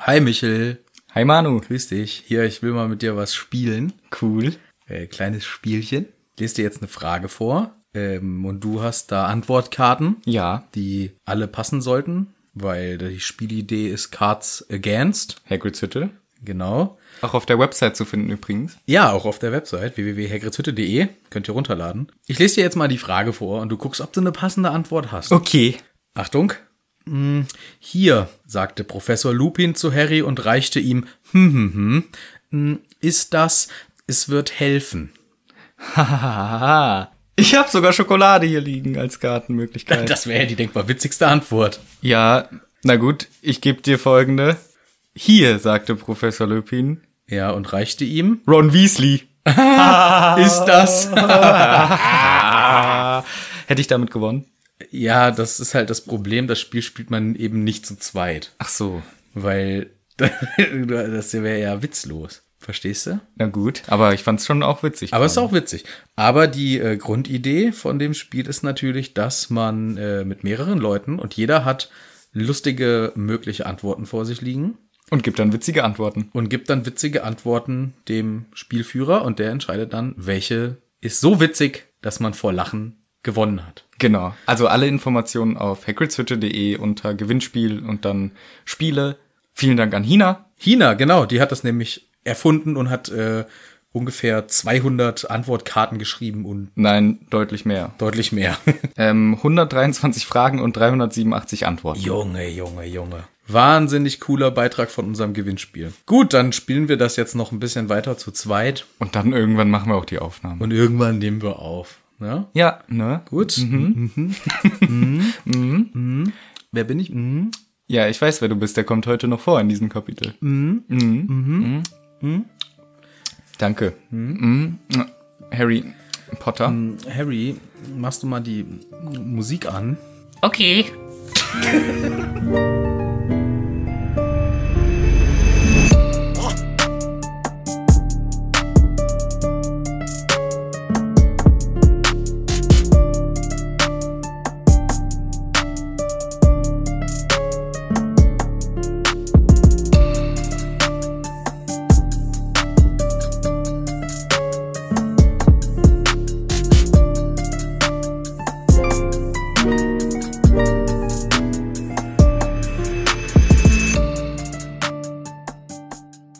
Hi Michel, Hi Manu. grüß dich. Hier, ich will mal mit dir was spielen. Cool. Äh, kleines Spielchen. Ich lese dir jetzt eine Frage vor ähm, und du hast da Antwortkarten, Ja. die alle passen sollten, weil die Spielidee ist Cards Against. Hagrid's Hütte. Genau. Auch auf der Website zu finden übrigens. Ja, auch auf der Website www.hagridshütte.de könnt ihr runterladen. Ich lese dir jetzt mal die Frage vor und du guckst, ob du eine passende Antwort hast. Okay. Achtung. Hm, Hier, sagte Professor Lupin zu Harry und reichte ihm, hm, hm, hm, hm, ist das, es wird helfen. Hahaha. Ich habe sogar Schokolade hier liegen als Gartenmöglichkeit. Das wäre ja die denkbar witzigste Antwort. ja, na gut, ich gebe dir folgende. Hier, sagte Professor Lupin. Ja, und reichte ihm, Ron Weasley. ist das. Hätte ich damit gewonnen? Ja, das ist halt das Problem, das Spiel spielt man eben nicht zu zweit, Ach so. weil das wäre ja witzlos. Verstehst du? Na gut, aber ich fand's schon auch witzig. Aber es ist auch witzig. Aber die äh, Grundidee von dem Spiel ist natürlich, dass man äh, mit mehreren Leuten und jeder hat lustige mögliche Antworten vor sich liegen und gibt dann witzige Antworten. und gibt dann witzige Antworten dem Spielführer und der entscheidet dann, welche ist so witzig, dass man vor Lachen gewonnen hat. Genau. Also alle Informationen auf hagridshütte.de unter Gewinnspiel und dann Spiele. Vielen Dank an Hina. China, genau, die hat das nämlich erfunden und hat äh, ungefähr 200 Antwortkarten geschrieben und Nein, deutlich mehr. deutlich mehr. Ähm, 123 Fragen und 387 Antworten. Junge, Junge, Junge. Wahnsinnig cooler Beitrag von unserem Gewinnspiel. Gut, dann spielen wir das jetzt noch ein bisschen weiter zu zweit Und dann irgendwann machen wir auch die Aufnahmen. und irgendwann nehmen wir auf. Ja? Ja, ne? Gut. Mhm, Wer bin ich? Mhm. Ja, ich weiß, wer du bist. Der kommt heute noch vor in diesem Kapitel. Mhm. Mhm. Mhm. Danke. Mhm. Harry Potter. Harry, machst du mal die Musik an? Okay.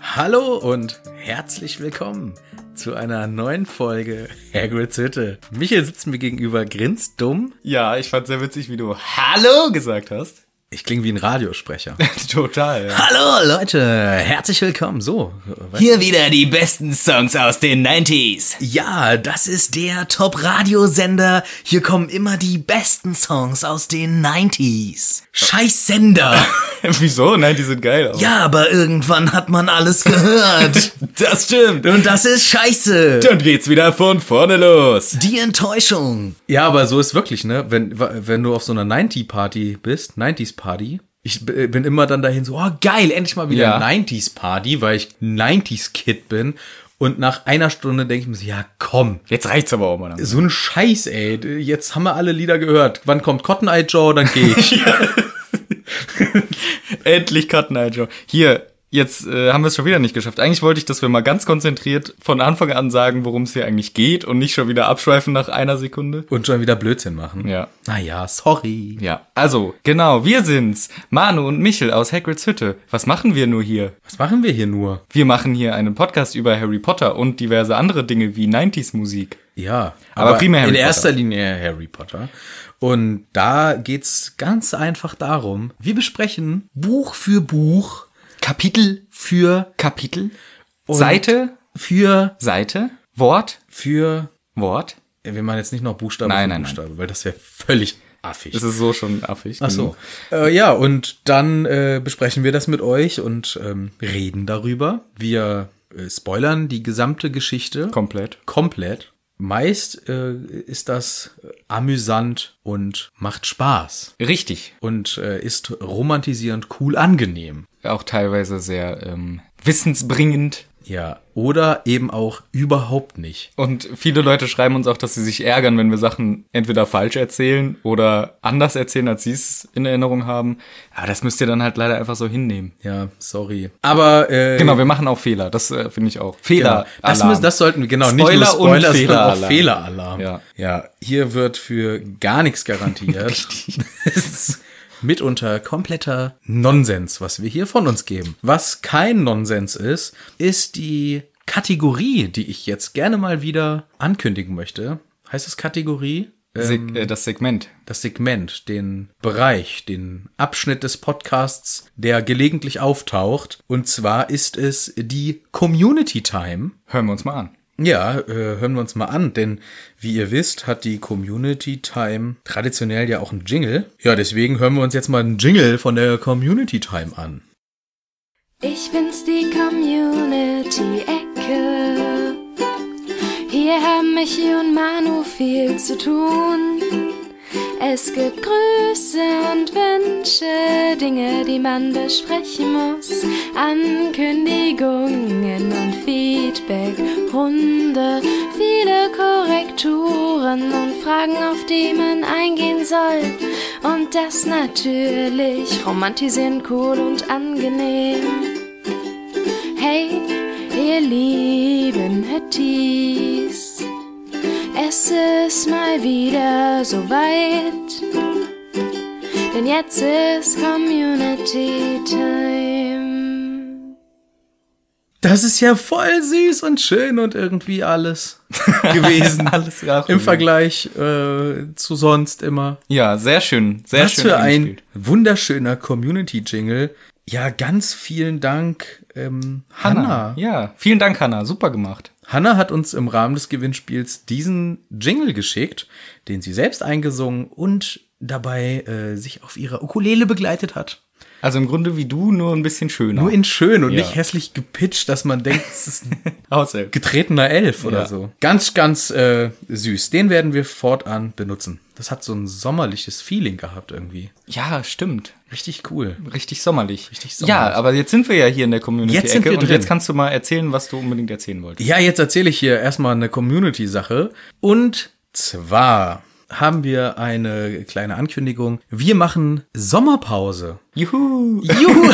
Hallo und herzlich willkommen zu einer neuen Folge Hagrid's Hütte. Michael sitzt mir gegenüber, grinst dumm. Ja, ich fand sehr witzig, wie du Hallo gesagt hast. Ich klinge wie ein Radiosprecher. Total. Ja. Hallo Leute, herzlich willkommen. So, weißt Hier wieder die besten Songs aus den 90s. Ja, das ist der Top-Radiosender. Hier kommen immer die besten Songs aus den 90s. Scheiß Sender. Wieso? Nein, die sind geil. aber- Ja, aber irgendwann hat man alles gehört. das stimmt. Und das ist scheiße. Dann geht's wieder von vorne los. Die Enttäuschung. Ja, aber so ist wirklich, ne? Wenn, wenn du auf so einer 90-Party bist, 90s-Party, ich b- äh, bin immer dann dahin so, oh geil, endlich mal wieder Ja. 90s-Party, weil ich 90s-Kid bin. Und nach einer Stunde denke ich mir so, ja komm, Jetzt reicht's aber auch mal. langsam. so ein Scheiß, ey. Jetzt haben wir alle Lieder gehört. Wann kommt Cotton Eye Joe? Dann gehe ich. Endlich Cut Night Joe. Hier, jetzt äh, haben wir es schon wieder nicht geschafft. Eigentlich wollte ich, dass wir mal ganz konzentriert von Anfang an sagen, worum es hier eigentlich geht und nicht schon wieder abschweifen nach einer Sekunde. Und schon wieder Blödsinn machen. Ja. Naja, sorry. Ja, also, genau, wir sind's. Manu und Michel aus Hagrids Hütte. Was machen wir nur hier? Was machen wir hier nur? Wir machen hier einen Podcast über Harry Potter und diverse andere Dinge wie 90s Musik. Ja. Aber primär in Harry erster Linie Harry Potter. Und da geht's ganz einfach darum, wir besprechen Buch für Buch, Kapitel für Kapitel? und Seite? für Seite? Wort? für Wort? wir machen jetzt nicht noch Buchstabe Nein, für nein, Buchstabe, weil das wäre völlig affig. Das ist so schon affig. Ach so. Äh, ja, und dann äh, besprechen wir das mit euch und ähm, reden darüber. Wir äh, spoilern die gesamte Geschichte Komplett. komplett. Meist äh, ist das äh, amüsant und macht Spaß Richtig. und äh, ist romantisierend cool angenehm. Auch teilweise sehr ähm, wissensbringend. Ja, oder eben auch überhaupt nicht. Und viele Leute schreiben uns auch, dass sie sich ärgern, wenn wir Sachen entweder falsch erzählen oder anders erzählen, als sie es in Erinnerung haben. Aber das müsst ihr dann halt leider einfach so hinnehmen. Ja, sorry. Aber äh, Genau, wir machen auch Fehler. Das äh, finde ich auch. genau. Fehler. Das, müssen, das sollten wir genau Spoiler nicht nur Spoiler, und sondern auch Fehleralarm. Fehleralarm. Ja. ja, hier wird für gar nichts garantiert. Es ist mitunter kompletter Nonsens, was wir hier von uns geben. Was kein Nonsens ist, ist die Kategorie, die ich jetzt gerne mal wieder ankündigen möchte. Heißt es Kategorie? Äh, Seg äh, das Segment. das Segment, den Bereich, den Abschnitt des Podcasts, der gelegentlich auftaucht. Und zwar ist es die Community Time. Hören wir uns mal an. Ja, äh, hören wir uns mal an, denn wie ihr wisst, hat die Community Time traditionell ja auch einen Jingle. Ja, deswegen hören wir uns jetzt mal einen Jingle von der Community Time an. Ich bin's die Community-Ecke. Hier haben Michi und Manu viel zu tun. Es gibt Grüße und Wünsche, Dinge, die man besprechen muss, Ankündigungen und Feedback, Runde, viele Korrekturen und Fragen, auf die man eingehen soll. Und das natürlich romantisierend, cool und angenehm. Hey, ihr lieben Hetties, es ist mal wieder soweit, denn jetzt ist Community Time. Das ist ja voll süß und schön und irgendwie alles gewesen. Alles raus. Im Vergleich äh, zu sonst immer. Ja, sehr schön. Sehr Was schön. für ein eingespielt. wunderschöner Community-Jingle. Ja, ganz vielen Dank, ähm, Hanna. Ja, vielen Dank, Hanna. Super gemacht. Hanna hat uns im Rahmen des Gewinnspiels diesen Jingle geschickt, den sie selbst eingesungen und dabei äh, sich auf ihrer Ukulele begleitet hat. Also im Grunde wie du, nur ein bisschen schöner. Nur in schön und Ja. nicht hässlich gepitcht, dass man denkt, es ist ein Außer. getretener Elf oder Ja. so. Ganz, ganz äh, süß. Den werden wir fortan benutzen. Das hat so ein sommerliches Feeling gehabt irgendwie. Ja, stimmt. Richtig cool. Richtig sommerlich. Richtig Ja, sommerlich. aber jetzt sind wir ja hier in der Community. Jetzt sind wir und drin. jetzt kannst du mal erzählen, was du unbedingt erzählen wolltest. Ja, jetzt erzähle ich hier erstmal eine Community-Sache. Und zwar haben wir eine kleine Ankündigung. Wir machen Sommerpause. Juhu. Juhu!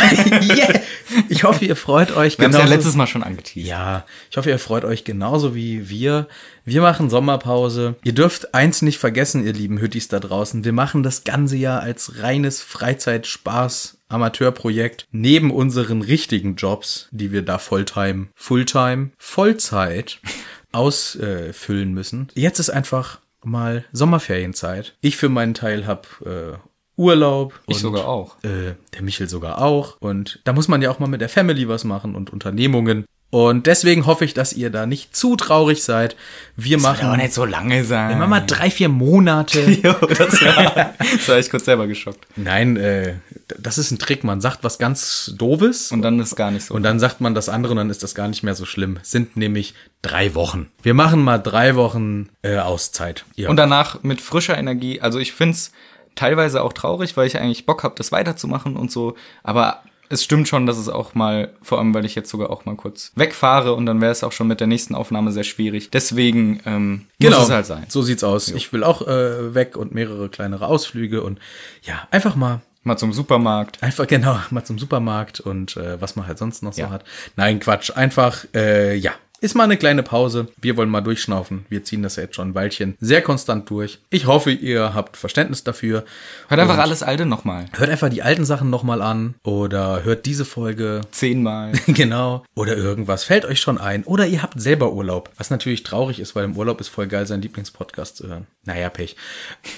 yeah. Ich hoffe, ihr freut euch. Wir haben es ja genauso- letztes Mal schon angeteased. ja, ich hoffe, ihr freut euch genauso wie wir. Wir machen Sommerpause. Ihr dürft eins nicht vergessen, ihr lieben Hüttis da draußen. Wir machen das ganze Jahr als reines Freizeitspaß. Amateurprojekt neben unseren richtigen Jobs, die wir da Volltime, Fulltime, Vollzeit ausfüllen müssen. Jetzt ist einfach mal Sommerferienzeit. Ich für meinen Teil habe äh, Urlaub. Ich und- sogar auch. äh, der Michel sogar auch. Und da muss man ja auch mal mit der Family was machen und Unternehmungen. Und deswegen hoffe ich, dass ihr da nicht zu traurig seid. Wir machen nicht so lange sein. immer mal drei, vier Monate. Jo, das war, das war ich kurz selber geschockt. Nein, äh, d- das ist ein Trick. Man sagt was ganz Doofes Und dann ist gar nicht so. und dann sagt man das andere und dann ist das gar nicht mehr so schlimm. Es Sind nämlich drei Wochen. Wir machen mal drei Wochen äh, Auszeit. Ja. Und danach mit frischer Energie. Also ich find's teilweise auch traurig, weil ich eigentlich Bock habe, das weiterzumachen und so. Aber es stimmt schon, dass es auch mal, vor allem weil ich jetzt sogar auch mal kurz wegfahre und dann wäre es auch schon mit der nächsten Aufnahme sehr schwierig. Deswegen ähm, Genau, muss es halt sein. so sieht's aus. Ich will auch äh, weg und mehrere kleinere Ausflüge und ja, einfach mal Mal zum Supermarkt. Einfach genau, mal zum Supermarkt und äh, was man halt sonst noch Ja. so hat. Nein, Quatsch, einfach, äh, ja. Ist mal eine kleine Pause. Wir wollen mal durchschnaufen. Wir ziehen das ja jetzt schon ein Weilchen sehr konstant durch. Ich hoffe, ihr habt Verständnis dafür. Hört einfach alles Alte nochmal. Hört einfach die alten Sachen nochmal an oder hört diese Folge. Zehnmal. Genau. Oder irgendwas. Fällt euch schon ein. Oder ihr habt selber Urlaub. Was natürlich traurig ist, weil im Urlaub ist voll geil, seinen Lieblingspodcast zu hören. Naja, Pech.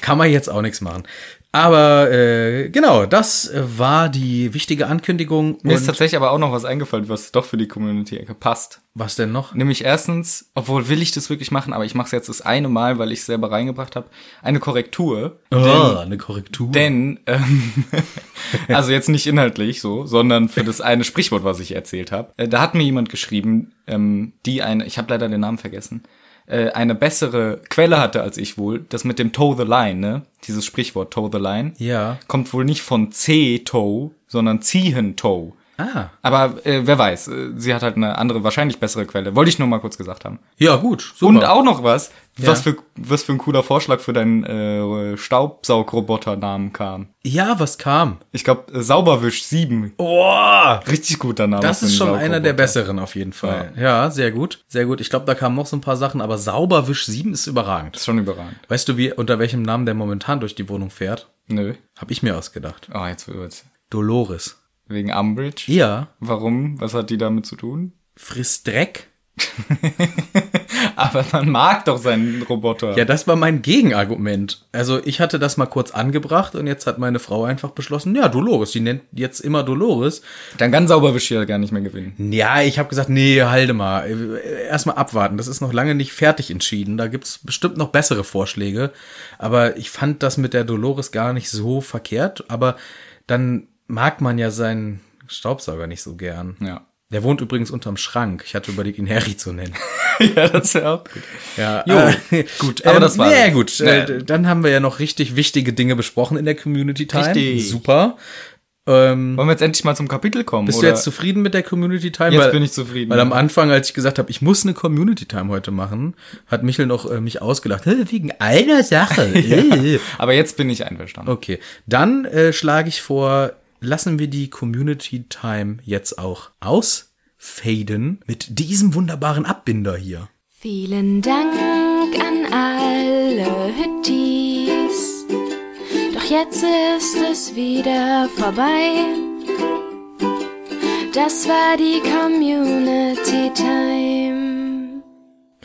Kann man jetzt auch nichts machen. Aber äh, genau, das war die wichtige Ankündigung. Mir ist tatsächlich aber auch noch was eingefallen, was doch für die Community-Ecke passt. was denn noch? Nämlich erstens, obwohl will ich das wirklich machen, aber ich mache es jetzt das eine Mal, weil ich selber reingebracht habe, eine Korrektur. Ah, eine Korrektur. Denn, ähm, also jetzt nicht inhaltlich so, sondern für das eine Sprichwort, was ich erzählt habe. Äh, da hat mir jemand geschrieben, ähm, die eine, ich habe leider den Namen vergessen, äh, eine bessere Quelle hatte als ich wohl. Das mit dem Toe the Line, ne? Dieses Sprichwort Toe the Line. Ja. Kommt wohl nicht von C-Toe, sondern Ziehen-Toe. Ah. Aber äh, wer weiß, äh, sie hat halt eine andere, wahrscheinlich bessere Quelle. Wollte ich nur mal kurz gesagt haben. Ja, gut. Super. Und auch noch was, was, Ja. für, was für ein cooler Vorschlag für deinen äh, Staubsaugroboter-Namen kam. Ja, was kam? Ich glaube, äh, Sauberwisch 7. Boah! Richtig guter Name. Das für ist einen schon einer der Saugroboter. besseren auf jeden Fall. Ja, sehr gut. Sehr gut. Ich glaube, da kamen noch so ein paar Sachen, aber Sauberwisch 7 ist überragend. Ist schon überragend. Weißt du, wie, unter welchem Namen der momentan durch die Wohnung fährt? Nö. Hab ich mir ausgedacht. Ah, jetzt wird's. Dolores. Wegen Umbridge? Ja, Warum? Was hat die damit zu tun? frisst Dreck. Aber man mag doch seinen Roboter. Ja, das war mein Gegenargument. Also ich hatte das mal kurz angebracht und jetzt hat meine Frau einfach beschlossen, ja, Dolores, die nennt jetzt immer Dolores. Dann kann Sauberwisch ja gar nicht mehr gewinnen. Ja, ich habe gesagt, nee, halte mal. Erstmal abwarten. Das ist noch lange nicht fertig entschieden. Da gibt's bestimmt noch bessere Vorschläge. Aber ich fand das mit der Dolores gar nicht so verkehrt. Aber dann mag man ja seinen Staubsauger nicht so gern. Ja. Der wohnt übrigens unterm Schrank. Ich hatte überlegt, ihn Harry zu nennen. ja, das ist ja auch gut. Ja, Jo, äh, gut, aber das war's. Ja, gut. Nee. Äh, dann haben wir ja noch richtig wichtige Dinge besprochen in der Community Time. Richtig. Super. Ähm, Wollen wir jetzt endlich mal zum Kapitel kommen? bist oder? du jetzt zufrieden mit der Community Time? Jetzt bin ich zufrieden, ne? Weil ja. am Anfang, als ich gesagt habe, ich muss eine Community Time heute machen, hat Michel noch äh, mich ausgelacht. Hä, Wegen einer Sache. äh. Aber jetzt bin ich einverstanden. Okay, dann äh, schlage ich vor, lassen wir die Community Time jetzt auch ausfaden mit diesem wunderbaren Abbinder hier. Vielen Dank an alle Hüttis. Doch jetzt ist es wieder vorbei. Das war die Community Time.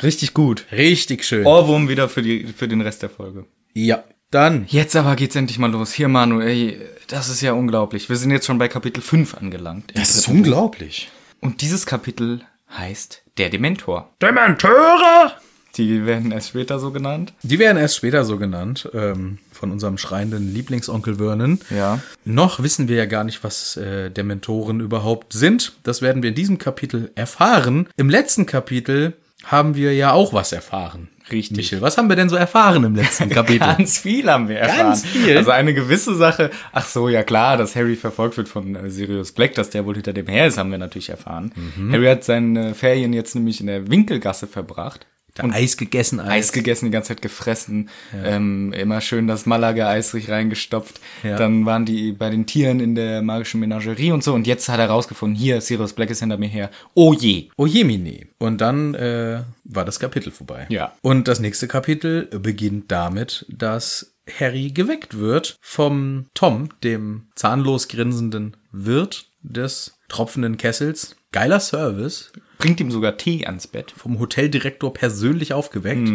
Richtig gut. Oh, Richtig schön. Ohrwurm wieder für, die, für den Rest der Folge. Ja, dann Jetzt aber geht's endlich mal los. Hier, Manu, ey, das ist ja unglaublich. Wir sind jetzt schon bei Kapitel 5 angelangt. Das ist unglaublich. Und dieses Kapitel heißt Der Dementor. Dementeure! Die werden erst später so genannt. Die werden erst später so genannt, ähm, von unserem schreienden Lieblingsonkel Vernon. Ja. Noch wissen wir ja gar nicht, was äh, Dementoren überhaupt sind. Das werden wir in diesem Kapitel erfahren. Im letzten Kapitel haben wir ja auch was erfahren. Richtig. Michel, was haben wir denn so erfahren im letzten Kapitel? Ganz viel haben wir erfahren. Ganz viel? Also eine gewisse Sache. Ach so, ja klar, dass Harry verfolgt wird von äh, Sirius Black, dass der wohl hinter dem her ist, haben wir natürlich erfahren. Mhm. Harry hat seine Ferien jetzt nämlich in der Winkelgasse verbracht. Da Eis gegessen, Eis gegessen, die ganze Zeit gefressen, ähm, immer schön das Malaga-Eis sich reingestopft. Ja. Dann waren die bei den Tieren in der magischen Menagerie und so. Und jetzt hat er rausgefunden, hier, Sirius Black ist hinter mir her. Oh je. Oh Jemini. Und dann äh, war das Kapitel vorbei. Ja. Und das nächste Kapitel beginnt damit, dass Harry geweckt wird vom Tom, dem zahnlos grinsenden Wirt des tropfenden Kessels. Geiler Service, Bringt ihm sogar Tee ans Bett. vom Hoteldirektor persönlich aufgeweckt.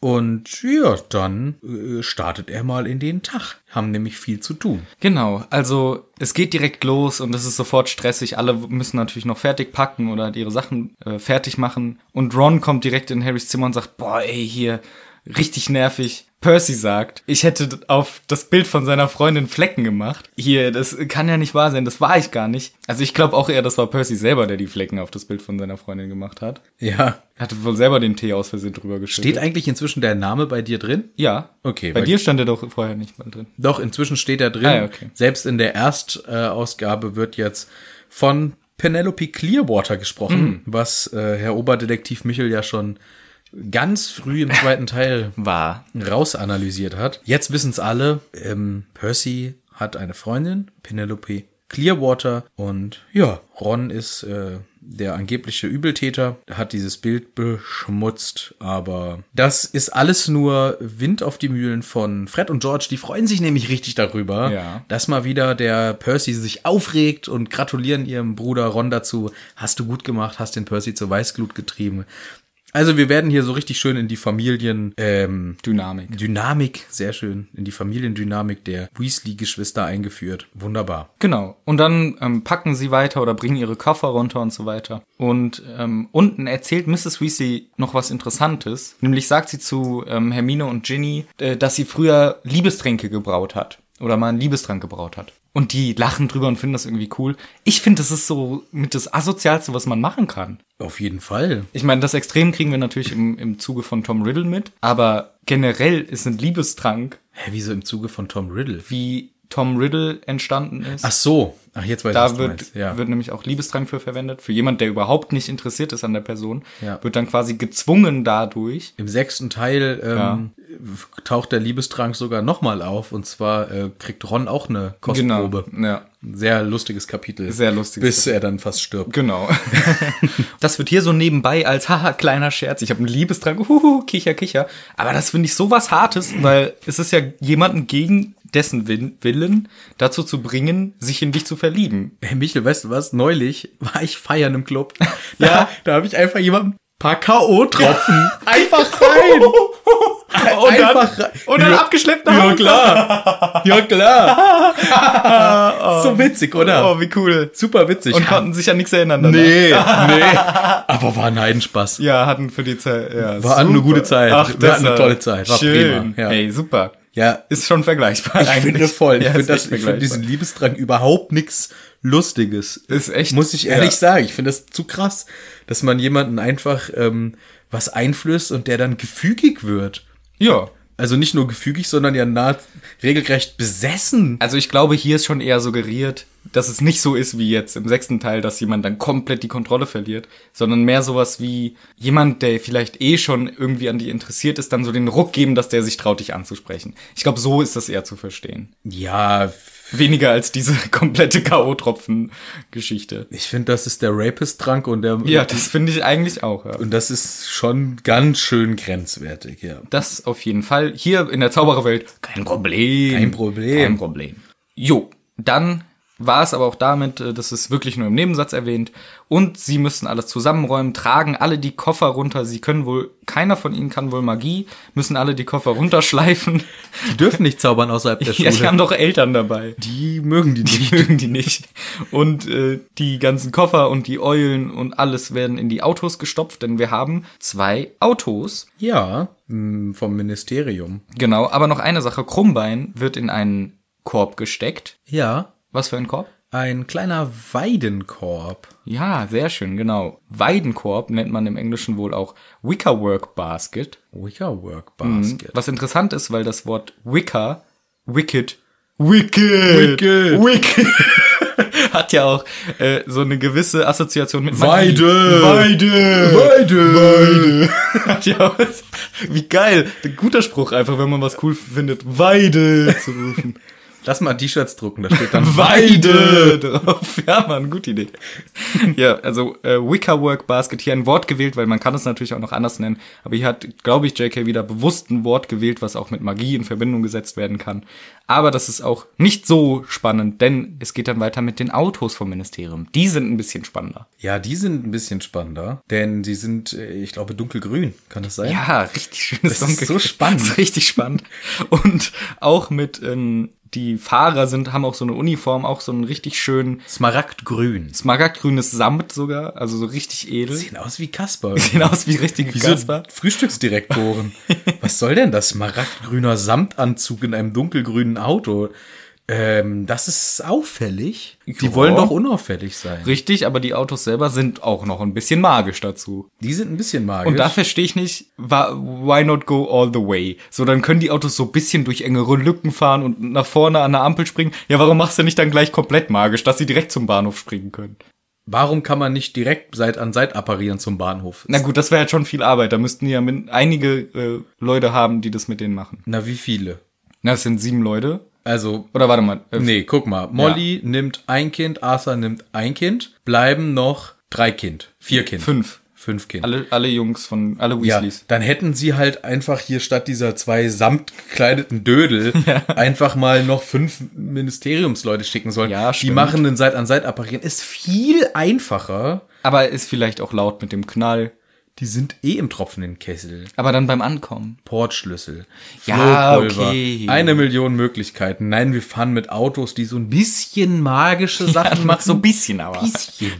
Und ja, dann äh, startet er mal in den Tag. Haben nämlich viel zu tun. Genau, also es geht direkt los und es ist sofort stressig. Alle müssen natürlich noch fertig packen oder ihre Sachen äh, fertig machen. Und Ron kommt direkt in Harrys Zimmer und sagt, boah, ey, hier, richtig nervig. Percy sagt, ich hätte auf das Bild von seiner Freundin Flecken gemacht. Hier, das kann ja nicht wahr sein, das war ich gar nicht. Also ich glaube auch eher, das war Percy selber, der die Flecken auf das Bild von seiner Freundin gemacht hat. Ja. Er hatte wohl selber den Tee aus Versehen drüber geschüttet. Steht eigentlich inzwischen der Name bei dir drin? Ja. Okay, Bei weil- dir stand er doch vorher nicht mal drin. Doch, inzwischen steht er drin. Ah, ja, okay. Selbst in der Erstausgabe äh, Ausgabe wird jetzt von Penelope Clearwater Mhm. gesprochen, was äh, Herr Oberdetektiv Michel ja schon ganz früh im zweiten Teil War. rausanalysiert hat. Jetzt wissen es alle, ähm, Percy hat eine Freundin, Penelope Clearwater und ja, Ron ist äh, der angebliche Übeltäter, hat dieses Bild beschmutzt, aber das ist alles nur Wind auf die Mühlen von Fred und George, die freuen sich nämlich richtig darüber, Ja. dass mal wieder der Percy sich aufregt und gratulieren ihrem Bruder Ron dazu, hast du gut gemacht, hast den Percy zur Weißglut getrieben. Also wir werden hier so richtig schön in die Familien ähm, Dynamik. Dynamik, sehr schön, in die Familiendynamik der Weasley-Geschwister eingeführt. Wunderbar. Genau. Und dann ähm, packen sie weiter oder bringen ihre Koffer runter und so weiter. Und ähm, unten erzählt Mrs. Weasley noch was Interessantes. Nämlich sagt sie zu ähm, Hermine und Ginny, äh, dass sie früher Liebestränke gebraut hat. Oder mal einen Liebestrank gebraut hat. Und die lachen drüber und finden das irgendwie cool. Ich finde, das ist so mit das Asozialste, was man machen kann. Auf jeden Fall. Ich meine, das Extrem kriegen wir natürlich im, im Zuge von Tom Riddle mit. Aber generell ist ein Liebestrank, Hä, wieso im Zuge von Tom Riddle? wie Tom Riddle entstanden ist. Ach so. Ach, jetzt weiß ich, was Da du wird, meinst. Ja. wird nämlich auch Liebesdrang für verwendet. Für jemand, der überhaupt nicht interessiert ist an der Person, Ja. wird dann quasi gezwungen dadurch. Im sechsten Teil ähm, taucht der Liebestrank sogar nochmal auf und zwar äh, kriegt Ron auch eine Kostprobe. genau, Ja. Ein Sehr lustiges Kapitel. Sehr lustiges Bis er dann fast stirbt. Genau. das wird hier so nebenbei als haha kleiner Scherz. Ich habe einen Liebesdrang, huhu, kicher kicher. Aber das finde ich sowas Hartes, weil es ist ja jemanden gegen dessen Win- Willen dazu zu bringen, sich in dich zu verlieben. Hey Michel, weißt du was? Neulich war ich feiern im Club. Ja, da habe ich einfach jemanden paar K.O.-Tropfen. einfach rein. Und dann- einfach rein. Und dann abgeschleppt Ja klar. Ja klar. so witzig, oder? Oh, wie cool. Super witzig. Und konnten sich an nichts erinnern. danach. nee, nee. Aber war ein Heidenspaß. Ja, hatten für die Zeit. Ja, War eine super. gute Zeit. Ach, Wir hatten deshalb. eine tolle Zeit. War Schön. prima, ja. Ey, super. Ja, Ist schon vergleichbar. ich finde voll. Ich Ja, finde ist das- echt ich finde vergleichbar. diesen Liebesdrang überhaupt nichts Lustiges. Ist echt- Muss ich ehrlich ja. sagen. Ich finde das zu krass, dass man jemanden einfach ähm, was einflößt und der dann gefügig wird. Ja. Also nicht nur gefügig, sondern ja nahe, regelrecht besessen. Also ich glaube, hier ist schon eher suggeriert, dass es nicht so ist wie jetzt im sechsten Teil, dass jemand dann komplett die Kontrolle verliert, sondern mehr sowas wie jemand, der vielleicht eh schon irgendwie an dir interessiert ist, dann so den Ruck geben, dass der sich traut, dich anzusprechen. Ich glaube, so ist das eher zu verstehen. Ja, Weniger als diese komplette K.O.-Tropfen-Geschichte. ich finde, das ist der Rapist-Trank und der. Ja, das finde ich eigentlich auch. Ja. Und das ist schon ganz schön grenzwertig, ja. Das auf jeden Fall. Hier in der Zaubererwelt kein Problem. Kein Problem. Kein Problem. Jo, dann war es aber auch damit, äh, das ist wirklich nur im Nebensatz erwähnt. Und sie müssen alles zusammenräumen, tragen alle die Koffer runter. Sie können wohl, keiner von ihnen kann wohl Magie, müssen alle die Koffer runterschleifen. Die dürfen nicht zaubern außerhalb der Ja, Schule. die haben doch Eltern dabei. die mögen die nicht. Die mögen die nicht. Und äh, die ganzen Koffer und die Eulen und alles werden in die Autos gestopft, denn wir haben zwei Autos. Ja, mh, vom Ministerium. Genau, aber noch eine Sache. Krummbein wird in einen Korb gesteckt. Ja, Was für ein Korb? ein kleiner Weidenkorb. Ja, sehr schön, genau. Weidenkorb nennt man im Englischen wohl auch Wickerwork Basket. Wickerwork Basket. Was interessant ist, weil das Wort Wicker, Wicked, Wicked, Wicked. Wicked, hat ja auch äh, so eine gewisse Assoziation mit Magie. Weide. Weide, Weide! Hat ja auch, wie geil, guter Spruch einfach, wenn man was cool findet, Weide zu rufen. Lass mal T-Shirts drucken, da steht dann Weide drauf. Ja, Mann, gute Idee. ja, also äh, Wickerwork Basket hier ein Wort gewählt, weil man kann es natürlich auch noch anders nennen. Aber hier hat, glaube ich, JK wieder bewusst ein Wort gewählt, was auch mit Magie in Verbindung gesetzt werden kann. Aber das ist auch nicht so spannend, denn es geht dann weiter mit den Autos vom Ministerium. Die sind ein bisschen spannender. Ja, die sind ein bisschen spannender, denn sie sind, äh, ich glaube, dunkelgrün. Kann das sein? Ja, richtig schönes Das ist Dunkel- so spannend. Das ist richtig spannend. Und auch mit, ähm, die Fahrer sind, haben auch so eine Uniform, auch so einen richtig schönen Smaragdgrün. Sie smaragdgrünes Samt sogar, also so richtig edel. sehen aus wie Kasper. Sehen aus wie richtige Wie so Kasper. Frühstücksdirektoren. Was soll denn das? Smaragdgrüner Samtanzug in einem dunkelgrünen Auto. Ähm, das ist auffällig. Die Ja. wollen doch unauffällig sein. Richtig, aber die Autos selber sind auch noch ein bisschen magisch dazu. Die sind ein bisschen magisch. Und da verstehe ich nicht, wa- why not go all the way? So, dann können die Autos so ein bisschen durch engere Lücken fahren und nach vorne an der Ampel springen. Ja, warum machst du nicht dann gleich komplett magisch, dass sie direkt zum Bahnhof springen können? Warum kann man nicht direkt Seit an Seit apparieren zum Bahnhof? Na gut, das wäre halt schon viel Arbeit. Da müssten die ja min- einige äh, Leute haben, die das mit denen machen. Na, wie viele? Na, das sind sieben Leute. Also, Oder warte mal. Äh, nee, guck mal. Molly nimmt ein Kind, Arthur nimmt ein Kind, bleiben noch drei Kind, vier Kind. Fünf. Fünf Kind. Alle, alle Jungs von, alle ja, Weasleys. dann hätten sie halt einfach hier statt dieser zwei samt gekleideten Dödel einfach mal noch fünf Ministeriumsleute schicken sollen. Ja, Die stimmt. machen den Seit an Seit apparieren. Ist viel einfacher. Aber ist vielleicht auch laut mit dem Knall. Die sind eh im tropfenden Kessel. Aber dann beim Ankommen. Portschlüssel, Ja, Flohpulver, okay. eine Million Möglichkeiten. Nein, wir fahren mit Autos, die so ein bisschen magische Sachen machen. so ein bisschen aber. bisschen.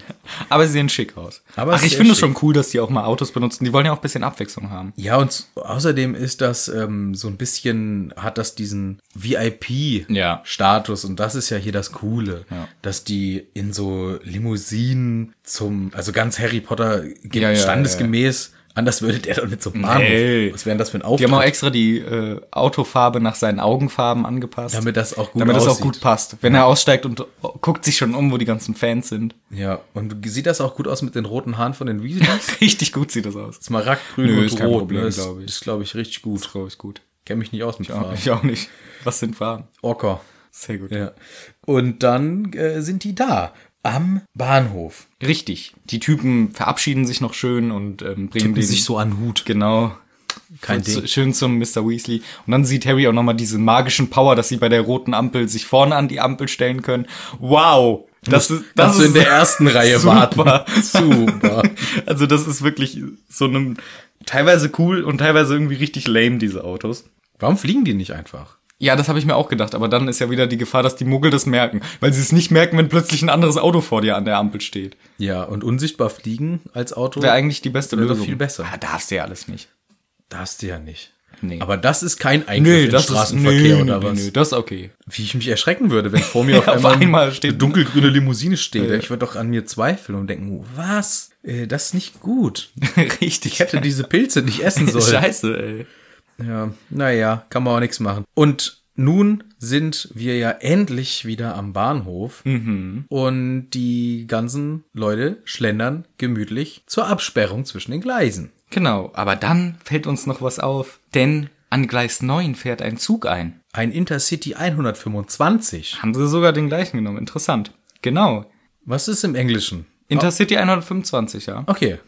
Aber sie sehen schick aus. Aber Ach, ich sehr finde es schick. schon cool, dass die auch mal Autos benutzen. Die wollen ja auch ein bisschen Abwechslung haben. Ja, und s- außerdem ist das ähm, so ein bisschen, hat das diesen Ja. VIP-Status und das ist ja hier das Coole, dass die in so Limousinen zum, also ganz Harry Potter ge- Ja, ja, standesgemäß Anders würde der doch nicht zum Bahnhof. Nee. Was wäre denn das für ein Die haben auch Auftrag? extra die äh, Autofarbe nach seinen Augenfarben angepasst. Damit das auch gut Damit das auch aussieht. gut passt. Wenn er aussteigt und guckt sich schon um, wo die ganzen Fans sind. Ja, und sieht das auch gut aus mit den roten Haaren von den Weasleys? Richtig gut sieht das aus. Smaragdgrün Nö, und ist rot, kein Problem, ne? Ist- glaub ich. Ist, glaube ich, richtig Das gut. glaube ich gut. Kenne mich nicht aus mit Farben. Ich auch nicht. Was sind Farben? Orca. Sehr gut. Ja. Und dann äh, sind die da am Bahnhof. Richtig. Die Typen verabschieden sich noch schön und ähm, bringen den, an Hut. Genau. Kein Zu- Ding. Schön zum Mr. Weasley. Und dann sieht Harry auch nochmal diesen magischen Power, dass sie bei der roten Ampel sich vorne an die Ampel stellen können. Wow! Das ist, das Dass du ist in der ersten Reihe super. warten. Super. Also das ist wirklich so einem teilweise cool und teilweise irgendwie richtig lame, diese Autos. Warum fliegen die nicht einfach? Ja, das habe ich mir auch gedacht, aber dann ist ja wieder die Gefahr, dass die Muggel das merken, weil sie es nicht merken, wenn plötzlich ein anderes Auto vor dir an der Ampel steht. Ja, und unsichtbar fliegen als Auto Wäre eigentlich die beste Wäre doch Lösung. viel besser. Ah, darfst du ja alles nicht. darfst du ja nicht. Nee. Aber das ist kein Eingriff in Straßenverkehr nö, oder nö, was? Nö, das ist okay. Wie ich mich erschrecken würde, wenn vor mir auf, Auf einmal, einmal eine steht- dunkelgrüne Limousine steht. Ich würde doch an mir zweifeln und denken, oh, was? Äh, Das ist nicht gut. Richtig. Ich hätte diese Pilze nicht essen sollen. Scheiße, ey. Ja, naja, kann man auch nichts machen. Und nun sind wir ja endlich wieder am Bahnhof Mhm. und die ganzen Leute schlendern gemütlich zur Absperrung zwischen den Gleisen. Genau, aber dann fällt uns noch was auf, denn an Gleis 9 fährt ein Zug ein. Ein Intercity 125. Haben sie sogar den gleichen genommen, interessant. Genau, Was ist im Englischen? Intercity 125, ja. Okay,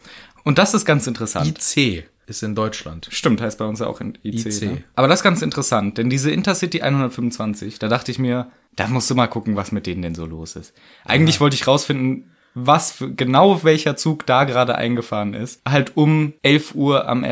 Und das ist ganz interessant. IC ist in Deutschland. Stimmt, heißt bei uns ja auch in IC. IC. Ne? Aber das ist ganz interessant, denn diese Intercity 125, da dachte ich mir, da musst du mal gucken, was mit denen denn so los ist. Eigentlich wollte ich rausfinden, was für, genau welcher Zug da gerade eingefahren ist. Halt um 11 Uhr am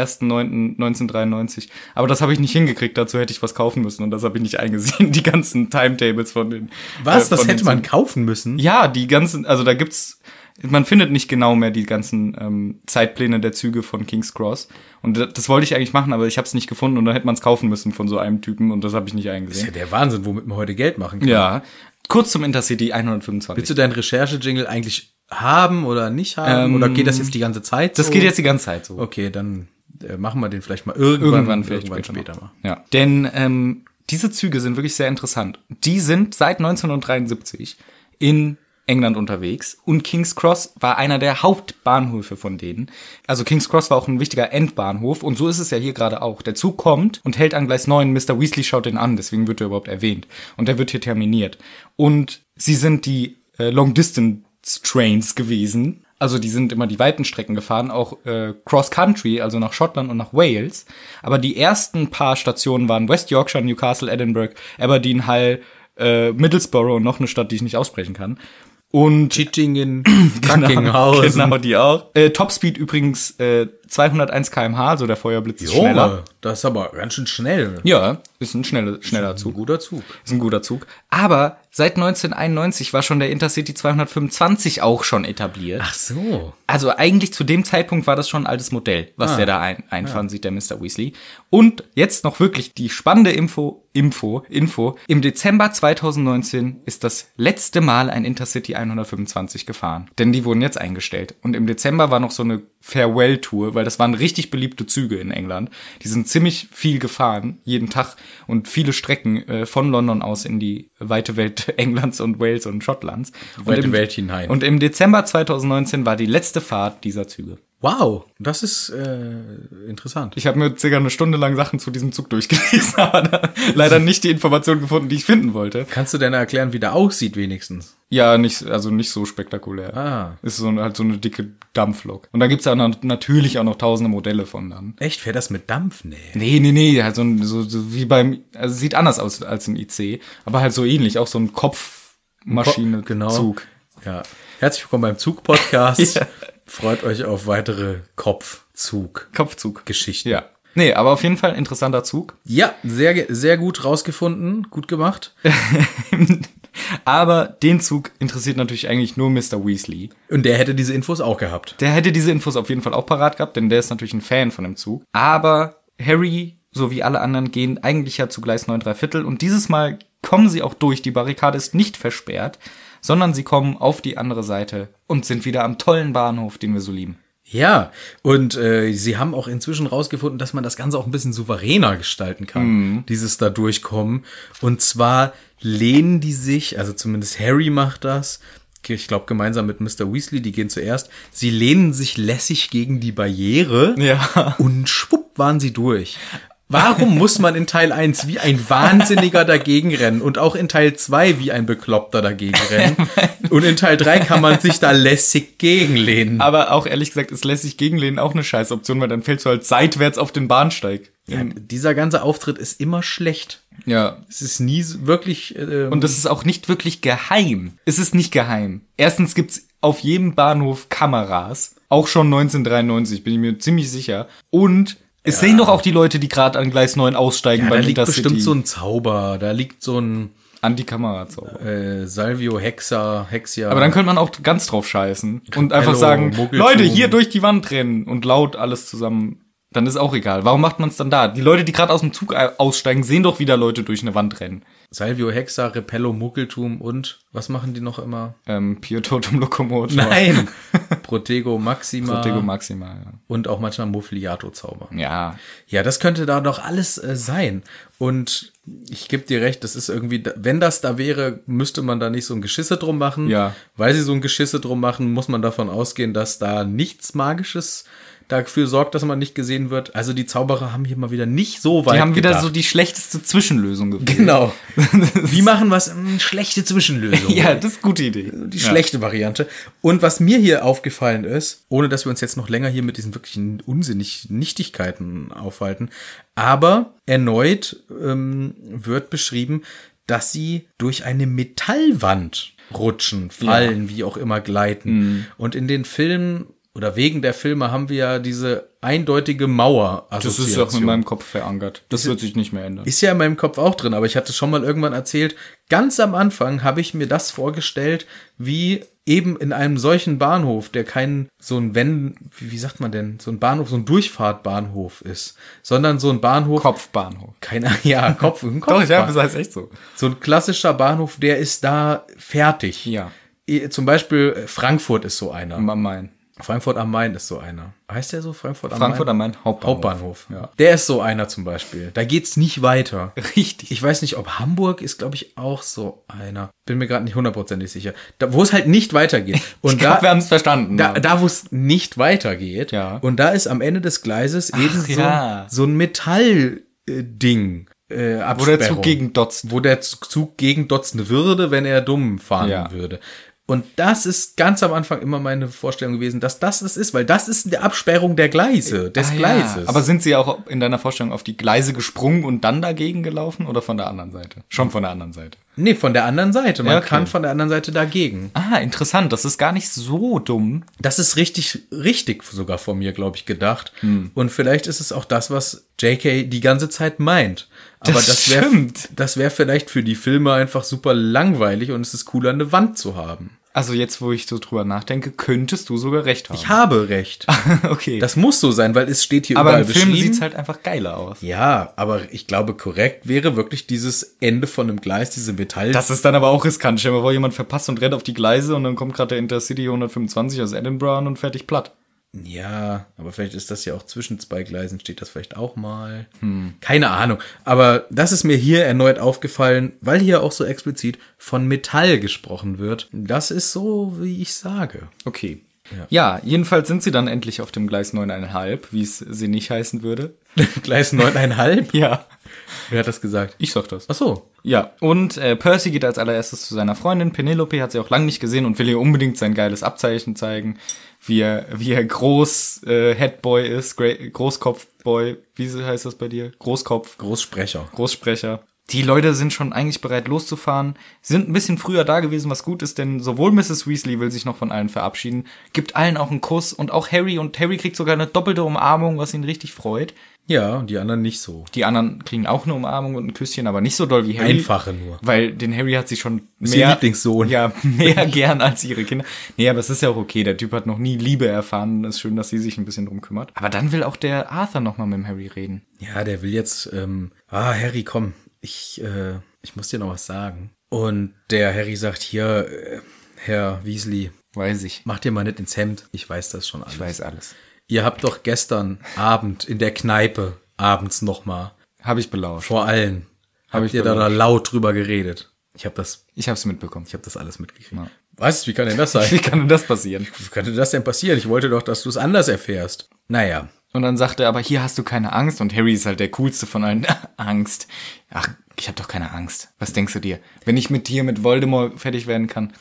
1.9.1993. Aber das habe ich nicht hingekriegt, dazu hätte ich was kaufen müssen und das habe ich nicht eingesehen, die ganzen Timetables von den. Was? äh, das von den hätte man Zügen. kaufen müssen? Ja, die ganzen, also da gibt's, man findet nicht genau mehr die ganzen ähm, Zeitpläne der Züge von King's Cross. Und das, das wollte ich eigentlich machen, aber ich habe es nicht gefunden und dann hätte man es kaufen müssen von so einem Typen und das habe ich nicht Das ist ja eingesehen. der Wahnsinn, womit man heute Geld machen kann. Ja. Kurz zum Intercity 125. Willst du deinen Recherche-Jingle eigentlich haben oder nicht haben? Ähm, oder geht das jetzt die ganze Zeit das so? geht jetzt die ganze Zeit so. Okay, dann äh, machen wir den vielleicht mal irgendwann, Irgendwann, vielleicht später, mal. mal. Ja. Denn ähm, diese Züge sind wirklich sehr interessant. Die sind seit 1973 in England unterwegs und King's Cross war einer der Hauptbahnhöfe von denen. Also King's Cross war auch ein wichtiger Endbahnhof und so ist es ja hier gerade auch. Der Zug kommt und hält an Gleis 9, Mr. Weasley schaut den an, deswegen wird er überhaupt erwähnt und der wird hier terminiert. Und sie sind die äh, Long Distance Trains gewesen. Also die sind immer die weiten Strecken gefahren, auch äh, Cross-Country, also nach Schottland und nach Wales. Aber die ersten paar Stationen waren West Yorkshire, Newcastle, Edinburgh, Aberdeen, Hull, äh, Middlesbrough und noch eine Stadt, die ich nicht aussprechen kann. Und Chittingen, genau, Kackinghausen. genau die auch. Äh, Topspeed übrigens äh, 201 km/h, also der Feuerblitz ist schneller. Junge, das ist aber ganz schön schnell. Ja, ist ein schneller, schneller Zug. Ein guter Zug. Ist ein guter Zug. Aber seit 1991 war schon der Intercity 225 auch schon etabliert. Ach so. Also eigentlich zu dem Zeitpunkt war das schon ein altes Modell, Ah. was der da ein, einfahren sieht, der Mr. Weasley. Und jetzt noch wirklich die spannende Info, Info, Info. Im Dezember 2019 ist das letzte Mal ein Intercity 125 gefahren. Denn die wurden jetzt eingestellt. Und im Dezember war noch so eine Farewell-Tour, weil das waren richtig beliebte Züge in England. Die sind ziemlich viel gefahren, jeden Tag. Und viele Strecken äh, von London aus in die weite Welt Englands und Wales und Schottlands. Weite und im, Welt hinein. Und im Dezember 2019 war die letzte Fahrt dieser Züge. Wow, das ist äh, interessant. Ich habe mir circa eine Stunde lang Sachen zu diesem Zug durchgelesen, aber da leider nicht die Informationen gefunden, die ich finden wollte. Kannst du denn erklären, wie der aussieht wenigstens? Ja, nicht, also nicht so spektakulär. Ah. Ist so eine, halt so eine dicke Dampflok. Und da gibt's ja na- natürlich auch noch tausende Modelle von dann. Echt, fährt das mit Dampf? Nee. Nee, nee, nee, halt so, ein- so, so wie beim, also sieht anders aus als ein IC, aber halt so ähnlich, auch so ein Kopfmaschine, genau. Zug. Ja. Herzlich willkommen beim Zug-Podcast. Freut euch auf weitere Kopfzug-Geschichten. Kopfzug. Ja. Nee, aber auf jeden Fall interessanter Zug. Ja, sehr, ge- sehr gut rausgefunden, gut gemacht. Aber den Zug interessiert natürlich eigentlich nur Mr. Weasley. Und der hätte diese Infos auch gehabt. Der hätte diese Infos auf jeden Fall auch parat gehabt, denn der ist natürlich ein Fan von dem Zug. Aber Harry, so wie alle anderen, gehen eigentlich ja zu Gleis 9 3 Viertel und dieses Mal kommen sie auch durch. Die Barrikade ist nicht versperrt, sondern sie kommen auf die andere Seite und sind wieder am tollen Bahnhof, den wir so lieben. Ja, und äh, sie haben auch inzwischen rausgefunden, dass man das Ganze auch ein bisschen souveräner gestalten kann, dieses da durchkommen. Und zwar lehnen die sich, also zumindest Harry macht das, ich glaube gemeinsam mit Mr. Weasley, die gehen zuerst, sie lehnen sich lässig gegen die Barriere Ja. und schwupp waren sie durch. Warum muss man in Teil 1 wie ein Wahnsinniger dagegen rennen und auch in Teil 2 wie ein Bekloppter dagegen rennen? Und in Teil 3 kann man sich da lässig gegenlehnen. Aber auch ehrlich gesagt, es lässt sich gegenlehnen auch eine scheiß Option, weil dann fällst du halt seitwärts auf den Bahnsteig. Ja, dieser ganze Auftritt ist immer schlecht. Ja. Es ist nie so- wirklich. Äh, Und das ist auch nicht wirklich geheim. Es ist nicht geheim. Erstens gibt's auf jedem Bahnhof Kameras. Auch schon 1993, bin ich mir ziemlich sicher. Und es sehen doch auch die Leute, die gerade an Gleis 9 aussteigen ja, da bei liegt bestimmt City. so ein Zauber, da liegt so ein an die Kamera zaubern. äh, Salvio Hexa, Hexia. Aber dann könnte man auch ganz drauf scheißen und einfach Hello, sagen, Muggeltum. Leute, hier durch die Wand rennen und laut alles zusammen. Dann ist auch egal. Warum macht man es dann da? Die Leute, die gerade aus dem Zug au- aussteigen, sehen doch wieder Leute durch eine Wand rennen. Salvio Hexa, Repello Muckeltum und was machen die noch immer? Ähm, Pio Totum Locomotor. Protego Maxima Protego Maxima, und auch manchmal Muffliato Zauber. ja. ja. Ja, das könnte da doch alles äh, sein. Und ich geb dir recht, das ist irgendwie, da- wenn das da wäre, müsste man da nicht so ein Geschisse drum machen. Ja. Weil sie so ein Geschisse drum machen, muss man davon ausgehen, dass da nichts Magisches dafür sorgt, dass man nicht gesehen wird. Also die Zauberer haben hier mal wieder nicht so weit Die haben wieder gedacht. so die schlechteste Zwischenlösung gewählt. Genau. Die machen was, mh, schlechte Zwischenlösung. Ja, das ist eine gute Idee. Die schlechte Variante. Und was mir hier aufgefallen ist, ohne dass wir uns jetzt noch länger hier mit diesen wirklichen unsinnig Nichtigkeiten aufhalten, aber erneut ähm, wird beschrieben, dass sie durch eine Metallwand rutschen, fallen, wie auch immer gleiten. Mhm. Und in den Filmen oder wegen der Filme haben wir ja diese eindeutige Mauer. Das ist auch in meinem Kopf verankert. Das wird sich nicht mehr ändern. Ist ja in meinem Kopf auch drin, aber ich hatte schon mal irgendwann erzählt, ganz am Anfang habe ich mir das vorgestellt, wie eben in einem solchen Bahnhof, der kein so ein Wenn, wie wie sagt man denn, so ein Bahnhof, so ein Durchfahrtbahnhof ist, sondern so ein Bahnhof. Kopfbahnhof. Keiner, ja, Kopf, ein Kopf. Doch, ja, das heißt echt so. So ein klassischer Bahnhof, der ist da fertig. Ja. Eh, Zum Beispiel äh, Frankfurt ist so einer. Am Main. Frankfurt am Main ist so einer. Heißt der so? Frankfurt am Frankfurt am Main? Main, Hauptbahnhof. Hauptbahnhof. Ja. Der ist so einer zum Beispiel. Da geht's nicht weiter. Richtig. Ich weiß nicht, ob Hamburg ist, glaube ich, auch so einer. Bin mir gerade nicht hundertprozentig sicher. Da, wo es halt nicht weitergeht. Und Ich glaub, wir da, haben es verstanden. da, da wo es nicht weitergeht. Ja. Und da ist am Ende des Gleises eben so, ja. so ein Metallding. Äh, Wo der Zug gegen Dotz. wo der Zug gegen dotzen würde, wenn er dumm fahren Ja. würde. Und das ist ganz am Anfang immer meine Vorstellung gewesen, dass das es ist, weil das ist eine Absperrung der Gleise, des Ah, Gleises. Ja. Aber sind sie auch in deiner Vorstellung auf die Gleise gesprungen und dann dagegen gelaufen oder von der anderen Seite? Schon von der anderen Seite. nee, von der anderen Seite. Man Ja, okay. kann von der anderen Seite dagegen. Ah, interessant. Das ist gar nicht so dumm. Das ist richtig, richtig sogar von mir, glaube ich, gedacht. Hm. Und vielleicht ist es auch das, was JK die ganze Zeit meint. Aber Das das, wär- stimmt. das wäre wär vielleicht für die Filme einfach super langweilig und es ist cooler, eine Wand zu haben. Also jetzt, wo ich so drüber nachdenke, könntest du sogar recht haben. Ich habe recht. okay. Das muss so sein, weil es steht hier aber überall im Film beschrieben. sieht's halt einfach geiler aus. ja, aber ich glaube, korrekt wäre wirklich dieses Ende von einem Gleis, diese Metall. Das ist dann aber auch riskant. Stell dir mal vor, jemand verpasst und rennt auf die Gleise und dann kommt gerade der Intercity 125 aus Edinburgh an und fertig platt. Ja, aber vielleicht ist das ja auch zwischen zwei Gleisen, steht das vielleicht auch mal. Keine Ahnung. Aber das ist mir hier erneut aufgefallen, weil hier auch so explizit von Metall gesprochen wird. Das ist so, wie ich sage. Okay. Ja. jedenfalls sind sie dann endlich auf dem Gleis 9,5, wie es sie nicht heißen würde. Gleis 9,5? Ja. Wer hat das gesagt? Ich sag das. Ach so. Ja, und äh, Percy geht als allererstes zu seiner Freundin. Penelope hat sie auch lange nicht gesehen und will ihr unbedingt sein geiles Abzeichen zeigen, wie er, wie er groß äh, Headboy ist, Gra- Großkopfboy, wie se- heißt das bei dir? Großkopf, Großsprecher. Großsprecher. Die Leute sind schon eigentlich bereit loszufahren, sind ein bisschen früher da gewesen, was gut ist, denn sowohl Mrs. Weasley will sich noch von allen verabschieden, gibt allen auch einen Kuss und auch Harry und Harry kriegt sogar eine doppelte Umarmung, was ihn richtig freut. Ja, und die anderen nicht so. Die anderen kriegen auch eine Umarmung und ein Küsschen, aber nicht so doll wie Harry. Einfache nur. Weil den Harry hat sie schon Ist ihr Lieblingssohn. Ja, mehr gern als ihre Kinder. Nee, aber es ist ja auch okay. Der Typ hat noch nie Liebe erfahren. Es ist schön, dass sie sich ein bisschen drum kümmert. Aber dann will auch der Arthur nochmal mit dem Harry reden. Ja, der will jetzt, ähm, ah, Harry, komm, ich, äh, ich muss dir noch was sagen. Und der Harry sagt, hier, äh, Herr Weasley, Weiß ich. Mach dir mal nicht ins Hemd. Ich weiß das schon alles. Ich weiß alles. Ihr habt doch gestern Abend in der Kneipe abends nochmal Habe ich belauscht. vor allen Hab habt ich ihr da, da belauscht. laut drüber geredet. Ich habe das, Ich hab's mitbekommen. ich habe das alles mitgekriegt. Ja. Was? Wie kann denn das sein? Wie kann denn das passieren? Wie könnte das denn passieren? Ich wollte doch, dass du es anders erfährst. Naja, Und dann sagt er, aber hier hast du keine Angst. Und Harry ist halt der coolste von allen. Angst. Ach, ich habe doch keine Angst. Was denkst du dir? Wenn ich mit dir, mit Voldemort fertig werden kann.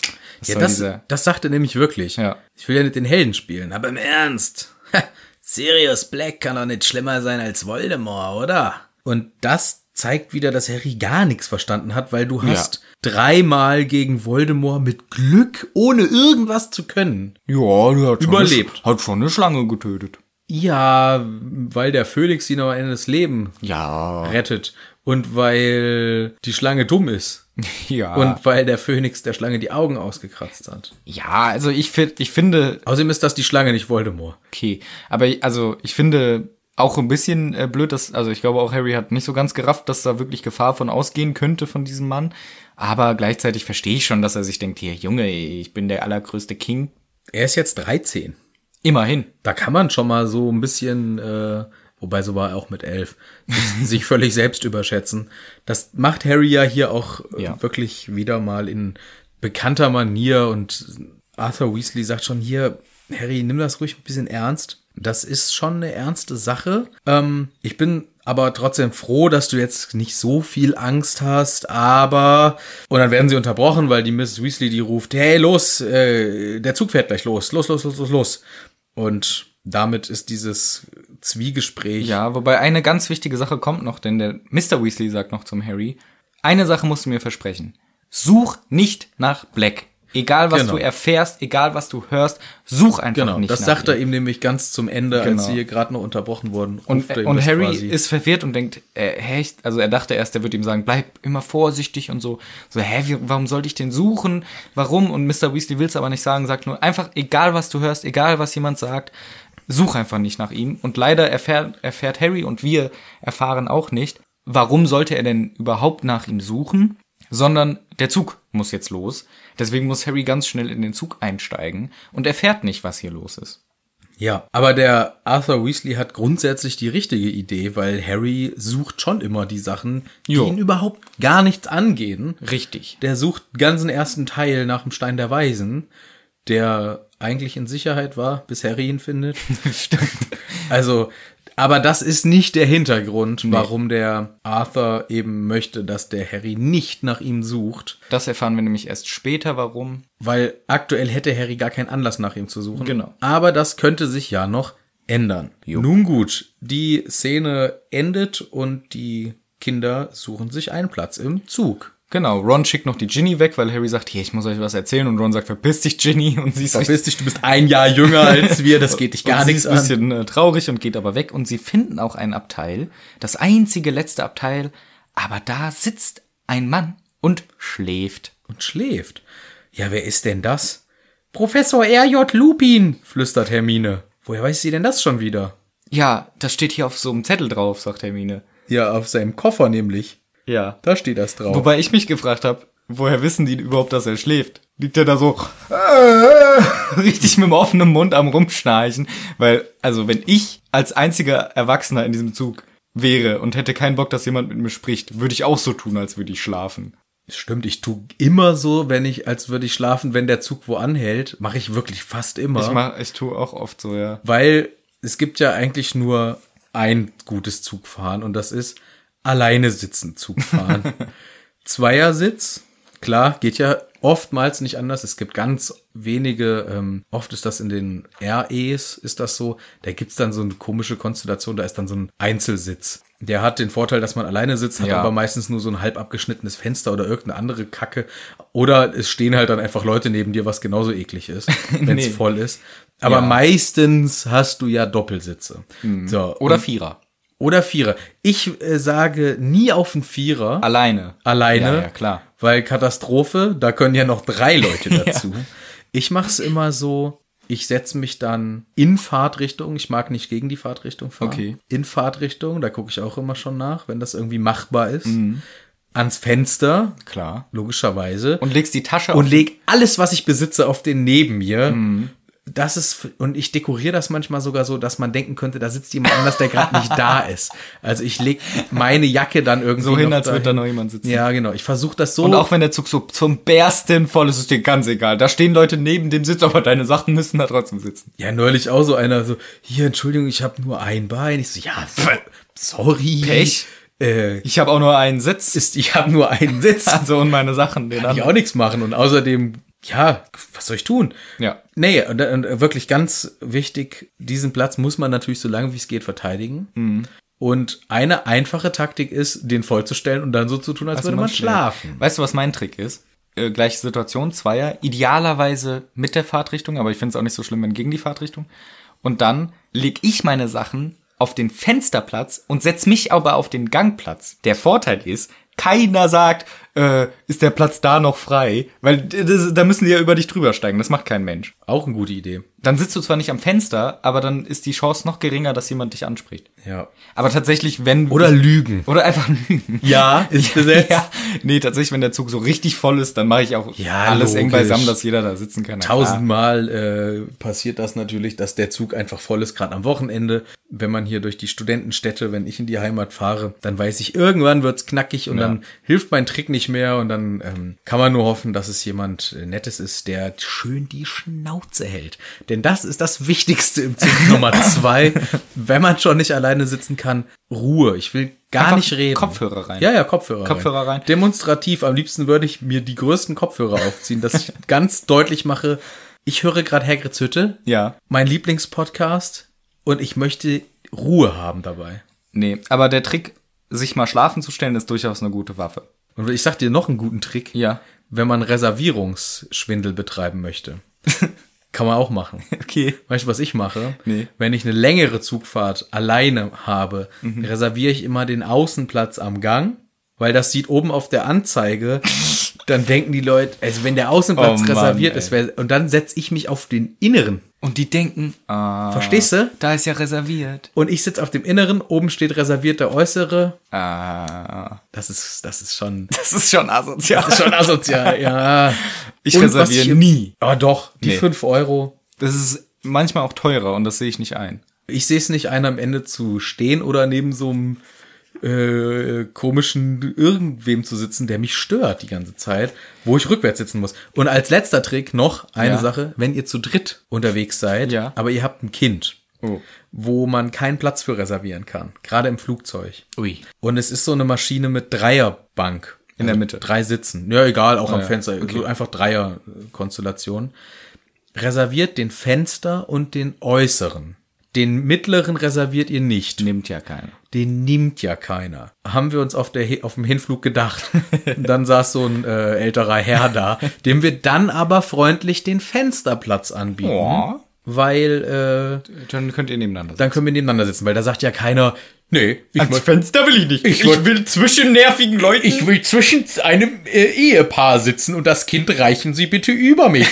Was ja, soll das, dieser- das sagt er nämlich wirklich. Ja. Ich will ja nicht den Helden spielen, aber im Ernst. Ha, Sirius Black kann doch nicht schlimmer sein als Voldemort, oder? Und das zeigt wieder, dass Harry gar nichts verstanden hat, weil du hast dreimal gegen Voldemort mit Glück, ohne irgendwas zu können, ja, der hat schon Überlebt. Eine, Sch- hat schon eine Schlange getötet. Ja, weil der Phönix ihn am Ende des Lebens Ja. rettet und weil die Schlange dumm ist Ja. und weil der Phönix der Schlange die Augen ausgekratzt hat. ja, also ich, fi- ich finde, Außerdem ist das die Schlange, nicht Voldemort. okay. Aber ich- also ich finde auch ein bisschen äh, blöd, dass, also ich glaube auch Harry hat nicht so ganz gerafft, dass da wirklich Gefahr von ausgehen könnte von diesem Mann. Aber gleichzeitig verstehe ich schon, dass er sich denkt, hier, Junge, ich bin der allergrößte King. Er ist jetzt 13. Immerhin. Da kann man schon mal so ein bisschen, äh, wobei so war er auch mit 11, sich- sich völlig selbst überschätzen. Das macht Harry ja hier auch äh, Ja. wirklich wieder mal in bekannter Manier und Arthur Weasley sagt schon hier, Harry, nimm das ruhig ein bisschen ernst. Das ist schon eine ernste Sache. Ähm, ich bin aber trotzdem froh, dass du jetzt nicht so viel Angst hast, aber... Und dann werden sie unterbrochen, weil die Miss Weasley, die ruft, hey, los, äh, der Zug fährt gleich los, los, los, los, los, los. Und damit ist dieses Zwiegespräch. Ja, wobei eine ganz wichtige Sache kommt noch, denn der Mr. Weasley sagt noch zum Harry, eine Sache musst du mir versprechen. Such nicht nach Black. Egal was Genau. du erfährst, egal was du hörst, such einfach Genau, nicht das nach sagt ihm. er ihm nämlich ganz zum Ende, Genau. als sie hier gerade noch unterbrochen wurden. Und, ruft er ihm und das Harry quasi. ist verwirrt und denkt, äh, hä, ich, also er dachte erst, er wird ihm sagen, bleib immer vorsichtig und so. So, hä, wie, warum sollte ich den suchen? Warum? Und Mr. Weasley will es aber nicht sagen, sagt nur einfach, egal was du hörst, egal was jemand sagt, such einfach nicht nach ihm. Und leider erfährt, erfährt Harry und wir erfahren auch nicht, warum sollte er denn überhaupt nach ihm suchen, sondern der Zug muss jetzt los. Deswegen muss Harry ganz schnell in den Zug einsteigen und erfährt nicht, was hier los ist. Ja, aber der Arthur Weasley hat grundsätzlich die richtige Idee, weil Harry sucht schon immer die Sachen, die Jo. ihn überhaupt gar nichts angehen. Richtig. Der sucht den ganzen ersten Teil nach dem Stein der Weisen, der eigentlich in Sicherheit war, bis Harry ihn findet. Stimmt. Also, aber das ist nicht der Hintergrund, warum der Arthur eben möchte, dass der Harry nicht nach ihm sucht, Das erfahren wir nämlich erst später, warum. weil aktuell hätte Harry gar keinen Anlass nach ihm zu suchen. Genau. Aber das könnte sich ja noch ändern. Nun gut, die Szene endet und die Kinder suchen sich einen Platz im Zug. Genau, Ron schickt noch die Ginny weg, weil Harry sagt, hier, ich muss euch was erzählen. Und Ron sagt, verpiss dich, Ginny. Und sie ist richtig- Verpiss dich, du bist ein Jahr jünger als wir, das geht dich gar und sie nichts ist ein an. bisschen äh, traurig und geht aber weg. Und sie finden auch ein Abteil, das einzige letzte Abteil. Aber da sitzt ein Mann und schläft. Und schläft. Ja, wer ist denn das? Professor R.J. Lupin, flüstert Hermine. Woher weiß sie denn das schon wieder? Ja, das steht hier auf so einem Zettel drauf, sagt Hermine. Ja, auf seinem Koffer nämlich. Ja. Da steht das drauf. Wobei ich mich gefragt habe, woher wissen die überhaupt, dass er schläft? Liegt er da so richtig mit dem offenen Mund am Rumschnarchen? Weil, also wenn ich als einziger Erwachsener in diesem Zug wäre und hätte keinen Bock, dass jemand mit mir spricht, würde ich auch so tun, als würde ich schlafen. Stimmt, ich tu immer so, wenn ich, als würde ich schlafen, wenn der Zug wo anhält, mache ich wirklich fast immer. Ich, mach, ich tue auch oft so, ja. weil es gibt ja eigentlich nur ein gutes Zugfahren und das ist alleine sitzen Zugfahren. Zweiersitz, klar, geht ja oftmals nicht anders. Es gibt ganz wenige, ähm, oft ist das in den REs, ist das so, da gibt's dann so eine komische Konstellation, da ist dann so ein Einzelsitz. Der hat den Vorteil, dass man alleine sitzt, hat Ja. aber meistens nur so ein halb abgeschnittenes Fenster oder irgendeine andere Kacke. Oder es stehen halt dann einfach Leute neben dir, was genauso eklig ist, wenn es Nee. voll ist. Aber Ja. Hm. meistens hast du ja Doppelsitze. So, Oder und- Vierer. oder Vierer. Ich äh, sage nie auf einen Vierer Alleine. alleine. Ja, ja, klar. Weil Katastrophe, da können ja noch drei Leute dazu. Ich mache es immer so, ich setze mich dann in Fahrtrichtung. Ich mag nicht gegen die Fahrtrichtung fahren. Okay. In Fahrtrichtung, da gucke ich auch immer schon nach, wenn das irgendwie machbar ist. ans Fenster, Klar. logischerweise, Mhm. Und legst die Tasche und auf. leg alles, was ich besitze, auf den neben mir. Mhm. Das ist, f- und ich dekoriere das manchmal sogar so, dass man denken könnte, da sitzt jemand anders, der gerade nicht da ist. Also ich lege meine Jacke dann irgendwie. So hin, noch als würde da dahin. noch jemand sitzen. Ja, genau. Ich versuche das so. Und auch wenn der Zug so zum Bersten voll ist, ist dir ganz egal. Da stehen Leute neben dem Sitz, aber deine Sachen müssen da trotzdem sitzen. ja, neulich auch so einer so, hier, Entschuldigung, ich habe nur ein Bein. Ich so, ja, pf, sorry. Pech. Äh, Ich habe auch nur einen Sitz. ist, ich habe nur einen Sitz. also und meine Sachen, den kann ich anderen. auch nichts machen. Und außerdem, ja, was soll ich tun? Ja. Nee, und, und wirklich ganz wichtig, diesen Platz muss man natürlich so lange wie es geht verteidigen. Und eine einfache Taktik ist, den vollzustellen und dann so zu tun, als würde man, schlafen. Weißt du, was mein Trick ist? Äh, gleiche Situation, Zweier, idealerweise mit der Fahrtrichtung, aber ich finde es auch nicht so schlimm, wenn gegen die Fahrtrichtung. Und dann leg ich meine Sachen auf den Fensterplatz und setz mich aber auf den Gangplatz. Der Vorteil ist, keiner sagt, äh, ist der Platz da noch frei? Weil d- das, da müssen die ja über dich drüber steigen, das macht kein Mensch. Auch eine gute Idee. Dann sitzt du zwar nicht am Fenster, aber dann ist die Chance noch geringer, dass jemand dich anspricht. Ja. Aber tatsächlich, wenn... Oder lügen. Oder einfach lügen. Ja, ist besetzt. Ja, nee, tatsächlich, wenn der Zug so richtig voll ist, dann mache ich auch Ja, alles eng logisch. beisammen, dass jeder da sitzen kann. Na klar. Tausendmal äh, passiert das natürlich, dass der Zug einfach voll ist, gerade am Wochenende. Wenn man hier durch die Studentenstädte, wenn ich in die Heimat fahre, dann weiß ich, irgendwann wird's knackig und dann hilft mein Trick nicht mehr und dann ähm, kann man nur hoffen, dass es jemand äh, Nettes ist, der schön die Schnauze hält. Denn das ist das Wichtigste im Zug Nummer zwei. Wenn man schon nicht alleine sitzen kann, Ruhe. Ich will gar Einfach nicht reden. Kopfhörer rein. Ja, ja, Kopfhörer. Kopfhörer rein. Demonstrativ. Am liebsten würde ich mir die größten Kopfhörer aufziehen, dass ich ganz deutlich mache, ich höre gerade Hagrids Hütte, Ja. mein Lieblingspodcast und ich möchte Ruhe haben dabei. Nee, aber der Trick, sich mal schlafen zu stellen, ist durchaus eine gute Waffe. Und ich sag dir noch einen guten Trick. Ja. Wenn man Reservierungsschwindel betreiben möchte. Kann man auch machen. Okay. Weißt du, was ich mache? Nee. Wenn ich eine längere Zugfahrt alleine habe, Mhm. reserviere ich immer den Außenplatz am Gang, weil das sieht oben auf der Anzeige, dann denken die Leute, also wenn der Außenplatz Oh Mann, reserviert ey. ist, wär, und dann setze ich mich auf den inneren. Und die denken, ah, Verstehst du? da ist ja reserviert. Und ich sitze auf dem inneren, oben steht reserviert der äußere. Ah, Das ist, das ist schon, das ist schon asozial. das ist schon asozial, ja. Ich was reserviere ich- nie. Ah, doch, die Nee. fünf Euro. Das ist manchmal auch teurer und das sehe ich nicht ein. ich sehe es nicht ein, am Ende zu stehen oder neben so einem äh, komischen irgendwem zu sitzen, der mich stört die ganze Zeit, wo ich rückwärts sitzen muss. Und als letzter Trick noch eine Ja. Sache, wenn ihr zu dritt unterwegs seid, Ja. aber ihr habt ein Kind, Oh. wo man keinen Platz für reservieren kann, gerade im Flugzeug. Ui. Und es ist so eine Maschine mit Dreierbank. Also In der Mitte. Drei Sitzen. Ja, egal, auch am ja, Fenster. So einfach Dreier-Konstellation. Reserviert den Fenster und den äußeren. Den mittleren reserviert ihr nicht. Nimmt ja keiner. Den nimmt ja keiner. Haben wir uns auf, der, He- auf dem Hinflug gedacht. Und dann saß so ein äh, älterer Herr da, dem wir dann aber freundlich den Fensterplatz anbieten. Ja. Weil äh, Dann könnt ihr nebeneinander sitzen. dann können wir nebeneinander sitzen, weil da sagt ja keiner, nee, ich Ans Fenster will ich nicht. Ich wollt- will zwischen nervigen Leuten. Ich will zwischen einem äh, Ehepaar sitzen und das Kind reichen Sie bitte über mich.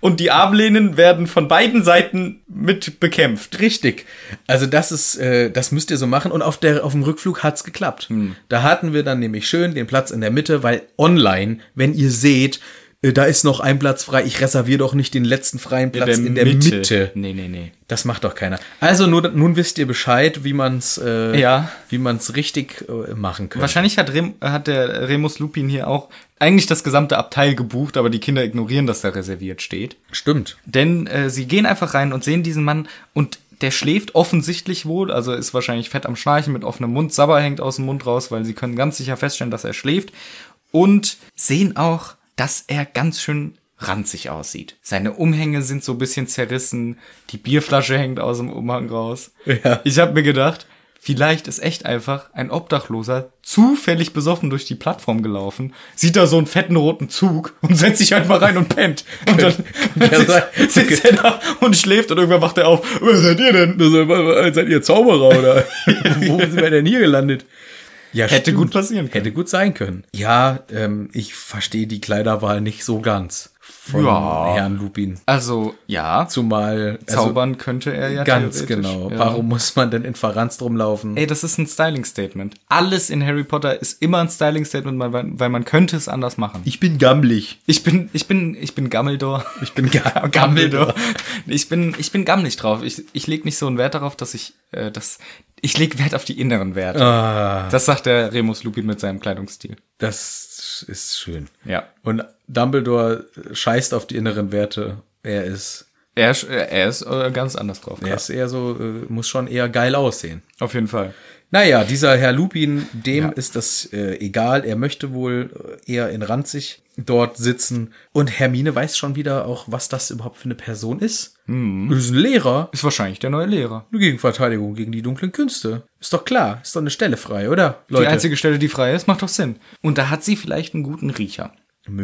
Und die Armlehnen werden von beiden Seiten mit bekämpft. Richtig. Also das ist, äh, das müsst ihr so machen. Und auf, der, auf dem Rückflug hat's geklappt. Da hatten wir dann nämlich schön den Platz in der Mitte, weil online, wenn ihr seht, äh, da ist noch ein Platz frei, ich reserviere doch nicht den letzten freien Platz in der, Mitte. Nee, nee, nee. Das macht doch keiner. Also nur, nun wisst ihr Bescheid, wie man's, äh, Ja. wie man's richtig äh, machen kann. Wahrscheinlich hat, Rem, hat der Remus Lupin hier auch eigentlich das gesamte Abteil gebucht, aber die Kinder ignorieren, dass da reserviert steht. Stimmt. Denn äh, sie gehen einfach rein und sehen diesen Mann und der schläft offensichtlich wohl, also ist wahrscheinlich fett am Schnarchen mit offenem Mund, Sabber hängt aus dem Mund raus, weil sie können ganz sicher feststellen, dass er schläft und sehen auch, dass er ganz schön ranzig aussieht. Seine Umhänge sind so ein bisschen zerrissen, die Bierflasche hängt aus dem Umhang raus. Ja. Ich habe mir gedacht, vielleicht ist echt einfach ein Obdachloser zufällig besoffen durch die Plattform gelaufen, sieht da so einen fetten roten Zug und setzt sich halt mal rein und pennt. Und dann, Ja, sei- sitzt, sitzt er da und schläft und irgendwann wacht er auf. Wer seid ihr denn? Seid ihr Zauberer oder wo sind wir denn hier gelandet? Ja, Hätte gut passieren können. Hätte gut sein können. Ja, ähm, ich verstehe die Kleiderwahl nicht so ganz. von Ja. Herrn Lupin. Also, ja, Zumal also zaubern könnte er ja ganz theoretisch, genau. Ja. Warum muss man denn in Verranz rumlaufen? Ey, das ist ein Styling-Statement. Alles in Harry Potter ist immer ein Styling-Statement, weil, weil man könnte es anders machen. Ich bin gammelig. Ich bin, ich bin, ich bin Gammeldor. Ich bin ga Gammeldor. Ich bin, ich bin gammelig drauf. Ich, ich lege nicht so einen Wert darauf, dass ich, äh, das, ich lege Wert auf die inneren Werte. Ah, Das sagt der Remus Lupin mit seinem Kleidungsstil. das ist schön. Ja. Und Dumbledore scheißt auf die inneren Werte. Er ist, Er, ist- äh, er ist äh, ganz anders drauf. er ist eher so, äh, muss schon eher geil aussehen. Auf jeden Fall. Naja, dieser Herr Lupin, dem ist das äh, egal. Er möchte wohl äh, eher in Ranzig dort sitzen. Und Hermine weiß schon wieder auch, was das überhaupt für eine Person ist. Ist ein Lehrer. Ist wahrscheinlich der neue Lehrer. Eine Gegenverteidigung gegen die dunklen Künste. Ist doch klar. Ist doch eine Stelle frei, oder? Leute, Die einzige Stelle, die frei ist, macht doch Sinn. Und da hat sie vielleicht einen guten Riecher.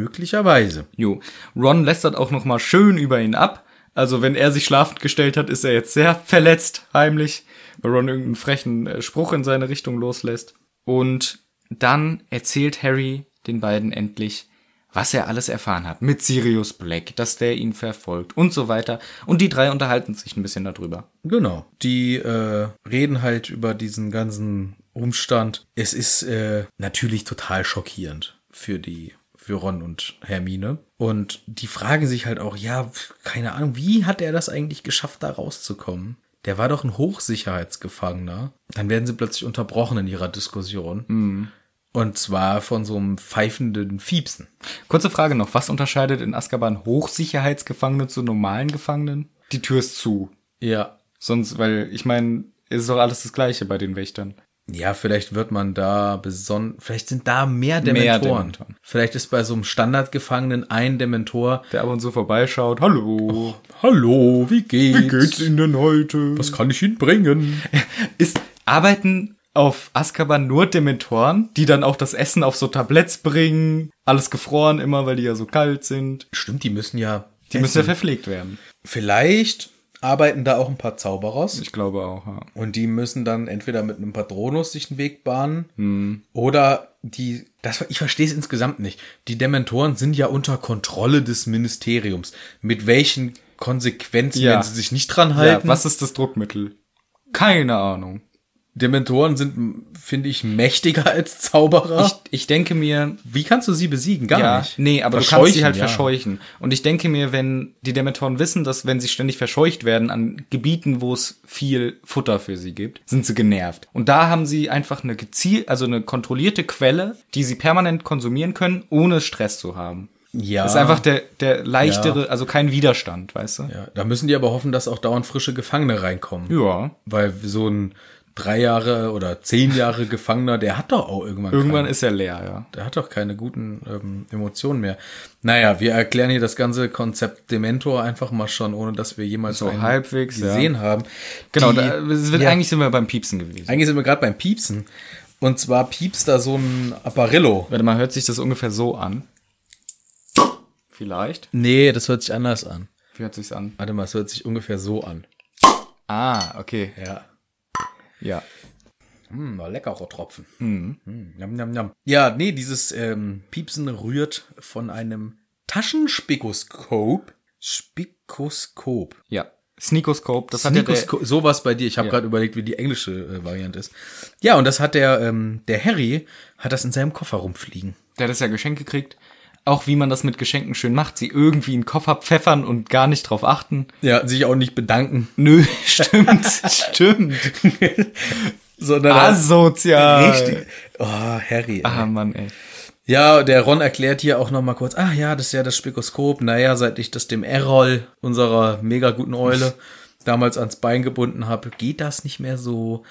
möglicherweise. Jo. Ron lästert auch noch mal schön über ihn ab. Also wenn er sich schlafend gestellt hat, ist er jetzt sehr verletzt, heimlich, weil Ron irgendeinen frechen äh, Spruch in seine Richtung loslässt. Und dann erzählt Harry den beiden endlich, was er alles erfahren hat mit Sirius Black, dass der ihn verfolgt und so weiter. Und die drei unterhalten sich ein bisschen darüber. Genau. Die äh, reden halt über diesen ganzen Umstand. Es ist äh, natürlich total schockierend für die für Ron und Hermine. Und die fragen sich halt auch, ja, pf, keine Ahnung, wie hat er das eigentlich geschafft, da rauszukommen? Der war doch ein Hochsicherheitsgefangener. Dann werden sie plötzlich unterbrochen in ihrer Diskussion. Und zwar von so einem pfeifenden Fiepsen. Kurze Frage noch, was unterscheidet in Azkaban Hochsicherheitsgefangene zu normalen Gefangenen? Die Tür ist zu. Ja. Sonst, weil ich meine, es ist doch alles das gleiche bei den Wächtern. Ja, vielleicht wird man da beson vielleicht sind da mehr Mehr Dementoren. Dementoren. Vielleicht ist bei so einem Standardgefangenen ein Dementor. der ab und zu vorbeischaut. Hallo, Hallo, Oh, wie geht's? Ihnen denn heute? Was kann ich Ihnen bringen? Ist, arbeiten auf Azkaban nur Dementoren, die dann auch das Essen auf so Tabletts bringen, alles gefroren immer, weil die ja so kalt sind. Stimmt, die müssen ja. Die müssen ja verpflegt werden. vielleicht arbeiten da auch ein paar Zauberers Ich glaube auch, ja. und die müssen dann entweder mit einem Patronus sich einen Weg bahnen oder die. Das, ich verstehe es insgesamt nicht. Die Dementoren sind ja unter Kontrolle des Ministeriums. Mit welchen Konsequenzen, Ja. wenn sie sich nicht dran halten? was ist das Druckmittel? Keine Ahnung. Dementoren sind, finde ich, mächtiger als Zauberer. Ich, ich denke mir, wie kannst du sie besiegen? Gar ja, nicht. nee, aber du kannst sie halt ja. verscheuchen. Und ich denke mir, wenn die Dementoren wissen, dass wenn sie ständig verscheucht werden an Gebieten, wo es viel Futter für sie gibt, sind sie genervt. Und da haben sie einfach eine gezielt, also eine kontrollierte Quelle, die sie permanent konsumieren können, ohne Stress zu haben. Ja. Das ist einfach der, der leichtere, also kein Widerstand, weißt du? ja. Da müssen die aber hoffen, dass auch dauernd frische Gefangene reinkommen. Ja. Weil so ein drei Jahre oder zehn Jahre Gefangener, der hat doch auch irgendwann. Irgendwann keine, ist er leer, ja. Der hat doch keine guten ähm, Emotionen mehr. Naja, wir erklären hier das ganze Konzept Dementor einfach mal schon, ohne dass wir jemals So halbwegs, ja. gesehen haben. Genau, Die- da, es wird, ja. eigentlich sind wir beim Piepsen gewesen. eigentlich sind wir gerade beim Piepsen. Und zwar piepst da so ein Apparillo. Warte mal, hört sich das ungefähr so an? Vielleicht. Nee, das hört sich anders an. Wie hört sich's an? Warte mal, es hört sich ungefähr so an. Ah, okay. Ja. Ja. Hm, war leckerer Tropfen. Hm, Jam, jam, jam. Ja, nee, dieses ähm, Piepsen rührt von einem Taschenspikoskop. Spikoskop. Ja. Sneakoscope, das hat ja Sneakoskop, sowas bei dir. Ich habe gerade überlegt, wie die englische äh, Variante ist. Ja, und das hat der, ähm, der Harry, hat das in seinem Koffer rumfliegen. der, der hat das ja geschenkt gekriegt. Auch wie man das mit Geschenken schön macht, sie irgendwie in den Koffer pfeffern und gar nicht drauf achten. Ja, sich auch nicht bedanken, Nö, stimmt, stimmt. sondern Asozial. richtig. Oh, Harry. Ah, Mann, ey. Ja, der Ron erklärt hier auch nochmal kurz, ach ja, das ist ja das Spikoskop. Naja, seit ich das dem Errol, unserer mega guten Eule, damals ans Bein gebunden habe, geht das nicht mehr so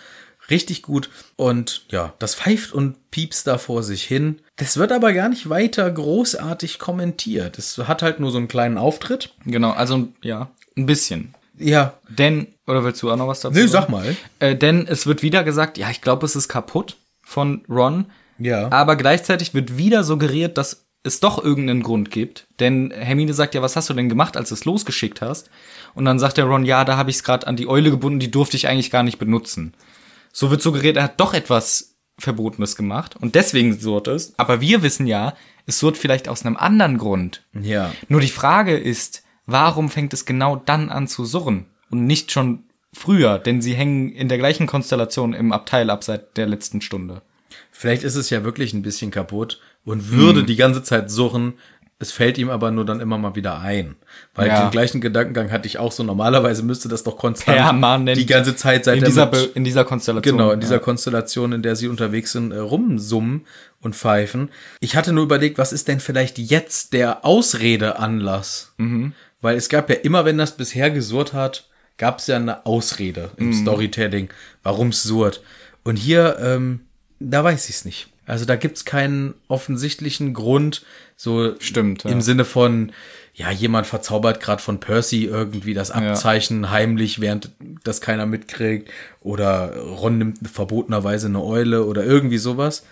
richtig gut. Und ja, das pfeift und piepst da vor sich hin. Das wird aber gar nicht weiter großartig kommentiert. Es hat halt nur so einen kleinen Auftritt. Genau, also, ja, ein bisschen. Ja, Denn, oder willst du auch noch was dazu nee, sag mal. Äh, denn es wird wieder gesagt, ja, ich glaube, es ist kaputt von Ron. Ja. Aber gleichzeitig wird wieder suggeriert, dass es doch irgendeinen Grund gibt. Denn Hermine sagt ja, was hast du denn gemacht, als du es losgeschickt hast? Und dann sagt der Ron, ja, da habe ich es gerade an die Eule gebunden, die durfte ich eigentlich gar nicht benutzen. So wird suggeriert, er hat doch etwas Verbotenes gemacht und deswegen surrt es. Aber wir wissen ja, es surrt vielleicht aus einem anderen Grund. Ja. Nur die Frage ist, warum fängt es genau dann an zu surren und nicht schon früher? Denn sie hängen in der gleichen Konstellation im Abteil ab seit der letzten Stunde. Vielleicht ist es ja wirklich ein bisschen kaputt und würde Hm. die ganze Zeit surren. Es fällt ihm aber nur dann immer mal wieder ein. Weil Ja. den gleichen Gedankengang hatte ich auch so. Normalerweise müsste das doch konstant Permanent die ganze Zeit seit in er dieser, mit- Be in dieser Konstellation. Genau, in dieser Konstellation, in der sie unterwegs sind, äh, rumsummen und pfeifen. Ich hatte nur überlegt, was ist denn vielleicht jetzt der Ausredeanlass? Mhm. Weil es gab ja immer, wenn das bisher gesurrt hat, gab es ja eine Ausrede Mhm. im Storytelling, warum es surrt. Und hier, ähm, da weiß ich es nicht. Also da gibt es keinen offensichtlichen Grund, so Stimmt, ja. im Sinne von, ja, jemand verzaubert gerade von Percy irgendwie das Abzeichen heimlich, während das keiner mitkriegt. Oder Ron nimmt verbotenerweise eine Eule oder irgendwie sowas.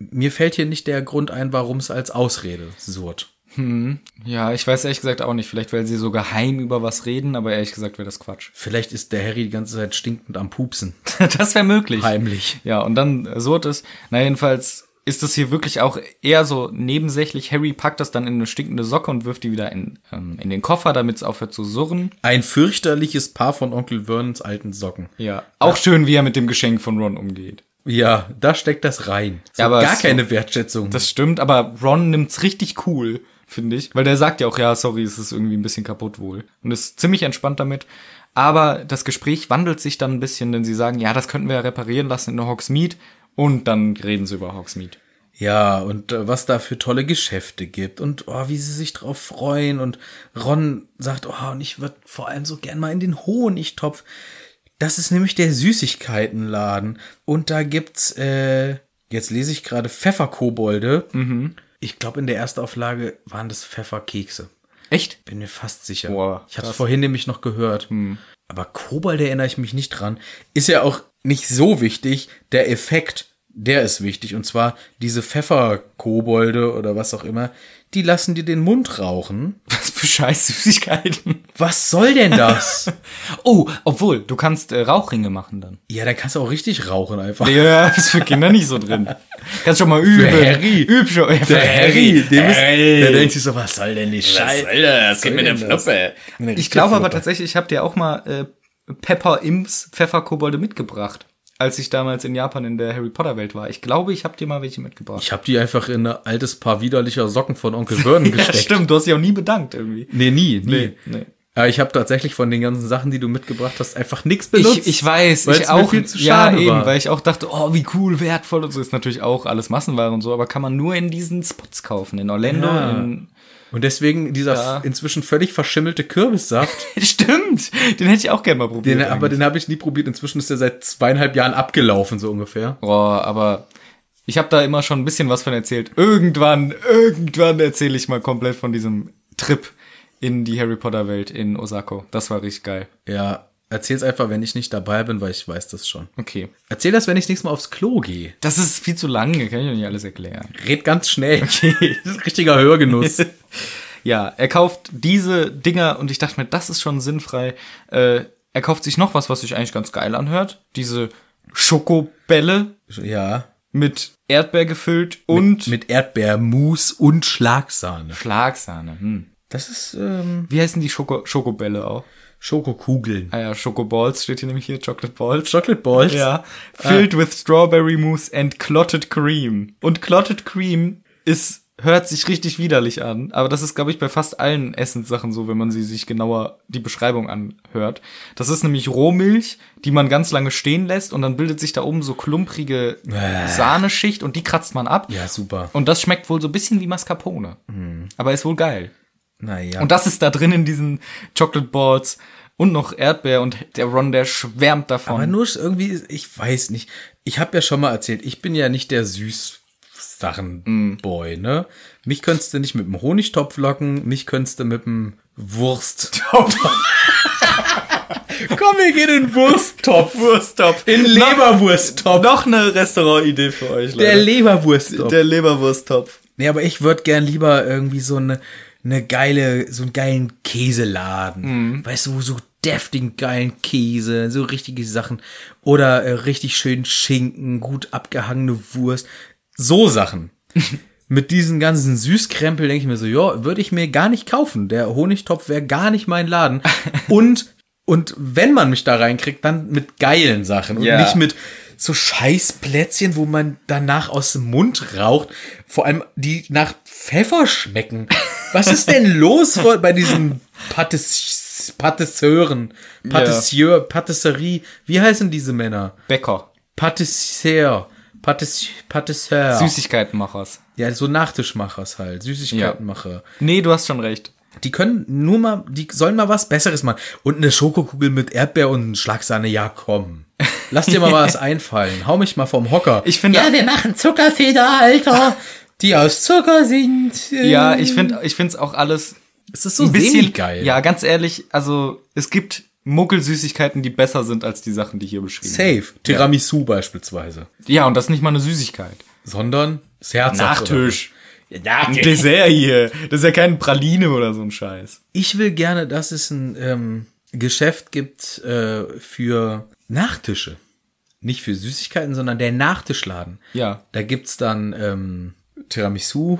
Mir fällt hier nicht der Grund ein, warum es als Ausrede surrt. Ja, ich weiß ehrlich gesagt auch nicht. Vielleicht, weil sie so geheim über was reden, aber ehrlich gesagt wäre das Quatsch. Vielleicht ist der Harry die ganze Zeit stinkend am Pupsen. das wäre möglich. Heimlich. Ja, und dann äh, surrt es. Na, jedenfalls ist das hier wirklich auch eher so nebensächlich. Harry packt das dann in eine stinkende Socke und wirft die wieder in, ähm, in den Koffer, damit es aufhört zu surren. Ein fürchterliches Paar von Onkel Vernons alten Socken. Ja. Auch schön, wie er mit dem Geschenk von Ron umgeht. Ja, da steckt das rein. So Ja, aber gar so- keine Wertschätzung. Das stimmt, aber Ron nimmt's richtig cool, finde ich. Weil der sagt ja auch, ja, sorry, es ist irgendwie ein bisschen kaputt wohl. Und ist ziemlich entspannt damit. Aber das Gespräch wandelt sich dann ein bisschen, denn sie sagen, ja, das könnten wir ja reparieren lassen in Hogsmeade. Und dann reden sie über Hogsmeade. Ja, und äh, was da für tolle Geschäfte gibt und oh, wie sie sich drauf freuen. Und Ron sagt, oh, und ich würde vor allem so gern mal in den Honigtopf. Das ist nämlich der Süßigkeitenladen. Und da gibt's, äh, jetzt lese ich gerade Pfefferkobolde. Ich glaube, in der Erstauflage waren das Pfefferkekse. Echt? Bin mir fast sicher. Boah, ich habe es krass. vorhin nämlich noch gehört. Aber Kobold erinnere ich mich nicht dran. Ist ja auch nicht so wichtig. Der Effekt, der ist wichtig. Und zwar diese Pfefferkobolde oder was auch immer, die lassen dir den Mund rauchen. Was für scheiß Süßigkeiten. Was soll denn das? Oh, obwohl, du kannst äh, Rauchringe machen dann. ja, dann kannst du auch richtig rauchen einfach. Ja, ist für Kinder nicht so drin. Kannst schon mal üben. Harry. Üb schon. Ja, für dem ist, der denkt sich so, was soll denn die Scheiße? Alter, das gibt mir eine denn das? Fluppe. Ich glaube aber tatsächlich, ich habe dir auch mal äh, Pepper Imps Pfefferkobolde mitgebracht, als ich damals in Japan in der Harry Potter Welt war. Ich glaube, ich habe dir mal welche mitgebracht. Ich habe die einfach in ein altes Paar widerlicher Socken von Onkel Vernon gesteckt. stimmt, du hast dich auch nie bedankt irgendwie. Nee, nie, nie. Nee, nee. Aber ich habe tatsächlich von den ganzen Sachen, die du mitgebracht hast, einfach nichts benutzt. Ich, ich weiß, weil's ich mir auch. viel zu ja, schade eben, war. weil ich auch dachte, oh, wie cool, wertvoll und so ist natürlich auch alles Massenware und so, aber kann man nur in diesen Spots kaufen, in Orlando, Ja. in Und deswegen dieser Ja. inzwischen völlig verschimmelte Kürbissaft, Stimmt, den hätte ich auch gerne mal probiert. den, aber eigentlich. den habe ich nie probiert. Inzwischen ist er seit zweieinhalb Jahren abgelaufen, so ungefähr. Boah, aber ich habe da immer schon ein bisschen was von erzählt. Irgendwann, irgendwann erzähle ich mal komplett von diesem Trip in die Harry Potter Welt in Osako. Das war richtig geil. Ja, erzähl's einfach, wenn ich nicht dabei bin, weil ich weiß das schon. Okay. Erzähl das, wenn ich nächstes Mal aufs Klo gehe. Das ist viel zu lang, kann ich noch nicht alles erklären. Red ganz schnell. Okay. Das ist ein richtiger Hörgenuss. Ja, er kauft diese Dinger und ich dachte mir, das ist schon sinnfrei. Äh, er kauft sich noch was, was sich eigentlich ganz geil anhört. Diese Schokobälle ja. mit Erdbeer gefüllt und Mit Erdbeermus und Schlagsahne. Schlagsahne. Hm. Das ist ähm, Wie heißen die Schoko Schokobälle auch? Schokokugeln. Ah ja, Schokoballs steht hier nämlich hier, Chocolate Balls. Chocolate Balls. Ja. Filled with strawberry mousse and clotted cream. Und clotted cream ist, hört sich richtig widerlich an. Aber das ist, glaube ich, bei fast allen Essenssachen so, wenn man sie sich genauer die Beschreibung anhört. Das ist nämlich Rohmilch, die man ganz lange stehen lässt und dann bildet sich da oben so klumprige Sahneschicht und die kratzt man ab. Ja, super. Mhm. Und das schmeckt wohl so ein bisschen wie Mascarpone. Aber ist wohl geil. Naja. Und das ist da drin in diesen Chocolate Balls und noch Erdbeer und der Ron, der schwärmt davon. Aber nur ist irgendwie, ich weiß nicht. Ich habe ja schon mal erzählt, ich bin ja nicht der Süßsachen-Boy, ne? Mich könntest du nicht mit dem Honigtopf locken, mich könntest du mit dem Wursttopf. Komm, wir gehen in den Wursttopf. Wursttopf. In den Leberwursttopf. Noch eine Restaurantidee für euch, Der Leberwursttopf. Leberwursttopf. Nee, aber ich würde gern lieber irgendwie so eine, eine geile, so einen geilen Käseladen. Weißt du, wo so deftigen, geilen Käse, so richtige Sachen. Oder äh, richtig schönen Schinken, gut abgehangene Wurst. So Sachen. Mit diesen ganzen Süßkrempel denke ich mir so, ja, würde ich mir gar nicht kaufen. Der Honigtopf wäre gar nicht mein Laden. Und, und wenn man mich da reinkriegt, dann mit geilen Sachen und Ja. nicht mit so Scheißplätzchen, wo man danach aus dem Mund raucht. Vor allem, die nach Pfeffer schmecken. Was ist denn los vor- bei diesen Patis Patisseuren? Patissieur, Patisserie. Wie heißen diese Männer? Bäcker. Patissier. Patiss Patisseur. Süßigkeitenmachers. Ja, so Nachtischmachers halt. Süßigkeitenmacher. Nee, du hast schon recht. Die können nur mal, die sollen mal was Besseres machen. Und eine Schokokugel mit Erdbeer und Schlagsahne, ja komm. Lass dir mal was einfallen. Hau mich mal vom Hocker. Ich finde, wir machen Zuckerfeder, Alter. Die aus Zucker sind. äh, ja, ich finde, ich finde es auch alles Es ist so ein bisschen semi-geil. Ja, ganz ehrlich, also es gibt Muggelsüßigkeiten, die besser sind als die Sachen, die hier beschrieben. werden. Safe. Tiramisu beispielsweise. Ja, und das ist nicht mal eine Süßigkeit. Sondern das Herz. Nachtisch. Ein Nachtisch. Dessert hier. Das ist ja keine Praline oder so ein Scheiß. Ich will gerne, dass es ein ähm, Geschäft gibt äh, für Nachtische. Nicht für Süßigkeiten, sondern der Nachtischladen. Ja. Da gibt's dann ähm, Tiramisu.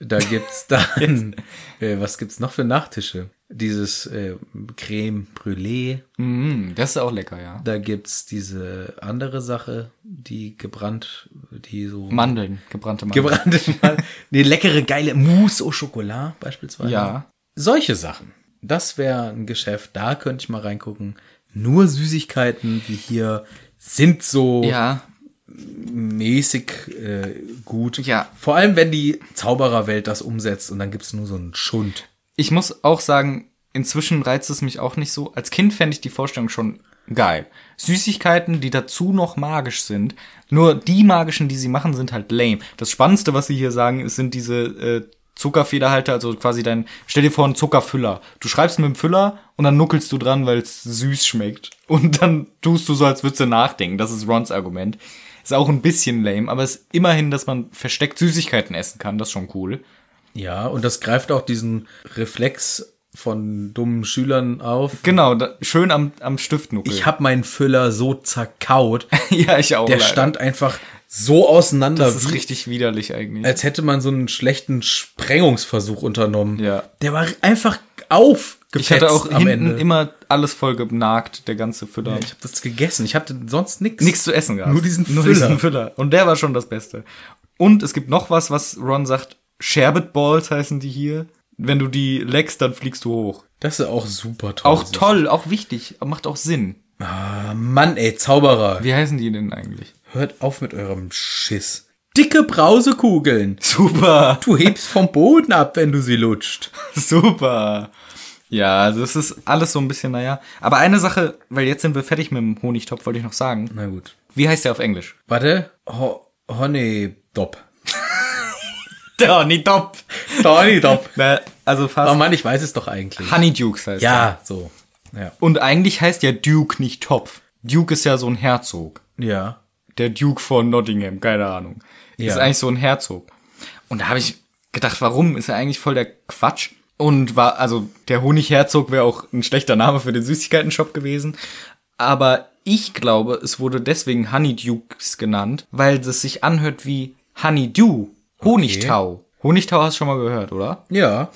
Da gibt's dann, äh, was gibt's noch für Nachtische? Dieses äh, Creme Brûlée. Mm, das ist auch lecker, ja. Da gibt's diese andere Sache, die gebrannt, die so Mandeln, gebrannte Mandeln. gebrannte, eine leckere geile Mousse au Chocolat beispielsweise. ja. Solche Sachen. Das wäre ein Geschäft, da könnte ich mal reingucken. Nur Süßigkeiten, wie hier, sind so Ja. mäßig äh, gut. Ja. Vor allem, wenn die Zaubererwelt das umsetzt und dann gibt's nur so einen Schund. Ich muss auch sagen, inzwischen reizt es mich auch nicht so. Als Kind fände ich die Vorstellung schon geil. Süßigkeiten, die dazu noch magisch sind. Nur die magischen, die sie machen, sind halt lame. Das Spannendste, was sie hier sagen, ist, sind diese äh, Zuckerfederhalter, also quasi dein, stell dir vor, einen Zuckerfüller. Du schreibst mit dem Füller und dann nuckelst du dran, weil es süß schmeckt. Und dann tust du so, als würdest du nachdenken. Das ist Rons Argument. Ist auch ein bisschen lame, aber es ist immerhin, dass man versteckt Süßigkeiten essen kann. Das ist schon cool. Ja, und das greift auch diesen Reflex von dummen Schülern auf. Genau, da, schön am, am Stift nuckeln. Ich habe meinen Füller so zerkaut. Ja, ich auch. Der leider. stand einfach so auseinander, Das ist richtig widerlich eigentlich. als hätte man so einen schlechten Sprengungsversuch unternommen. Ja. Der war einfach aufgefetzt ich hatte auch am hinten Ende. immer alles voll genagt, der ganze Füller. ich habe das gegessen. Ich hatte sonst nichts. Nichts zu e- essen gehabt. Nur diesen Nur Füller. diesen Füller. Und der war schon das Beste. Und es gibt noch was, was Ron sagt, Sherbet Balls heißen die hier. Wenn du die leckst, dann fliegst du hoch. Das ist auch super toll. Auch toll, auch wichtig, macht auch Sinn. Mann, ey, Zauberer. Wie heißen die denn eigentlich? Hört auf mit eurem Schiss. Dicke Brausekugeln. Super, Du hebst vom Boden ab, wenn du sie lutscht. super. Ja, also es ist alles so ein bisschen, naja. Aber eine Sache, weil jetzt sind wir fertig mit dem Honigtopf, wollte ich noch sagen. Na gut. Wie heißt der auf Englisch? Warte. Ho Honeydop. Der Honigtopf. Honeydop. Na, also fast. Oh Mann, ich weiß es doch eigentlich. Honeydukes heißt er. ja, so. Ja. Und eigentlich heißt ja Duke nicht Topf. Duke ist ja so ein Herzog. Ja. Der Duke von Nottingham, keine Ahnung. Ist eigentlich so ein Herzog. Und da habe ich gedacht, warum? Ist ja eigentlich voll der Quatsch. Und war, also der Honigherzog wäre auch ein schlechter Name für den Süßigkeiten-Shop gewesen. Aber ich glaube, es wurde deswegen Honeydukes genannt, weil es sich anhört wie Honeydew, Honigtau. Honigtau hast du schon mal gehört, oder? Ja.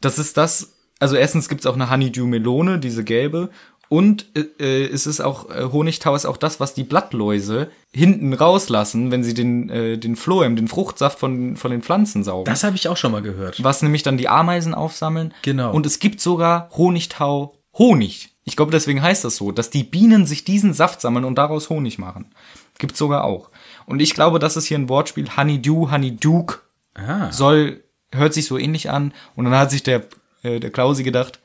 Das ist das, also erstens gibt's auch eine Honeydew-Melone, diese gelbe. Und äh, äh, es ist auch, äh, Honigtau ist auch das, was die Blattläuse hinten rauslassen, wenn sie den, äh, den Phloem, den Fruchtsaft von, von den Pflanzen saugen. Das habe ich auch schon mal gehört. was nämlich dann die Ameisen aufsammeln. Genau. Und es gibt sogar Honigtau Honig. Ich glaube, deswegen heißt das so, dass die Bienen sich diesen Saft sammeln und daraus Honig machen. Gibt's sogar auch. Und ich glaube, das ist hier ein Wortspiel. Honeydew, Honeyduke Ah. soll, hört sich so ähnlich an. Und dann hat sich der, äh, der Klausi gedacht,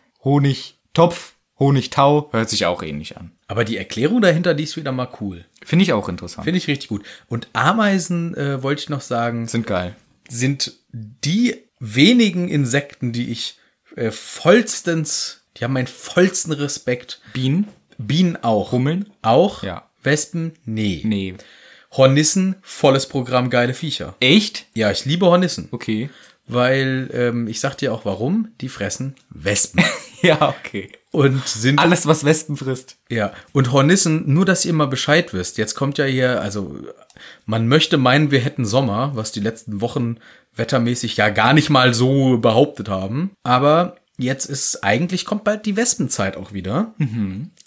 Honigtopf, Honigtau, hört sich auch ähnlich an. Aber die Erklärung dahinter, die ist wieder mal cool. Finde ich auch interessant. Finde ich richtig gut. Und Ameisen, äh, wollte ich noch sagen, Sind geil. sind die wenigen Insekten, die ich äh, vollstens, die haben meinen vollsten Respekt. Bienen? Bienen auch. Hummeln? Auch. Ja. Wespen? Nee. Nee. Hornissen, volles Programm, geile Viecher. Echt? Ja, ich liebe Hornissen, Okay. weil ähm, ich sag dir auch warum, die fressen Wespen. Ja, okay. Und sind Alles, was Wespen frisst. Ja, und Hornissen, nur dass ihr mal Bescheid wisst. Jetzt kommt ja hier, also man möchte meinen, wir hätten Sommer, was die letzten Wochen wettermäßig ja gar nicht mal so behauptet haben. Aber jetzt ist eigentlich kommt bald die Wespenzeit auch wieder.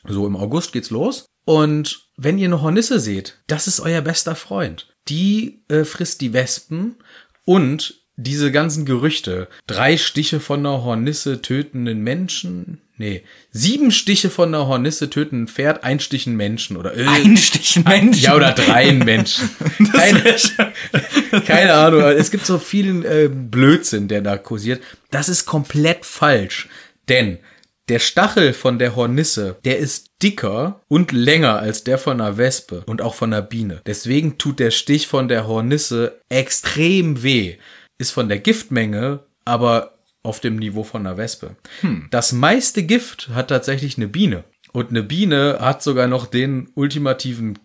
So im August geht's los. Und wenn ihr eine Hornisse seht, das ist euer bester Freund. Die äh, frisst die Wespen und diese ganzen Gerüchte. Drei Stiche von einer Hornisse tötenden Menschen. Nee, sieben Stiche von einer Hornisse tötenden Pferd, ein Stichen Menschen oder äh, Einstichen Menschen. ja, oder dreien Menschen. Keine, keine Ahnung. Es gibt so vielen äh, Blödsinn, der da kursiert. Das ist komplett falsch. Denn der Stachel von der Hornisse, der ist dicker und länger als der von einer Wespe und auch von einer Biene. Deswegen tut der Stich von der Hornisse extrem weh. Ist von der Giftmenge, aber auf dem Niveau von einer Wespe. Das meiste Gift hat tatsächlich eine Biene. Und eine Biene hat sogar noch den ultimativen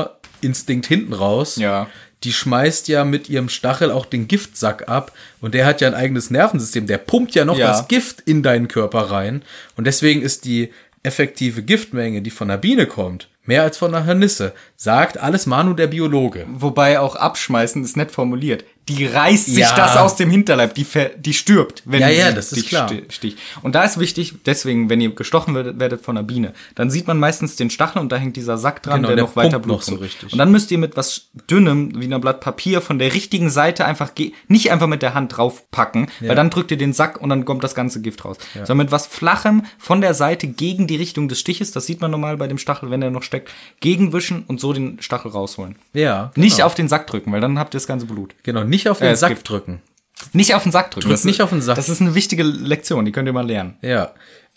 Killer-Instinkt hinten raus. Ja. Die schmeißt ja mit ihrem Stachel auch den Giftsack ab. Und der hat ja ein eigenes Nervensystem. Der pumpt ja noch Ja. das Gift in deinen Körper rein. Und deswegen ist die effektive Giftmenge, die von einer Biene kommt, mehr als von einer Hornisse. Sagt alles Manu, der Biologe. Wobei auch abschmeißen ist nett formuliert. Die reißt sich Ja. das aus dem Hinterleib, die, ver- die stirbt, wenn Ja, sie ja, das ist dich klar. sti- sticht. Und da ist wichtig, deswegen, wenn ihr gestochen werdet, werdet von einer Biene, dann sieht man meistens den Stachel und da hängt dieser Sack dran, Genau, der, der noch weiter pumpt noch Blut so pumpt. richtig. Und dann müsst ihr mit was Dünnem, wie einem Blatt Papier, von der richtigen Seite einfach, ge- nicht einfach mit der Hand draufpacken, weil dann drückt ihr den Sack und dann kommt das ganze Gift raus. Sondern mit was Flachem von der Seite gegen die Richtung des Stiches, das sieht man normal bei dem Stachel, wenn er noch steckt, gegenwischen und so den Stachel rausholen. Ja. Nicht genau. auf den Sack drücken, weil dann habt ihr das ganze Blut. Genau, nicht auf den Äh, es Sack gibt- drücken. Nicht auf den Sack drücken. Drückt Das- nicht auf den Sack. Das ist eine wichtige Lektion, die könnt ihr mal lernen. Ja,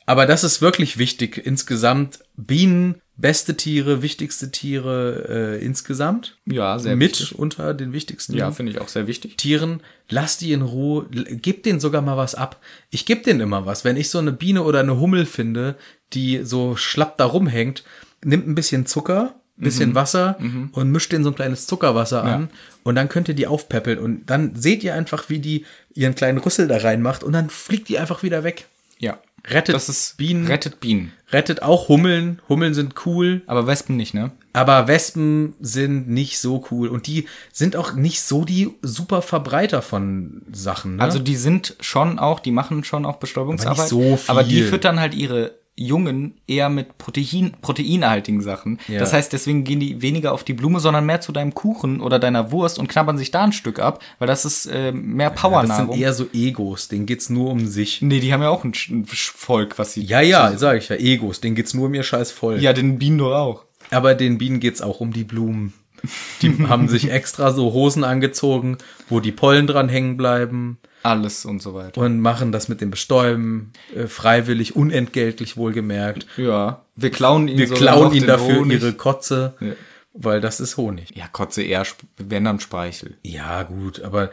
aber das ist wirklich wichtig insgesamt. Bienen, beste Tiere, wichtigste Tiere äh, insgesamt. Ja, sehr Mit wichtig. unter den wichtigsten Ja, finde ich auch sehr wichtig. Tieren. Lass die in Ruhe, l- gib denen sogar mal was ab. Ich gebe denen immer was. Wenn ich so eine Biene oder eine Hummel finde, die so schlapp da rumhängt, nimmt ein bisschen Zucker, bisschen Wasser und mischt denen so ein kleines Zuckerwasser an. Und dann könnt ihr die aufpäppeln. Und dann seht ihr einfach, wie die ihren kleinen Rüssel da reinmacht. Und dann fliegt die einfach wieder weg. Ja. Rettet das ist Bienen. Rettet Bienen. Rettet auch Hummeln. Hummeln sind cool, Aber Wespen nicht, ne? aber Wespen sind nicht so cool. Und die sind auch nicht so die super Verbreiter von Sachen. Ne? Also die sind schon auch, die machen schon auch Bestäubungsarbeit. Aber nicht so Aber die viel. füttern halt ihre Jungen eher mit Protein, proteinhaltigen Sachen. Ja. Das heißt, deswegen gehen die weniger auf die Blume, sondern mehr zu deinem Kuchen oder deiner Wurst und knabbern sich da ein Stück ab, weil das ist äh, mehr das Powernahrung. sind eher so Egos, denen geht's nur um sich. nee, die haben ja auch ein, Sch- ein Sch- Volk, was sie. Ja, ja, sag ich ja, Egos, denen geht's nur um ihr scheiß Voll. Ja, den Bienen doch auch. Aber den Bienen geht's auch um die Blumen. Die haben sich extra so Hosen angezogen, wo die Pollen dran hängen bleiben Alles und so weiter. und machen das mit dem Bestäuben äh, freiwillig, unentgeltlich wohlgemerkt. Ja, wir klauen ihnen Wir sogar noch klauen ihnen den dafür Honig. ihre Kotze, Ja. weil das ist Honig. Ja, Kotze eher, Sp- wenn dann Speichel. Ja, gut, aber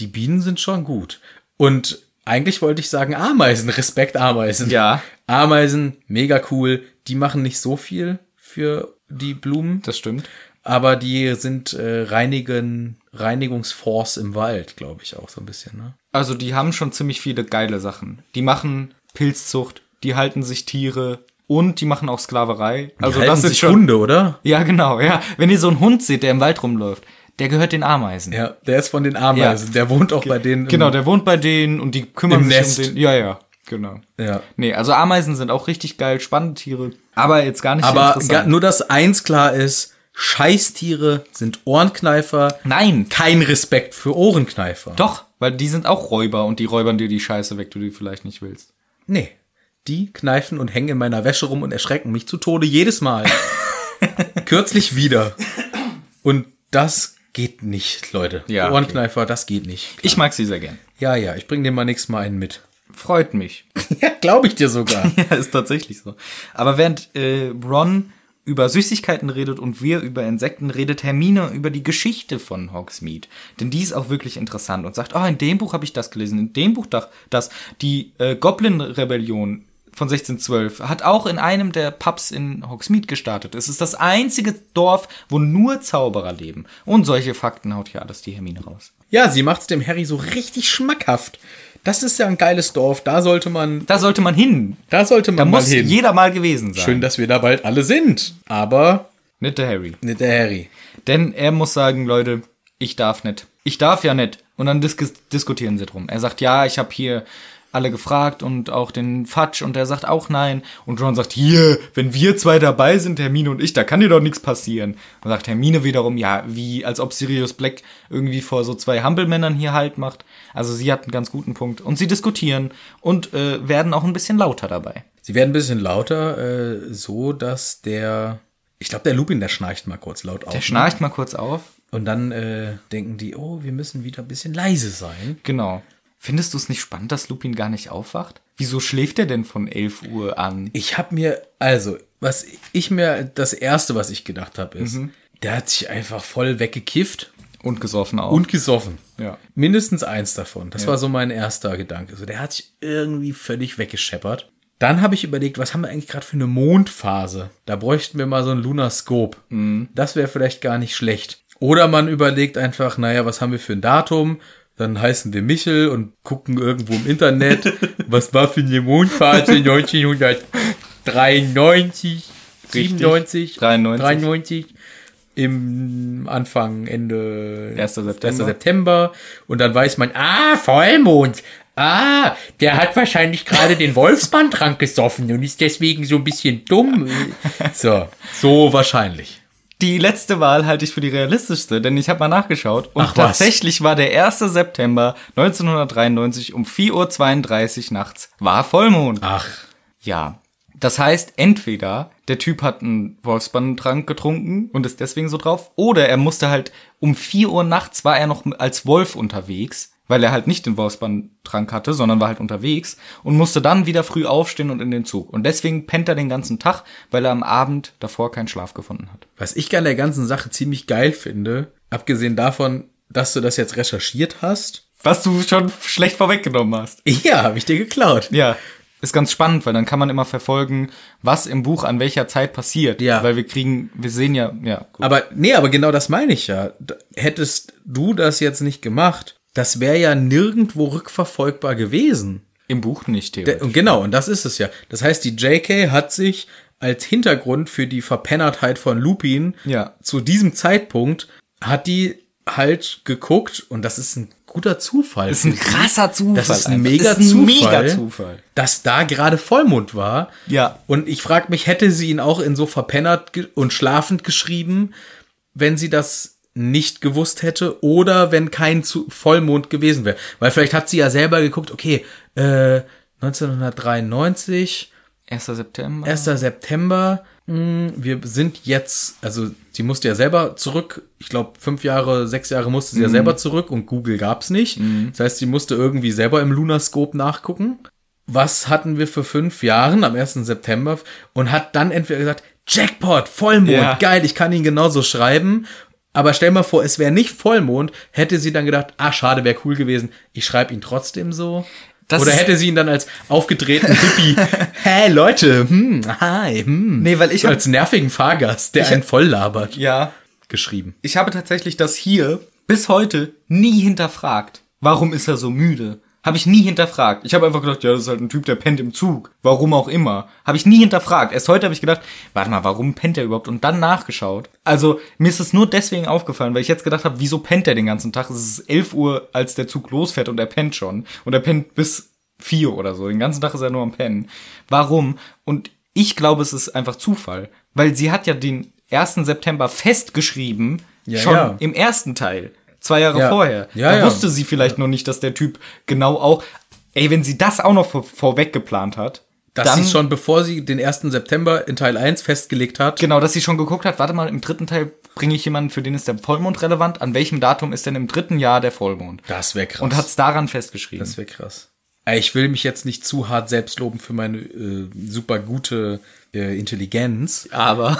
die Bienen sind schon gut. Und eigentlich wollte ich sagen Ameisen, Respekt Ameisen. Ja. Ameisen, mega cool. Die machen nicht so viel für die Blumen, Das stimmt. aber die sind äh, reinigen, Reinigungsforce im Wald, glaube ich auch so ein bisschen. Ne? Also die haben schon ziemlich viele geile Sachen. Die machen Pilzzucht, die halten sich Tiere und die machen auch Sklaverei. Die Also halten das ist sich schon. Hunde, oder? Ja, genau, ja. Wenn ihr so einen Hund seht, der im Wald rumläuft, der gehört den Ameisen. Ja, der ist von den Ameisen. Ja. Der wohnt auch bei denen. im- Genau, der wohnt bei denen und die kümmern Im sich Nest. um den. Ja, ja, genau. Ja. Nee, also Ameisen sind auch richtig geil, spannende Tiere, aber jetzt gar nicht Aber interessant. ga- nur, dass eins klar ist, Scheißtiere sind Ohrenkneifer. Nein, Kein Respekt für Ohrenkneifer. doch, weil die sind auch Räuber und die räubern dir die Scheiße weg, die du vielleicht nicht willst. Nee. Die kneifen und hängen in meiner Wäsche rum und erschrecken mich zu Tode jedes Mal. Kürzlich wieder. Und das geht nicht, Leute. Ja, Ohrenkneifer, das geht nicht. Ich mag sie sehr gern. Ja, ja, ich bring dir mal nächstes Mal einen mit. Freut mich. Ja, glaube ich dir sogar. Ja, ist tatsächlich so. Aber während äh, Ron über Süßigkeiten redet und wir über Insekten redet Hermine über die Geschichte von Hogsmeade. Denn die ist auch wirklich interessant und sagt, oh, in dem Buch habe ich das gelesen, in dem Buch das, das die äh, Goblin-Rebellion von 1612 hat auch in einem der Pubs in Hogsmeade gestartet. Es ist das einzige Dorf, wo nur Zauberer leben. Und solche Fakten haut hier alles die Hermine raus. ja, sie macht's dem Harry so richtig schmackhaft. das ist ja ein geiles Dorf, da sollte man, Da sollte man hin. da sollte man Da mal muss hin. jeder mal gewesen sein. Schön, dass wir da bald alle sind, aber Nicht der Harry. nicht der Harry. Denn er muss sagen, Leute, ich darf nicht. Ich darf ja nicht. Und dann dis diskutieren sie drum. Er sagt, ja, ich habe hier alle gefragt und auch den Fatsch und er sagt auch nein. Und Ron sagt, hier, wenn wir zwei dabei sind, Hermine und ich, da kann dir doch nichts passieren. Und sagt Hermine wiederum, ja, wie als ob Sirius Black irgendwie vor so zwei Hampelmännern hier Halt macht. Also sie hat einen ganz guten Punkt. Und sie diskutieren und äh, werden auch ein bisschen lauter dabei. Sie werden ein bisschen lauter, äh, so dass der, ich glaube, der Lupin, der schnarcht mal kurz laut auf. Der schnarcht mal kurz auf. Und dann äh, denken die, oh, wir müssen wieder ein bisschen leise sein. Genau. Findest du es nicht spannend, dass Lupin gar nicht aufwacht? Wieso schläft er denn von 11 Uhr an? Ich habe mir, also, was ich mir, das Erste, was ich gedacht habe, ist, der hat sich einfach voll weggekifft Und gesoffen auch. und gesoffen. Ja. Mindestens eins davon. Das war so mein erster Gedanke. Also, der hat sich irgendwie völlig weggescheppert. Dann habe ich überlegt, was haben wir eigentlich gerade für eine Mondphase? Da bräuchten wir mal so ein Lunarscope. Mhm. Das wäre vielleicht gar nicht schlecht. Oder man überlegt einfach, naja, was haben wir für ein Datum? Dann heißen wir Michel und gucken irgendwo im Internet, was war für eine Mondphase 1993, Richtig. 97, 93. 93 im Anfang, Ende 1. September. 1. September. Und dann weiß man, ah, Vollmond. Ah, der hat wahrscheinlich gerade den Wolfsbandtrank gesoffen und ist deswegen so ein bisschen dumm. So, so wahrscheinlich. Die letzte Wahl halte ich für die realistischste, denn ich habe mal nachgeschaut. Und Ach, was? tatsächlich war der 1. September 1993 um 4.32 Uhr nachts war Vollmond. Ach, Ja. Das heißt, entweder der Typ hat einen Wolfsbandentrank getrunken und ist deswegen so drauf, oder er musste halt um 4 Uhr nachts war er noch als Wolf unterwegs, weil er halt nicht den Wolfsbandentrank hatte, sondern war halt unterwegs und musste dann wieder früh aufstehen und in den Zug. Und deswegen pennt er den ganzen Tag, weil er am Abend davor keinen Schlaf gefunden hat. was ich an der ganzen Sache ziemlich geil finde, abgesehen davon, dass du das jetzt recherchiert hast. Was du schon schlecht vorweggenommen hast. Ja, habe ich dir geklaut. Ja. Ist ganz spannend, weil dann kann man immer verfolgen, was im Buch an welcher Zeit passiert. Ja. Weil wir kriegen, wir sehen ja, ja. Gut. Aber nee, aber genau das meine ich ja. D- Hättest du das jetzt nicht gemacht, das wäre ja nirgendwo rückverfolgbar gewesen. Im Buch nicht, Der, theoretisch. und genau, und das ist es ja. Das heißt, die JK hat sich als Hintergrund für die Verpennertheit von Lupin Ja. zu diesem Zeitpunkt hat die halt geguckt und das ist ein guter Zufall. Das ist ein krasser Zufall. das ist ein einfach. mega Das ist ein Zufall, mega Zufall. dass da gerade Vollmond war. Ja. Und ich frage mich, hätte sie ihn auch in so verpennert ge- und schlafend geschrieben, wenn sie das nicht gewusst hätte oder wenn kein Zu Vollmond gewesen wäre. Weil vielleicht hat sie ja selber geguckt, okay, äh, 1993, 1. September. 1. September, mh, wir sind jetzt, also sie musste ja selber zurück, ich glaube fünf Jahre, sechs Jahre musste sie ja selber zurück und Google gab's nicht. Das heißt, sie musste irgendwie selber im Lunascope nachgucken. Was hatten wir für fünf Jahren am 1. September und hat dann entweder gesagt, Jackpot, Vollmond, Ja. geil, ich kann ihn genauso schreiben. Aber stell mal vor, es wäre nicht Vollmond, hätte sie dann gedacht, ah, schade, wäre cool gewesen, ich schreibe ihn trotzdem so. Das Oder ist- hätte sie ihn dann als aufgedrehten Hippie, hey Leute, hm, hi, hm. Nee, weil ich So hab- als nervigen Fahrgast, der einen voll labert, Ja. geschrieben. Ich habe tatsächlich das hier bis heute nie hinterfragt. Warum ist er so müde? Habe ich nie hinterfragt. Ich habe einfach gedacht, ja, das ist halt ein Typ, der pennt im Zug. Warum auch immer. Habe ich nie hinterfragt. Erst heute habe ich gedacht, warte mal, warum pennt er überhaupt? Und dann nachgeschaut. Also, mir ist es nur deswegen aufgefallen, weil ich jetzt gedacht habe, wieso pennt er den ganzen Tag? Es ist 11 Uhr, als der Zug losfährt und er pennt schon. Und er pennt bis 4 oder so. Den ganzen Tag ist er nur am Pennen. Warum? Und ich glaube, es ist einfach Zufall. Weil sie hat ja den 1. September festgeschrieben, Ja, schon ja. im ersten Teil, zwei Jahre Ja. vorher. Ja, da ja. wusste sie vielleicht noch nicht, dass der Typ genau auch. Ey, wenn sie das auch noch vor, vorweg geplant hat, Dass sie schon, bevor sie den 1. September in Teil 1 festgelegt hat, genau, dass sie schon geguckt hat, warte mal, im dritten Teil bringe ich jemanden, für den ist der Vollmond relevant. An welchem Datum ist denn im dritten Jahr der Vollmond? das wäre krass. Und hat es daran festgeschrieben. das wäre krass. Ey, Ich will mich jetzt nicht zu hart selbst loben für meine äh, super gute äh, Intelligenz. aber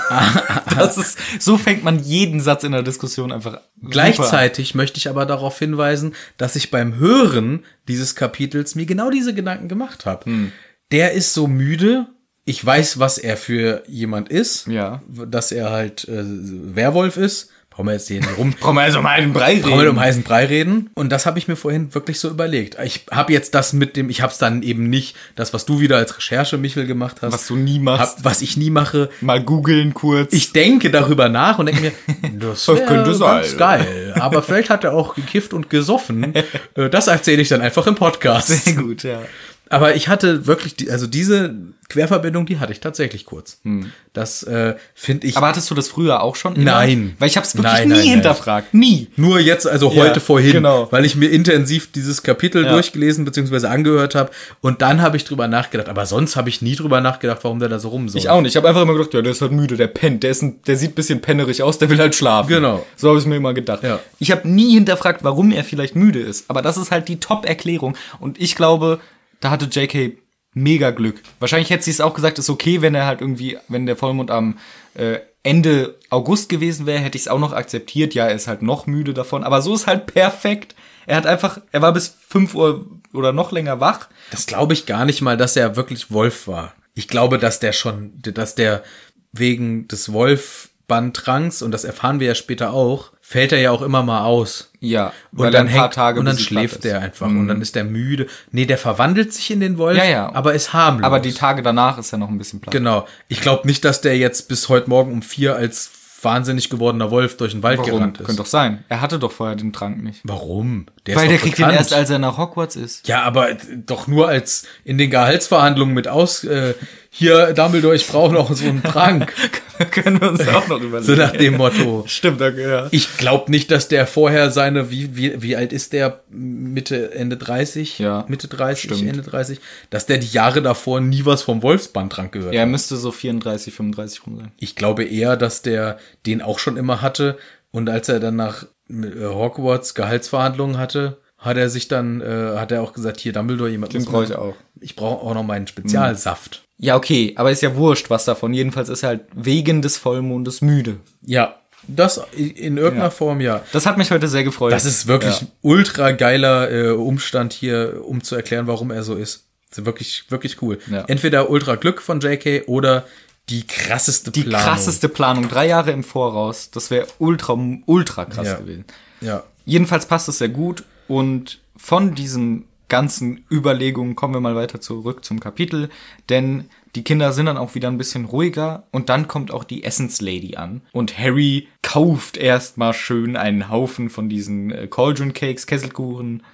das ist, so fängt man jeden Satz in der Diskussion einfach super an. Gleichzeitig möchte ich aber darauf hinweisen, dass ich beim Hören dieses Kapitels mir genau diese Gedanken gemacht habe. Hm. Der ist so müde. Ich weiß, was er für jemand ist. Ja. Dass er halt äh, Werwolf ist. Brauchen wir jetzt hier nicht rum. Brauchen wir also mal einen Brei Brauchen wir um reden. heißen Brei reden? Und das habe ich mir vorhin wirklich so überlegt. Ich habe jetzt das mit dem, ich habe es dann eben nicht, das, was du wieder als Recherche, Michel, gemacht hast. Was du nie machst. Hab, was ich nie mache. Mal googeln kurz. Ich denke darüber nach und denke mir, das, wär könnte sein. ganz geil. Aber vielleicht hat er auch gekifft und gesoffen. Äh, Das erzähle ich dann einfach im Podcast. gut, ja. Aber ich hatte wirklich, die, also diese Querverbindung, die hatte ich tatsächlich kurz. Das äh, finde ich Hm. Aber hattest du das früher auch schon? Nein. Weil ich habe es wirklich Nein, nie nein, nein. hinterfragt. Nie. Nur jetzt, also heute vorhin, genau. weil ich mir intensiv dieses Kapitel durchgelesen bzw. angehört habe und dann habe ich drüber nachgedacht. Aber sonst habe ich nie drüber nachgedacht, warum der da so rum soll. Ich auch nicht. Ich habe einfach immer gedacht, ja, der ist halt müde, der pennt, der, ist ein, der sieht ein bisschen pennerig aus, der will halt schlafen. Genau. So habe ich mir immer gedacht. Ja. Ich habe nie hinterfragt, warum er vielleicht müde ist. Aber das ist halt die Top-Erklärung. Und ich glaube, da hatte JK mega Glück. Wahrscheinlich hätte sie es auch gesagt, ist okay, wenn er halt irgendwie, wenn der Vollmond am äh, Ende August gewesen wäre, hätte ich es auch noch akzeptiert. Ja, er ist halt noch müde davon. Aber so ist halt perfekt. Er hat einfach, er war bis 5 Uhr oder noch länger wach. Das glaube ich gar nicht mal, dass er wirklich Wolf war. Ich glaube, dass der schon, dass der wegen des Wolf-Bandtranks, und das erfahren wir ja später auch, fällt er ja auch immer mal aus. Ja, Und weil er dann ein paar hängt, Tage und dann bis sie platt schläft ist. Mhm. der einfach und dann ist der müde. Nee, der verwandelt sich in den Wolf, Ja, ja. aber ist harmlos. Aber die Tage danach ist er noch ein bisschen platt. Genau. Ich glaube nicht, dass der jetzt bis heute Morgen um vier als wahnsinnig gewordener Wolf durch den Wald Warum? gerannt ist. Könnte doch sein. Er hatte doch vorher den Trank nicht. Warum? Der Weil ist der doch kriegt bekannt. ihn erst, als er nach Hogwarts ist. Ja, aber doch nur als in den Gehaltsverhandlungen mit aus. Äh, hier, Dumbledore, ich brauche noch so einen Trank. Können wir uns auch noch überlegen. so nach dem Motto. Stimmt, danke, ja. Ich glaube nicht, dass der vorher seine, wie, wie, wie alt ist der? Mitte, Ende 30? Ja, Mitte 30, stimmt. Ende 30. Dass der die Jahre davor nie was vom Wolfsbandtrank gehört Er müsste so 34, 35 rum sein. Ich glaube eher, dass der den auch schon immer hatte und als er dann nach äh, Hogwarts Gehaltsverhandlungen hatte, hat er sich dann, äh, hat er auch gesagt, hier Dumbledore, jemand muss mal- auch. Ich brauche auch noch meinen Spezialsaft. Ja, okay, aber ist ja wurscht, was davon. Jedenfalls ist er halt wegen des Vollmondes müde. Ja, das i- in irgendeiner Ja. Form ja. Das hat mich heute sehr gefreut. Das ist wirklich Ja. ultra geiler äh, Umstand hier, um zu erklären, warum er so ist. Das ist wirklich, wirklich cool. Ja. Entweder ultra Glück von JK oder die krasseste die krasseste Planung. Drei Jahre im Voraus. Das wäre ultra, ultra krass Ja. gewesen. Ja. Jedenfalls passt es sehr gut und von diesen ganzen Überlegungen kommen wir mal weiter zurück zum Kapitel, denn die Kinder sind dann auch wieder ein bisschen ruhiger und dann kommt auch die Essenslady an und Harry kauft erstmal schön einen Haufen von diesen äh, Cauldron Cakes, Kesselkuchen,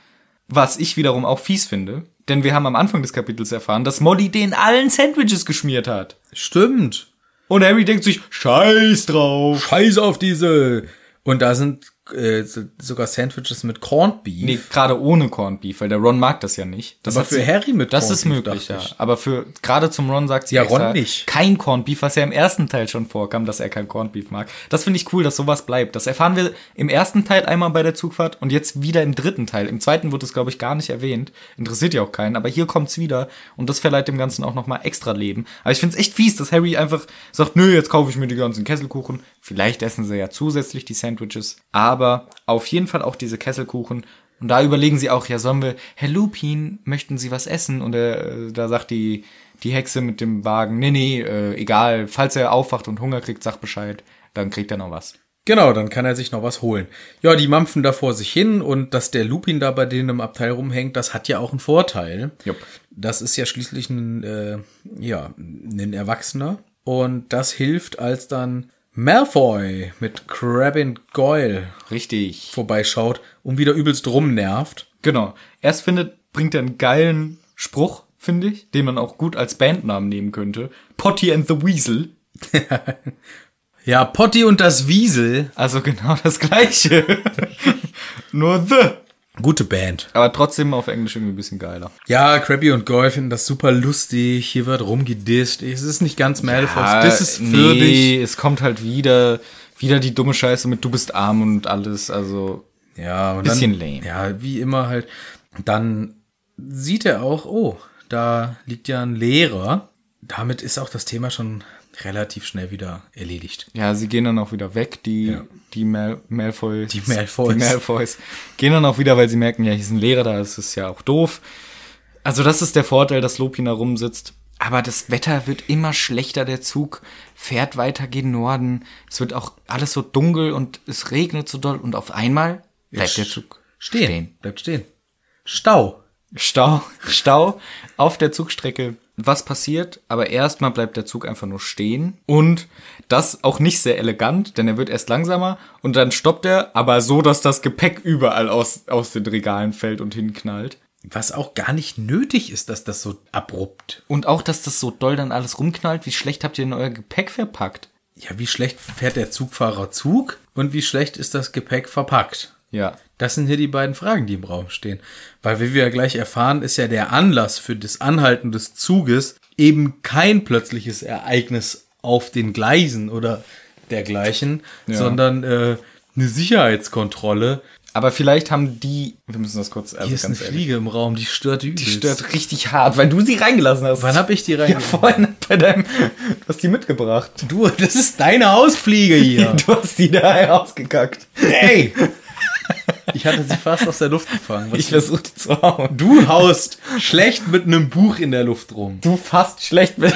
was ich wiederum auch fies finde, denn wir haben am Anfang des Kapitels erfahren, dass Molly den allen Sandwiches geschmiert hat. Stimmt. Und Harry denkt sich, scheiß drauf. Scheiß auf diese. Und da sind äh, so- sogar Sandwiches mit Corned Beef. Nee, gerade ohne Corned Beef, weil der Ron mag das ja nicht. Das Aber hat für Harry mit Das Corned ist Beef, möglich, dachte ja. ich. Aber für gerade zum Ron sagt sie Ja, extra, Ron nicht. kein Corned Beef, was ja im ersten Teil schon vorkam, dass er kein Corned Beef mag. Das finde ich cool, dass sowas bleibt. Das erfahren wir im ersten Teil einmal bei der Zugfahrt und jetzt wieder im dritten Teil. Im zweiten wird es glaube ich gar nicht erwähnt, interessiert ja auch keinen, aber hier kommt's wieder und das verleiht dem ganzen auch noch mal extra Leben. Aber ich finde es echt fies, dass Harry einfach sagt, nö, jetzt kaufe ich mir die ganzen Kesselkuchen. Vielleicht essen sie ja zusätzlich die Sandwiches, aber auf jeden Fall auch diese Kesselkuchen und da überlegen sie auch, ja, sollen wir, Herr Lupin, möchten Sie was essen? Und äh, da sagt die, die Hexe mit dem Wagen, nee, nee, äh, egal, falls er aufwacht und Hunger kriegt, sag Bescheid, dann kriegt er noch was. Genau, dann kann er sich noch was holen. Ja, die mampfen da vor sich hin und dass der Lupin da bei denen im Abteil rumhängt, das hat ja auch einen Vorteil. Jupp. Das ist ja schließlich ein, äh, ja, ein Erwachsener. Und das hilft, als dann Malfoy mit Crab and Goyle Richtig. vorbeischaut und wieder übelst rumnervt. Genau. Erst findet, bringt er einen geilen Spruch, finde ich, den man auch gut als Bandnamen nehmen könnte. Potty and the Weasel. Ja, Potti und das Wiesel. Also genau das gleiche. Nur the. Gute Band. Aber trotzdem auf Englisch irgendwie ein bisschen geiler. Ja, Krabby und Goy finden das super lustig. Hier wird rumgedisst. Es ist nicht ganz Malfoy. das ist für dich. Nee, es kommt halt wieder, wieder die dumme Scheiße mit du bist arm und alles, also. Ja, und Bisschen dann, lame. Ja, wie immer halt. Dann sieht er auch, oh, da liegt ja ein Lehrer. Damit ist auch das Thema schon relativ schnell wieder erledigt. Ja, sie gehen dann auch wieder weg, die, die Mal Malfoys. Die Malfoys. Die Malfoys. Gehen dann auch wieder, weil sie merken, ja, hier ist ein Lehrer da, das ist ja auch doof. Also das ist der Vorteil, dass Lupin da rumsitzt Aber das Wetter wird immer schlechter, der Zug fährt weiter gen Norden. Es wird auch alles so dunkel und es regnet so doll und auf einmal bleibt der Zug Stehen. Bleibt stehen. Stau. Stau, Stau auf der Zugstrecke. Was passiert? Aber erstmal bleibt der Zug einfach nur stehen und das auch nicht sehr elegant, denn er wird erst langsamer und dann stoppt er, aber so, dass das Gepäck überall aus, aus den Regalen fällt und hinknallt. Was auch gar nicht nötig ist, dass das so abrupt. Und auch, dass das so doll dann alles rumknallt. Wie schlecht habt ihr denn euer Gepäck verpackt? Ja, wie schlecht fährt der Zugfahrer Zug und wie schlecht ist das Gepäck verpackt? Ja. Das sind hier die beiden Fragen, die im Raum stehen. Weil, wie wir ja gleich erfahren, ist ja der Anlass für das Anhalten des Zuges eben kein plötzliches Ereignis auf den Gleisen oder dergleichen, sondern äh, eine Sicherheitskontrolle. Aber vielleicht haben die, wir müssen das kurz, also Hier ist eine Fliege im Raum, die stört übelst. die stört richtig hart, weil du sie reingelassen hast. Wann hab ich die ja, rein? vorhin bei deinem, du hast die mitgebracht. du, das ist deine Hausfliege hier. Du hast die da rausgekackt. Hey! Ich hatte sie fast aus der Luft gefangen. Was Ich versuchte zu hauen. du haust schlecht mit einem Buch in der Luft rum. Du fast schlecht mit.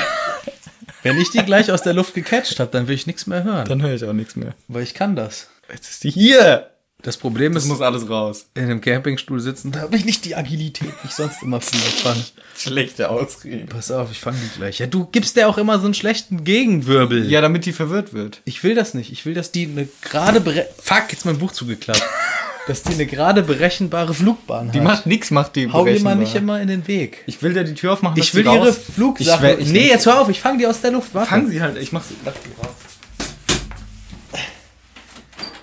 Wenn ich die gleich aus der Luft gecatcht habe, dann will ich nichts mehr hören. Dann höre ich auch nichts mehr. weil ich kann das. Jetzt ist die hier. Das Problem Das ist, muss alles raus. in einem Campingstuhl sitzen, da habe ich nicht die Agilität, die ich sonst immer viel fange. Schlechte Ausrede. Pass auf, ich fange die gleich. Ja, du gibst der auch immer so einen schlechten Gegenwirbel. Ja, damit die verwirrt wird. Ich will das nicht. Ich will, dass die eine gerade bere Fuck, jetzt mein Buch zugeklappt. dass die eine gerade berechenbare Flugbahn Die hat. macht nichts, macht die. Hau ihr mal berechenbar. nicht immer in den Weg. Ich will dir die Tür aufmachen. Ich will ihre Flugsachen. nee, jetzt hör auf, ich fange die aus der Luft. Warte. Fangen sie halt, ich mach sie, lass sie raus.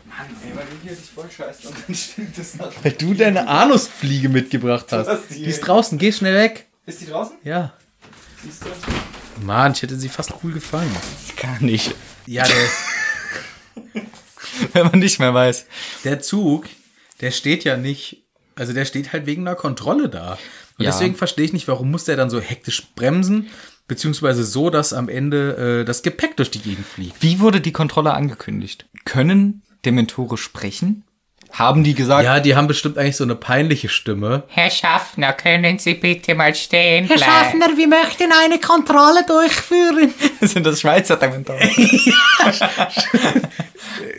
Mann, ey, weil du hier dich voll scheißt und dann stinkt das nach. Weil du deine Anusfliege mitgebracht hast. hast die- Die ist draußen, geh schnell weg. Ist die draußen? Ja. Siehst du? Mann, ich hätte sie fast cool gefangen. Gar nicht. Ja, der, Wenn man nicht mehr weiß. der Zug, der steht ja nicht, also der steht halt wegen einer Kontrolle da. Und Ja. deswegen verstehe ich nicht, warum muss der dann so hektisch bremsen, beziehungsweise so, dass am Ende äh, das Gepäck durch die Gegend fliegt. Wie wurde die Kontrolle angekündigt? Können Dementore sprechen? Haben die gesagt, Ja, die haben bestimmt eigentlich so eine peinliche Stimme. Herr Schaffner, können Sie bitte mal stehen bleiben? wir möchten eine Kontrolle durchführen. sind das Schweizer Dementoren?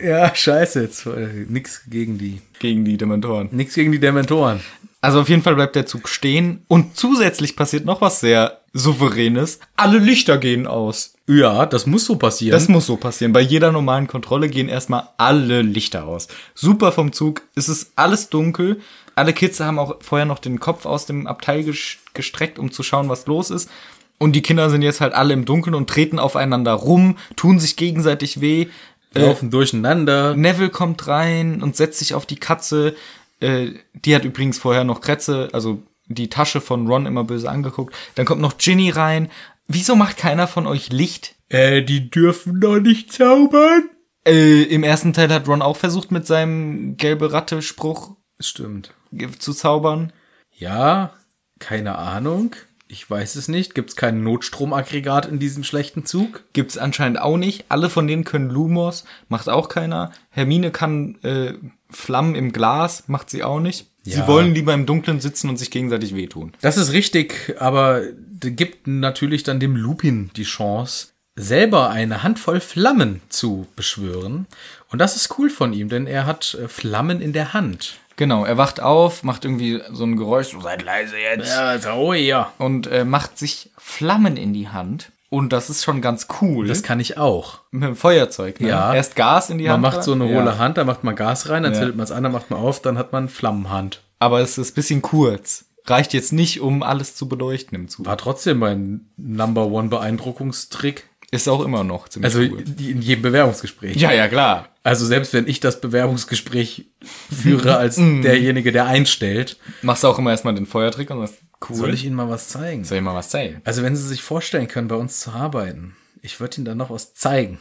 Ja, scheiße, jetzt äh, nix gegen die, Gegen die Dementoren. nix gegen die Dementoren. Also auf jeden Fall bleibt der Zug stehen und zusätzlich passiert noch was sehr Souveränes. Alle Lichter gehen aus. Ja, das muss so passieren. Das muss so passieren. Bei jeder normalen Kontrolle gehen erstmal alle Lichter aus. Super vom Zug. Es ist alles dunkel. Alle Kids haben auch vorher noch den Kopf aus dem Abteil ges- gestreckt, um zu schauen, was los ist. Und die Kinder sind jetzt halt alle im Dunkeln und treten aufeinander rum, tun sich gegenseitig weh. Laufen durcheinander. Neville kommt rein und setzt sich auf die Katze. Äh, die hat übrigens vorher noch Kretze, also die Tasche von Ron immer böse angeguckt. Dann kommt noch Ginny rein. Wieso macht keiner von euch Licht? Äh, die dürfen doch nicht zaubern. Äh, Im ersten Teil hat Ron auch versucht, mit seinem gelbe Ratte-Spruch Stimmt. ge- zu zaubern. Ja, keine Ahnung. Ich weiß es nicht. Gibt es kein Notstromaggregat in diesem schlechten Zug? Gibt's anscheinend auch nicht. Alle von denen können Lumos, macht auch keiner. Hermine kann äh, Flammen im Glas, macht sie auch nicht. Sie Ja. wollen lieber im Dunkeln sitzen und sich gegenseitig wehtun. Das ist richtig, aber d- gibt natürlich dann dem Lupin die Chance, selber eine Handvoll Flammen zu beschwören. Und das ist cool von ihm, denn er hat äh, Flammen in der Hand. Genau, er wacht auf, macht irgendwie so ein Geräusch, so seid leise jetzt. Ja, oh ja. und äh, macht sich Flammen in die Hand. Und das ist schon ganz cool. Das kann ich auch. mit dem Feuerzeug, ne? Ja. Erst Gas in die Man Hand. macht so eine hohle Ja. Hand, da macht man Gas rein, dann Ja. zündet man es an, dann macht man auf, dann hat man Flammenhand. Aber es ist ein bisschen kurz. Reicht jetzt nicht, um alles zu beleuchten im Zug. War trotzdem mein Number One Beeindruckungstrick. Ist auch immer noch ziemlich Also cool. die in jedem Bewerbungsgespräch. Ja, ja, klar. Also selbst wenn ich das Bewerbungsgespräch führe als Mm. derjenige, der einstellt, Machst auch immer erstmal den Feuertrick und sagst, cool. soll ich Ihnen mal was zeigen? Soll ich mal was zeigen? Also wenn Sie sich vorstellen können, bei uns zu arbeiten, ich würde Ihnen dann noch was zeigen.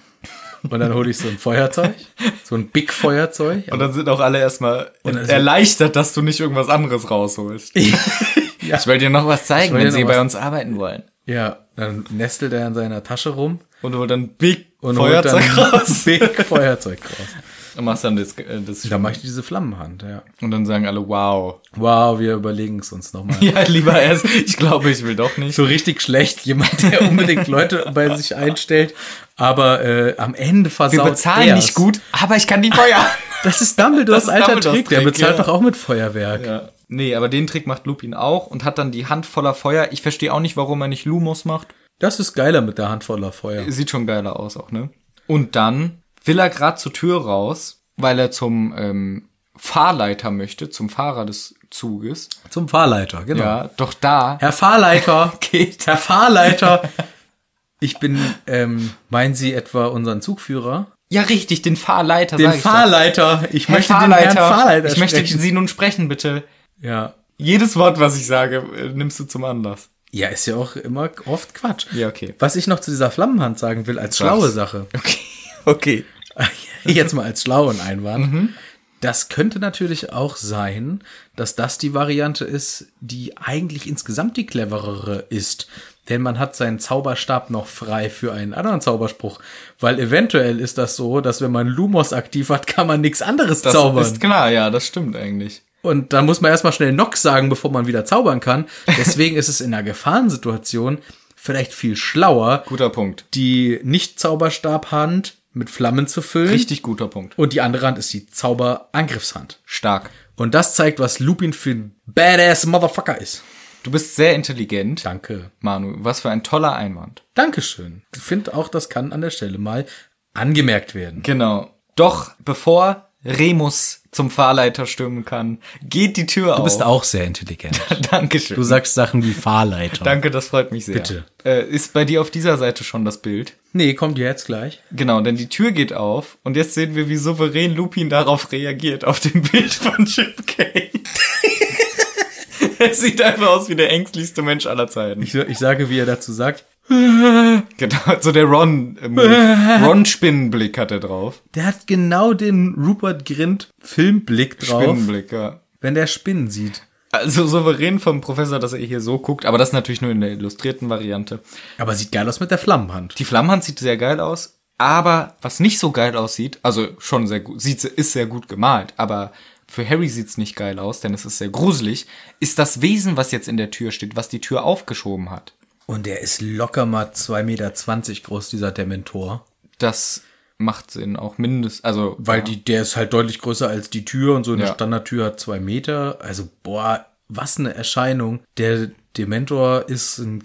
Und dann hole ich so ein Feuerzeug, so ein Big Feuerzeug. Und dann sind auch alle erstmal also- erleichtert, dass du nicht irgendwas anderes rausholst. Ich will dir noch was zeigen, will dir wenn noch sie was- bei uns arbeiten wollen. ja, dann nestelt er in seiner Tasche rum Und du dann Big und Feuerzeug holt dann raus. ein Big Feuerzeug raus. Und machst dann das, äh, das Da mache ich diese Flammenhand, ja. und dann sagen alle, wow. Wow, wir überlegen es uns nochmal. Ja, lieber erst, ich glaube, ich will doch nicht. So richtig schlecht, jemand, der unbedingt Leute bei sich einstellt, aber äh, am Ende versaut Wir bezahlen der's. nicht gut, aber ich kann die Feuer. Das ist Dumbledores Das ist alter Dumbledores Trick, der Trick, bezahlt ja. doch auch mit Feuerwerk. ja. Nee, aber den Trick macht Lupin auch und hat dann die Hand voller Feuer. Ich verstehe auch nicht, warum er nicht Lumos macht. Das ist geiler mit der Hand voller Feuer. Sieht schon geiler aus auch, ne? Und dann will er gerade zur Tür raus, weil er zum ähm, Fahrleiter möchte, zum Fahrer des Zuges. Zum Fahrleiter, genau. Ja, doch da Herr Fahrleiter, geht. Herr Fahrleiter. Ich bin, ähm, meinen Sie etwa unseren Zugführer? Ja, richtig, den Fahrleiter. Den sag ich doch. Fahrleiter. Ich Herr möchte Fahrleiter. den Herrn Fahrleiter Ich möchte sprechen. Sie nun sprechen, bitte. Ja. Jedes Wort, was ich sage, äh, nimmst du zum Anlass. ja, ist ja auch immer oft Quatsch. Ja, okay. Was ich noch zu dieser Flammenhand sagen will, als schlaue Sag's. Sache, Okay. Okay. jetzt mal als schlauen Einwand, Mhm. das könnte natürlich auch sein, dass das die Variante ist, die eigentlich insgesamt die cleverere ist. Denn man hat seinen Zauberstab noch frei für einen anderen Zauberspruch. Weil eventuell ist das so, dass wenn man Lumos aktiv hat, kann man nichts anderes Das zaubern. ist klar, ja, das stimmt eigentlich. Und dann muss man erstmal schnell Nock sagen, bevor man wieder zaubern kann. Deswegen ist es in einer Gefahrensituation vielleicht viel schlauer, Guter Punkt. die Nicht-Zauberstabhand mit Flammen zu füllen. Richtig guter Punkt. Und die andere Hand ist die Zauberangriffshand. Stark. Und das zeigt, was Lupin für ein badass Motherfucker ist. Du bist sehr intelligent. Danke. Manu, was für ein toller Einwand. Dankeschön. Ich finde auch, das kann an der Stelle mal angemerkt werden. Genau. Doch bevor Remus zum Fahrleiter stürmen kann, geht die Tür auf. Du bist auch sehr intelligent. Dankeschön. Du sagst Sachen wie Fahrleiter. Danke, das freut mich sehr. Bitte. Äh, ist bei dir auf dieser Seite schon das Bild? Nee, kommt jetzt gleich. Genau, denn die Tür geht auf und jetzt sehen wir, wie souverän Lupin darauf reagiert, auf dem Bild von Chip Kane. er sieht einfach aus wie der ängstlichste Mensch aller Zeiten. Ich, ich sage, wie er dazu sagt. Genau, so der Ron, ähm, Ron-Spinnenblick hat er drauf. Der hat genau den Rupert Grint Filmblick drauf, Spinnenblick, ja. wenn der Spinnen sieht. Also souverän vom Professor, dass er hier so guckt, aber das natürlich nur in der illustrierten Variante. Aber sieht geil aus mit der Flammenhand. Die Flammenhand sieht sehr geil aus, aber was nicht so geil aussieht, also schon sehr gut, sieht, ist sehr gut gemalt, aber für Harry sieht's nicht geil aus, denn es ist sehr gruselig, ist das Wesen, was jetzt in der Tür steht, was die Tür aufgeschoben hat. Und der ist locker mal 2,20 Meter groß, dieser Dementor. Das macht Sinn, auch mindest, also, Weil die, der ist halt deutlich größer als die Tür und so eine Ja. Standardtür hat zwei Meter. Also, boah, was eine Erscheinung. Der Dementor ist ein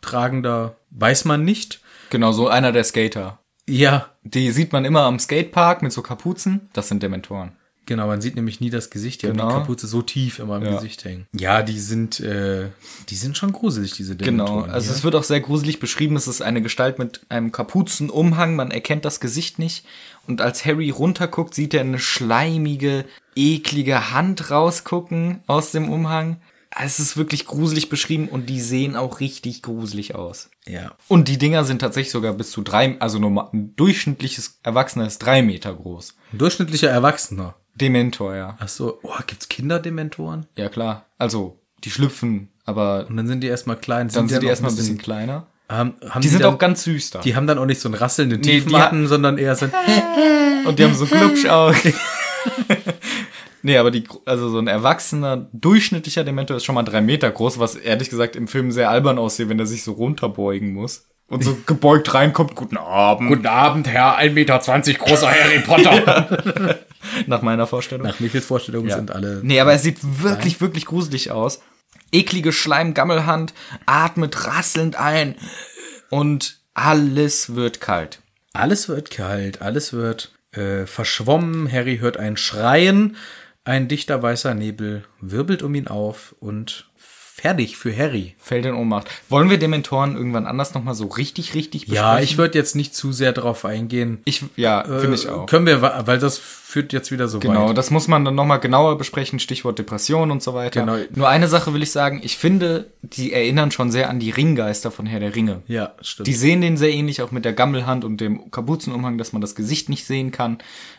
Kapuzentragender, weiß man nicht. genau, so einer der Skater. Ja, Die sieht man immer am Skatepark mit so Kapuzen, das sind Dementoren. genau, man sieht nämlich nie das Gesicht. Die haben Genau. die Kapuze so tief immer im Ja. Gesicht hängen. Ja, die sind, äh, die sind schon gruselig, diese Genau, Dementoren. also hier. es wird auch sehr gruselig beschrieben. Es ist eine Gestalt mit einem Kapuzenumhang, man erkennt das Gesicht nicht. Und als Harry runterguckt, sieht er eine schleimige, eklige Hand rausgucken aus dem Umhang. Es ist wirklich gruselig beschrieben und die sehen auch richtig gruselig aus. ja. Und die Dinger sind tatsächlich sogar bis zu drei, also normal, ein durchschnittliches Erwachsener ist drei Meter groß. Ein durchschnittlicher Erwachsener. Dementor, ja. Ach so, oh, gibt's Kinderdementoren? Ja klar, also die schlüpfen, aber Und dann sind die erstmal klein. dann sind dann die auch erstmal ein bisschen kleiner. haben, haben Die sind dann- auch ganz süß da. Die haben dann auch nicht so einen rasselnden Nee, die Tiefmatten, sondern eher so ein Und die haben so Glubschaugen. nee, aber die, gro- also so ein erwachsener, durchschnittlicher Dementor ist schon mal drei Meter groß, was ehrlich gesagt im Film sehr albern aussieht, wenn er sich so runterbeugen muss. Und so gebeugt reinkommt, guten Abend. Guten Abend, Herr 1,20 Meter großer Harry Potter. Nach meiner Vorstellung. Nach Michels Vorstellung sind alle. Nee, aber es sieht wirklich, wirklich gruselig aus. Eklige Schleimgammelhand atmet rasselnd ein und alles wird kalt. Alles wird kalt, alles wird äh, verschwommen. Harry hört ein Schreien. Ein dichter weißer Nebel wirbelt um ihn auf und fertig für Harry. Fällt in Ohnmacht. Wollen wir Dementoren irgendwann anders nochmal so richtig, richtig besprechen? Ja, ich würde jetzt nicht zu sehr drauf eingehen. Ich, ja, finde ich Äh, auch. Können wir, wa- weil das führt jetzt wieder so Genau, weit. das muss man dann nochmal genauer besprechen, Stichwort Depression und so weiter. Genau. Nur eine Sache will ich sagen, ich finde, die erinnern schon sehr an die Ringgeister von Herr der Ringe. Ja, stimmt. Die sehen den sehr ähnlich, auch mit der Gammelhand und dem Kapuzenumhang, dass man das Gesicht nicht sehen kann.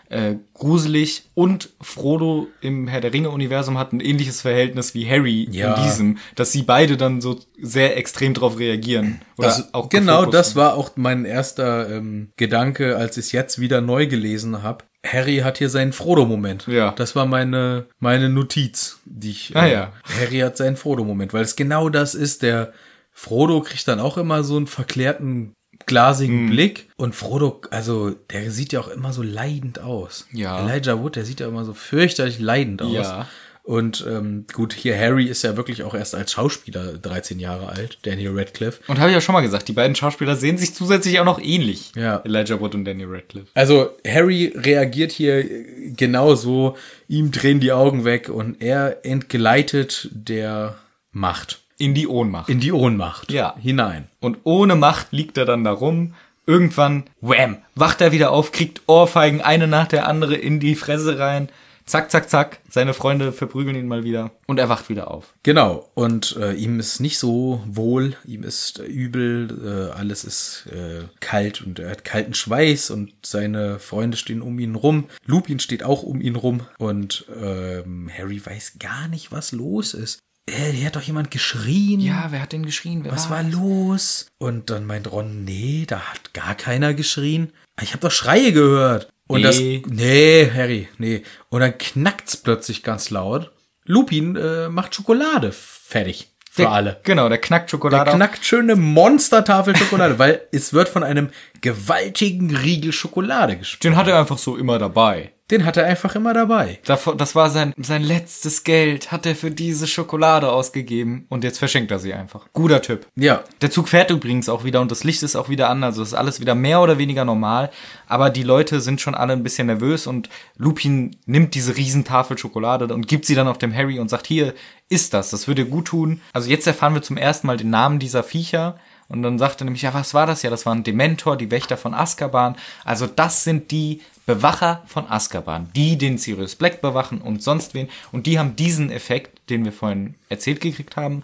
Äh, gruselig. Und Frodo im Herr der Ringe-Universum hat ein ähnliches Verhältnis wie Harry Ja. in diesem, dass sie beide dann so sehr extrem drauf reagieren. Oder Das, genau gefokust das sind. war auch mein erster ähm, Gedanke, als ich es jetzt wieder neu gelesen habe. Harry hat hier seinen Frodo-Moment. Ja. Das war meine, meine Notiz, die ich. äh, Ah, ja. Harry hat seinen Frodo-Moment, weil es genau das ist. Der Frodo kriegt dann auch immer so einen verklärten, glasigen Hm. Blick. Und Frodo, also, der sieht ja auch immer so leidend aus. Ja. Elijah Wood, der sieht ja immer so fürchterlich leidend aus. Ja. Und ähm, gut, hier Harry ist ja wirklich auch erst als Schauspieler 13 Jahre alt, Daniel Radcliffe. Und habe ich ja schon mal gesagt, die beiden Schauspieler sehen sich zusätzlich auch noch ähnlich. Ja. Elijah Wood und Danny Radcliffe. Also Harry reagiert hier äh, genau so, ihm drehen die Augen weg und er entgleitet der Macht In die Ohnmacht. in die Ohnmacht Ja. hinein. und ohne Macht liegt er dann da rum. Irgendwann, wham, wacht er wieder auf, kriegt Ohrfeigen eine nach der andere in die Fresse rein. Zack, zack, zack. Seine Freunde verprügeln ihn mal wieder. Und er wacht wieder auf. Genau, und äh, ihm ist nicht so wohl, ihm ist äh, übel, äh, alles ist äh, kalt und er hat kalten Schweiß und seine Freunde stehen um ihn rum. Lupin steht auch um ihn rum und ähm, Harry weiß gar nicht, was los ist. Äh, hier hat doch jemand geschrien. wer hat denn geschrien? Wer Was war war los? Und dann meint Ron, nee, da hat gar keiner geschrien. Ich habe doch Schreie gehört. Und das, Nee. nee, Harry, nee. Und dann knackt's plötzlich ganz laut. Lupin äh, macht Schokolade fertig für der, alle. Genau, der knackt Er Schokolade. auf. knackt schöne Monstertafel Schokolade, weil es wird von einem gewaltigen Riegel Schokolade gespielt. Den hat er einfach so immer dabei. Den hat er einfach immer dabei. Davor- Das war sein, sein letztes Geld, hat er für diese Schokolade ausgegeben. Und jetzt verschenkt er sie einfach. Guter Typ. Ja, Der Zug fährt übrigens auch wieder und das Licht ist auch wieder an, also ist alles wieder mehr oder weniger normal. Aber die Leute sind schon alle ein bisschen nervös und Lupin nimmt diese Riesentafel Schokolade und gibt sie dann auf dem Harry und sagt, hier, ist das, das würde dir gut tun. Also jetzt erfahren wir zum ersten Mal den Namen dieser Viecher. Und dann sagt er nämlich, ja, was war das? Ja, das waren Dementor, die Wächter von Azkaban. Also das sind die Bewacher von Azkaban, die den Sirius Black bewachen und sonst wen. Und die haben diesen Effekt, den wir vorhin erzählt gekriegt haben,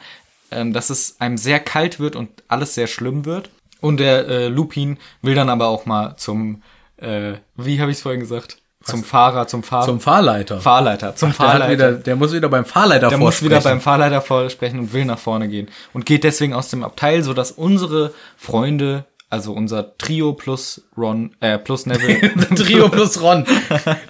ähm, dass es einem sehr kalt wird und alles sehr schlimm wird. Und der äh, Lupin will dann aber auch mal zum, äh, wie habe ich es vorhin gesagt? Zum Fahrer, zum Fahr zum Fahrleiter. Fahrleiter, zum der, hat Fahrleiter. wieder, der muss wieder beim Fahrleiter der muss wieder vorsprechen. beim Fahrleiter vorsprechen und will nach vorne gehen. Und geht deswegen aus dem Abteil, sodass unsere Freunde, also unser Trio plus Ron, äh, plus Neville, Trio plus Ron.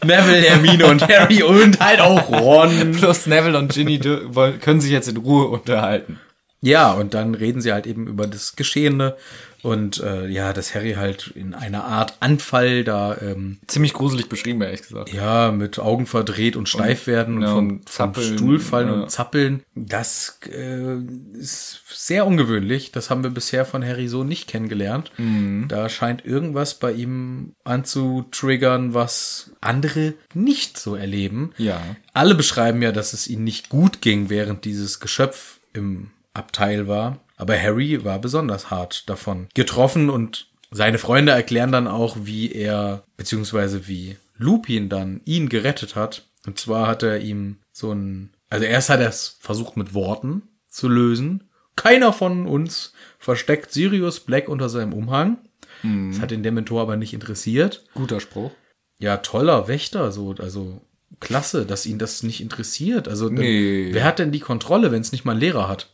Neville, Hermine und Harry und halt auch Ron. plus Neville und Ginny dür- wollen- können sich jetzt in Ruhe unterhalten. Ja, und dann reden sie halt eben über das Geschehene und äh, ja, dass Harry halt in einer Art Anfall da ähm, Ziemlich gruselig beschrieben, ehrlich gesagt. ja mit Augen verdreht und steif werden und ja, vom, und vom zappeln, Stuhl fallen ja. und zappeln. Das äh, ist sehr ungewöhnlich. Das haben wir bisher von Harry so nicht kennengelernt. Mhm. Da scheint irgendwas bei ihm anzutriggern, was andere nicht so erleben. Ja. Alle beschreiben ja, dass es ihnen nicht gut ging, während dieses Geschöpf im Abteil war. Aber Harry war besonders hart davon getroffen und seine Freunde erklären dann auch, wie er, beziehungsweise wie Lupin dann ihn gerettet hat. Und zwar hat er ihm so ein, also erst hat er es versucht mit Worten zu lösen. Keiner von uns versteckt Sirius Black unter seinem Umhang. Das hat den Dementor aber nicht interessiert Guter Spruch. ja, toller Wächter, so, also klasse, dass ihn das nicht interessiert. Also, dann- Nee. wer hat denn die Kontrolle, wenn es nicht mal ein Lehrer hat?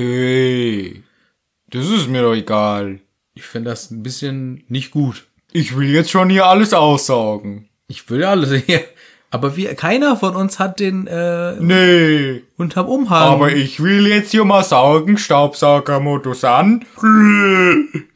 Nee. Das ist mir doch egal. Ich finde das ein bisschen nicht gut. Ich will jetzt schon hier alles aussaugen. Ich will ja alles hier. Aber wir, keiner von uns hat den äh, Nee. unterm Umhang. Aber ich will jetzt hier mal saugen, Staubsaugermodus an. Herr,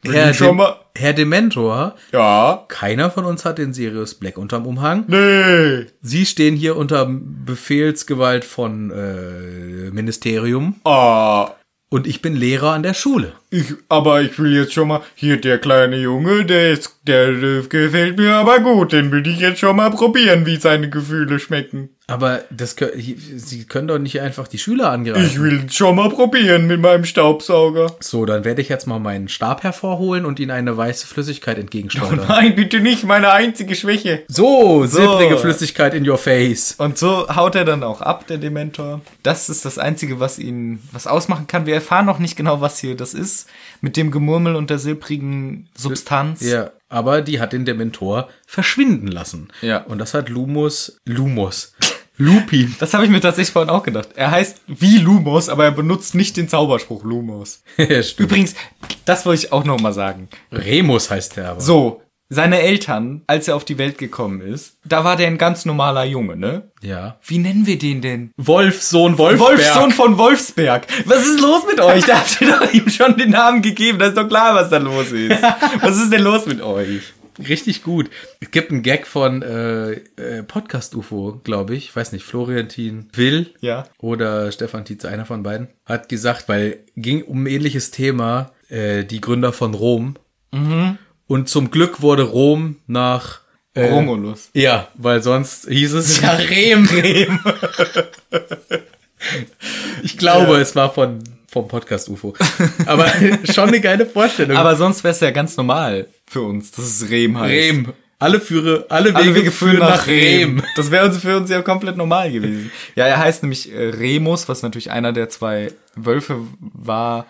Will ich schon Dem- mal. Herr Dementor, Ja. keiner von uns hat den Sirius Black unterm Umhang. Ne. Nee. Sie stehen hier unter Befehlsgewalt von äh, Ministerium Ah. und ich bin Lehrer an der Schule. Ich, aber ich will jetzt schon mal, hier der kleine Junge, der ist, der, äh, gefällt mir aber gut, den will ich jetzt schon mal probieren, wie seine Gefühle schmecken. Aber das, kö- Sie können doch nicht einfach die Schüler angreifen. Ich will schon mal probieren mit meinem Staubsauger. So, dann werde ich jetzt mal meinen Stab hervorholen und ihn eine weiße Flüssigkeit entgegenschleudern. Nein, bitte nicht, meine einzige Schwäche. So, silbrige Flüssigkeit in your face. Und so haut er dann auch ab, der Dementor. Das ist das Einzige, was ihn was ausmachen kann. Wir erfahren noch nicht genau, was hier das ist. Mit dem Gemurmel und der silbrigen Substanz. Ja, aber die hat den Dementor verschwinden lassen. Ja. Und das hat Lumos, Lumos, Lupin. Das habe ich mir tatsächlich vorhin auch gedacht. Er heißt wie Lumos, aber er benutzt nicht den Zauberspruch Lumos. Stimmt. Übrigens, das wollte ich auch nochmal sagen. Remus heißt der aber. So, seine Eltern, als er auf die Welt gekommen ist, da war der ein ganz normaler Junge, ne? Ja. Wie nennen wir den denn? Wolfsohn Wolfsberg. Wolfsohn von Wolfsberg. Was ist los mit euch? Da habt ihr doch ihm schon den Namen gegeben. Da ist doch klar, was da los ist. Was ist denn los mit euch? Richtig gut. Es gibt einen Gag von äh, äh, Podcast UFO, glaube ich. Ich weiß nicht, Florentin Will Ja. oder Stefan Tietze, einer von beiden, hat gesagt, weil ging um ein ähnliches Thema, äh, die Gründer von Rom. Mhm. Und zum Glück wurde Rom nach äh, Romulus. Ja, weil sonst hieß es ja Rehm. Rehm. ich glaube, es war von vom Podcast UFO. Aber schon eine geile Vorstellung. Aber sonst wäre es ja ganz normal für uns, dass es Rehm heißt. Rehm. Alle Führe, alle Wege, Alle Wege führen nach Rehm. Rehm. Das wäre uns für uns ja komplett normal gewesen. Ja, er heißt nämlich äh, Remus, was natürlich einer der zwei Wölfe war,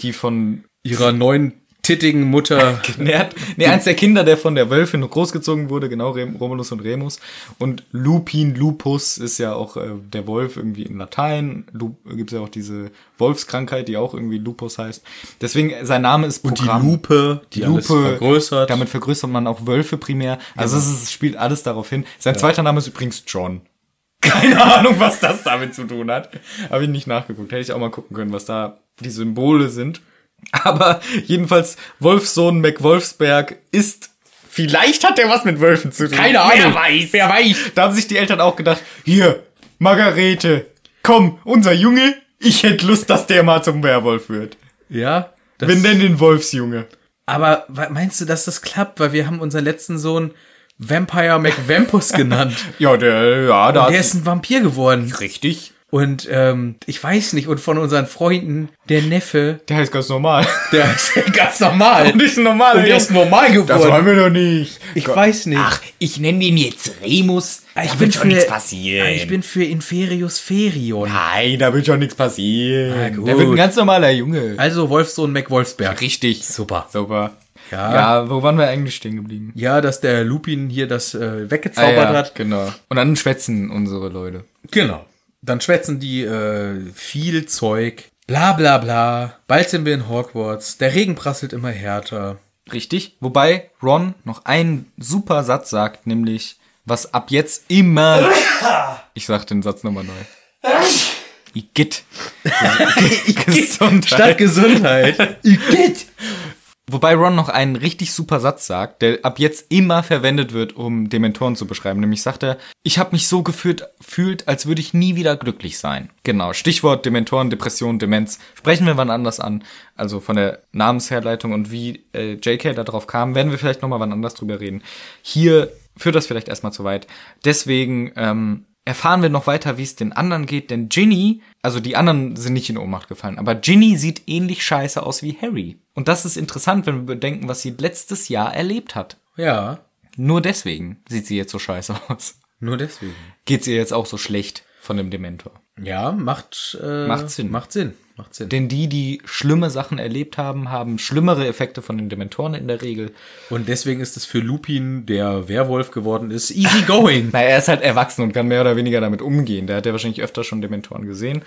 die von Ihrer neuen tittigen Mutter. Nee, er hat, nee, eins der Kinder, der von der Wölfin großgezogen wurde, genau, Rem, Romulus und Remus. Und Lupin, Lupus ist ja auch äh, der Wolf irgendwie in Latein. Lu, gibt's ja auch diese Wolfskrankheit, die auch irgendwie Lupus heißt. Deswegen, äh, sein Name ist Programm. Lupe, die alles vergrößert. Genau. Damit vergrößert man auch Wölfe primär. Also es ist, spielt alles darauf hin. Sein zweiter Name ist übrigens John. Keine Ahnung, was das damit zu tun hat. Habe ich nicht nachgeguckt. Hätte ich auch mal gucken können, was da die Symbole sind. Aber jedenfalls, Wolfsohn McWolfsberg ist. Vielleicht hat er was mit Wölfen zu tun. Keine Ahnung. Wer weiß. Wer weiß. Da haben sich die Eltern auch gedacht, hier, Margarete, komm, unser Junge, ich hätte Lust, dass der mal zum Werwolf wird. ja. Das, Wenn denn den Wolfsjunge. aber wa- meinst du, dass das klappt? Weil wir haben unseren letzten Sohn Vampire McVampus genannt. Ja, der, ja, da Der hat ist ein Vampir geworden. Richtig. Und ähm, ich weiß nicht, und von unseren Freunden, der Neffe, Der heißt ganz normal. der ist ganz normal. Nicht normal. Und der ist normal das wollen geworden. wir doch nicht. Ich weiß nicht. Ach, Ich nenne ihn jetzt Remus. Ah, Da ich wird schon nichts passieren. Ich bin für Inferius Ferion. Nein, da wird schon nichts passieren. Ah, gut. Der wird ein ganz normaler Junge. Also Wolfsohn McWolfsberg. Richtig. Super. Super. Ja. ja, wo waren wir eigentlich stehen geblieben? Ja, dass der Lupin hier das äh, Ah, weggezaubert ja, hat. Genau. Und dann schwätzen unsere Leute. Genau. Dann schwätzen die äh, viel Zeug. Bla bla bla. Bald sind wir in Hogwarts. Der Regen prasselt immer härter. Richtig. Wobei Ron noch einen super Satz sagt, nämlich, was ab jetzt immer. Ich sag den Satz nochmal neu. Igitt. Gesundheit. Statt Gesundheit. Wobei Ron noch einen richtig super Satz sagt, der ab jetzt immer verwendet wird, um Dementoren zu beschreiben. Nämlich sagt er, ich habe mich so gefühlt, fühlt, als würde ich nie wieder glücklich sein. Genau, Stichwort Dementoren, Depression, Demenz. Sprechen wir wann anders an. Also von der Namensherleitung und wie äh, JK darauf kam, werden wir vielleicht nochmal wann anders drüber reden. Hier führt das vielleicht erstmal zu weit. Deswegen ähm, erfahren wir noch weiter, wie es den anderen geht, denn Ginny, also die anderen sind nicht in Ohnmacht gefallen, aber Ginny sieht ähnlich scheiße aus wie Harry. Und das ist interessant, wenn wir bedenken, was sie letztes Jahr erlebt hat. ja, Nur deswegen sieht sie jetzt so scheiße aus. nur deswegen. Geht's ihr jetzt auch so schlecht von dem Dementor? Ja, macht, äh, Macht Sinn. Macht Sinn. Macht Sinn. Denn die, die schlimme Sachen erlebt haben, haben schlimmere Effekte von den Dementoren in der Regel. Und deswegen ist es für Lupin, der Werwolf geworden ist, easy going. Na, er ist halt erwachsen und kann mehr oder weniger damit umgehen. Der hat ja wahrscheinlich öfter schon Dementoren gesehen.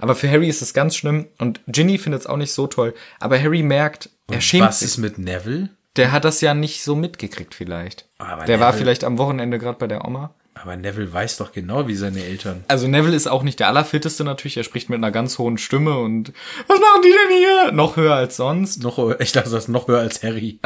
Aber für Harry ist es ganz schlimm und Ginny findet es auch nicht so toll. Aber Harry merkt, er schämt Was sich. ist mit Neville? Der hat das ja nicht so mitgekriegt vielleicht. Aber der war Neville- vielleicht am Wochenende gerade bei der Oma. Aber Neville weiß doch genau, wie seine Eltern. Also Neville ist auch nicht der allerfitteste natürlich. Er spricht mit einer ganz hohen Stimme und was machen die denn hier? Noch höher als sonst. Noch, äh, ich dachte, das ist noch höher als Harry.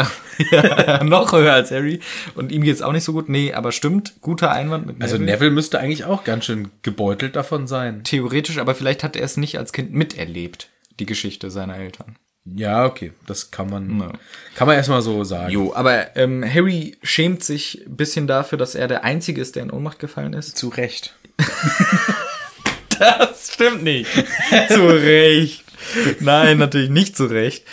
ja, noch höher als Harry. Und ihm geht's auch nicht so gut. Nee, aber stimmt. Guter Einwand mit Also Neville. Neville müsste eigentlich auch ganz schön gebeutelt davon sein. Theoretisch, aber vielleicht hat er es nicht als Kind miterlebt. Die Geschichte seiner Eltern. Ja, okay, das kann man, kann man erstmal so sagen. Jo, aber ähm, Harry schämt sich ein bisschen dafür, dass er der Einzige ist, der in Ohnmacht gefallen ist. Zu Recht. Das stimmt nicht. zu Recht. Nein, natürlich nicht zu Recht.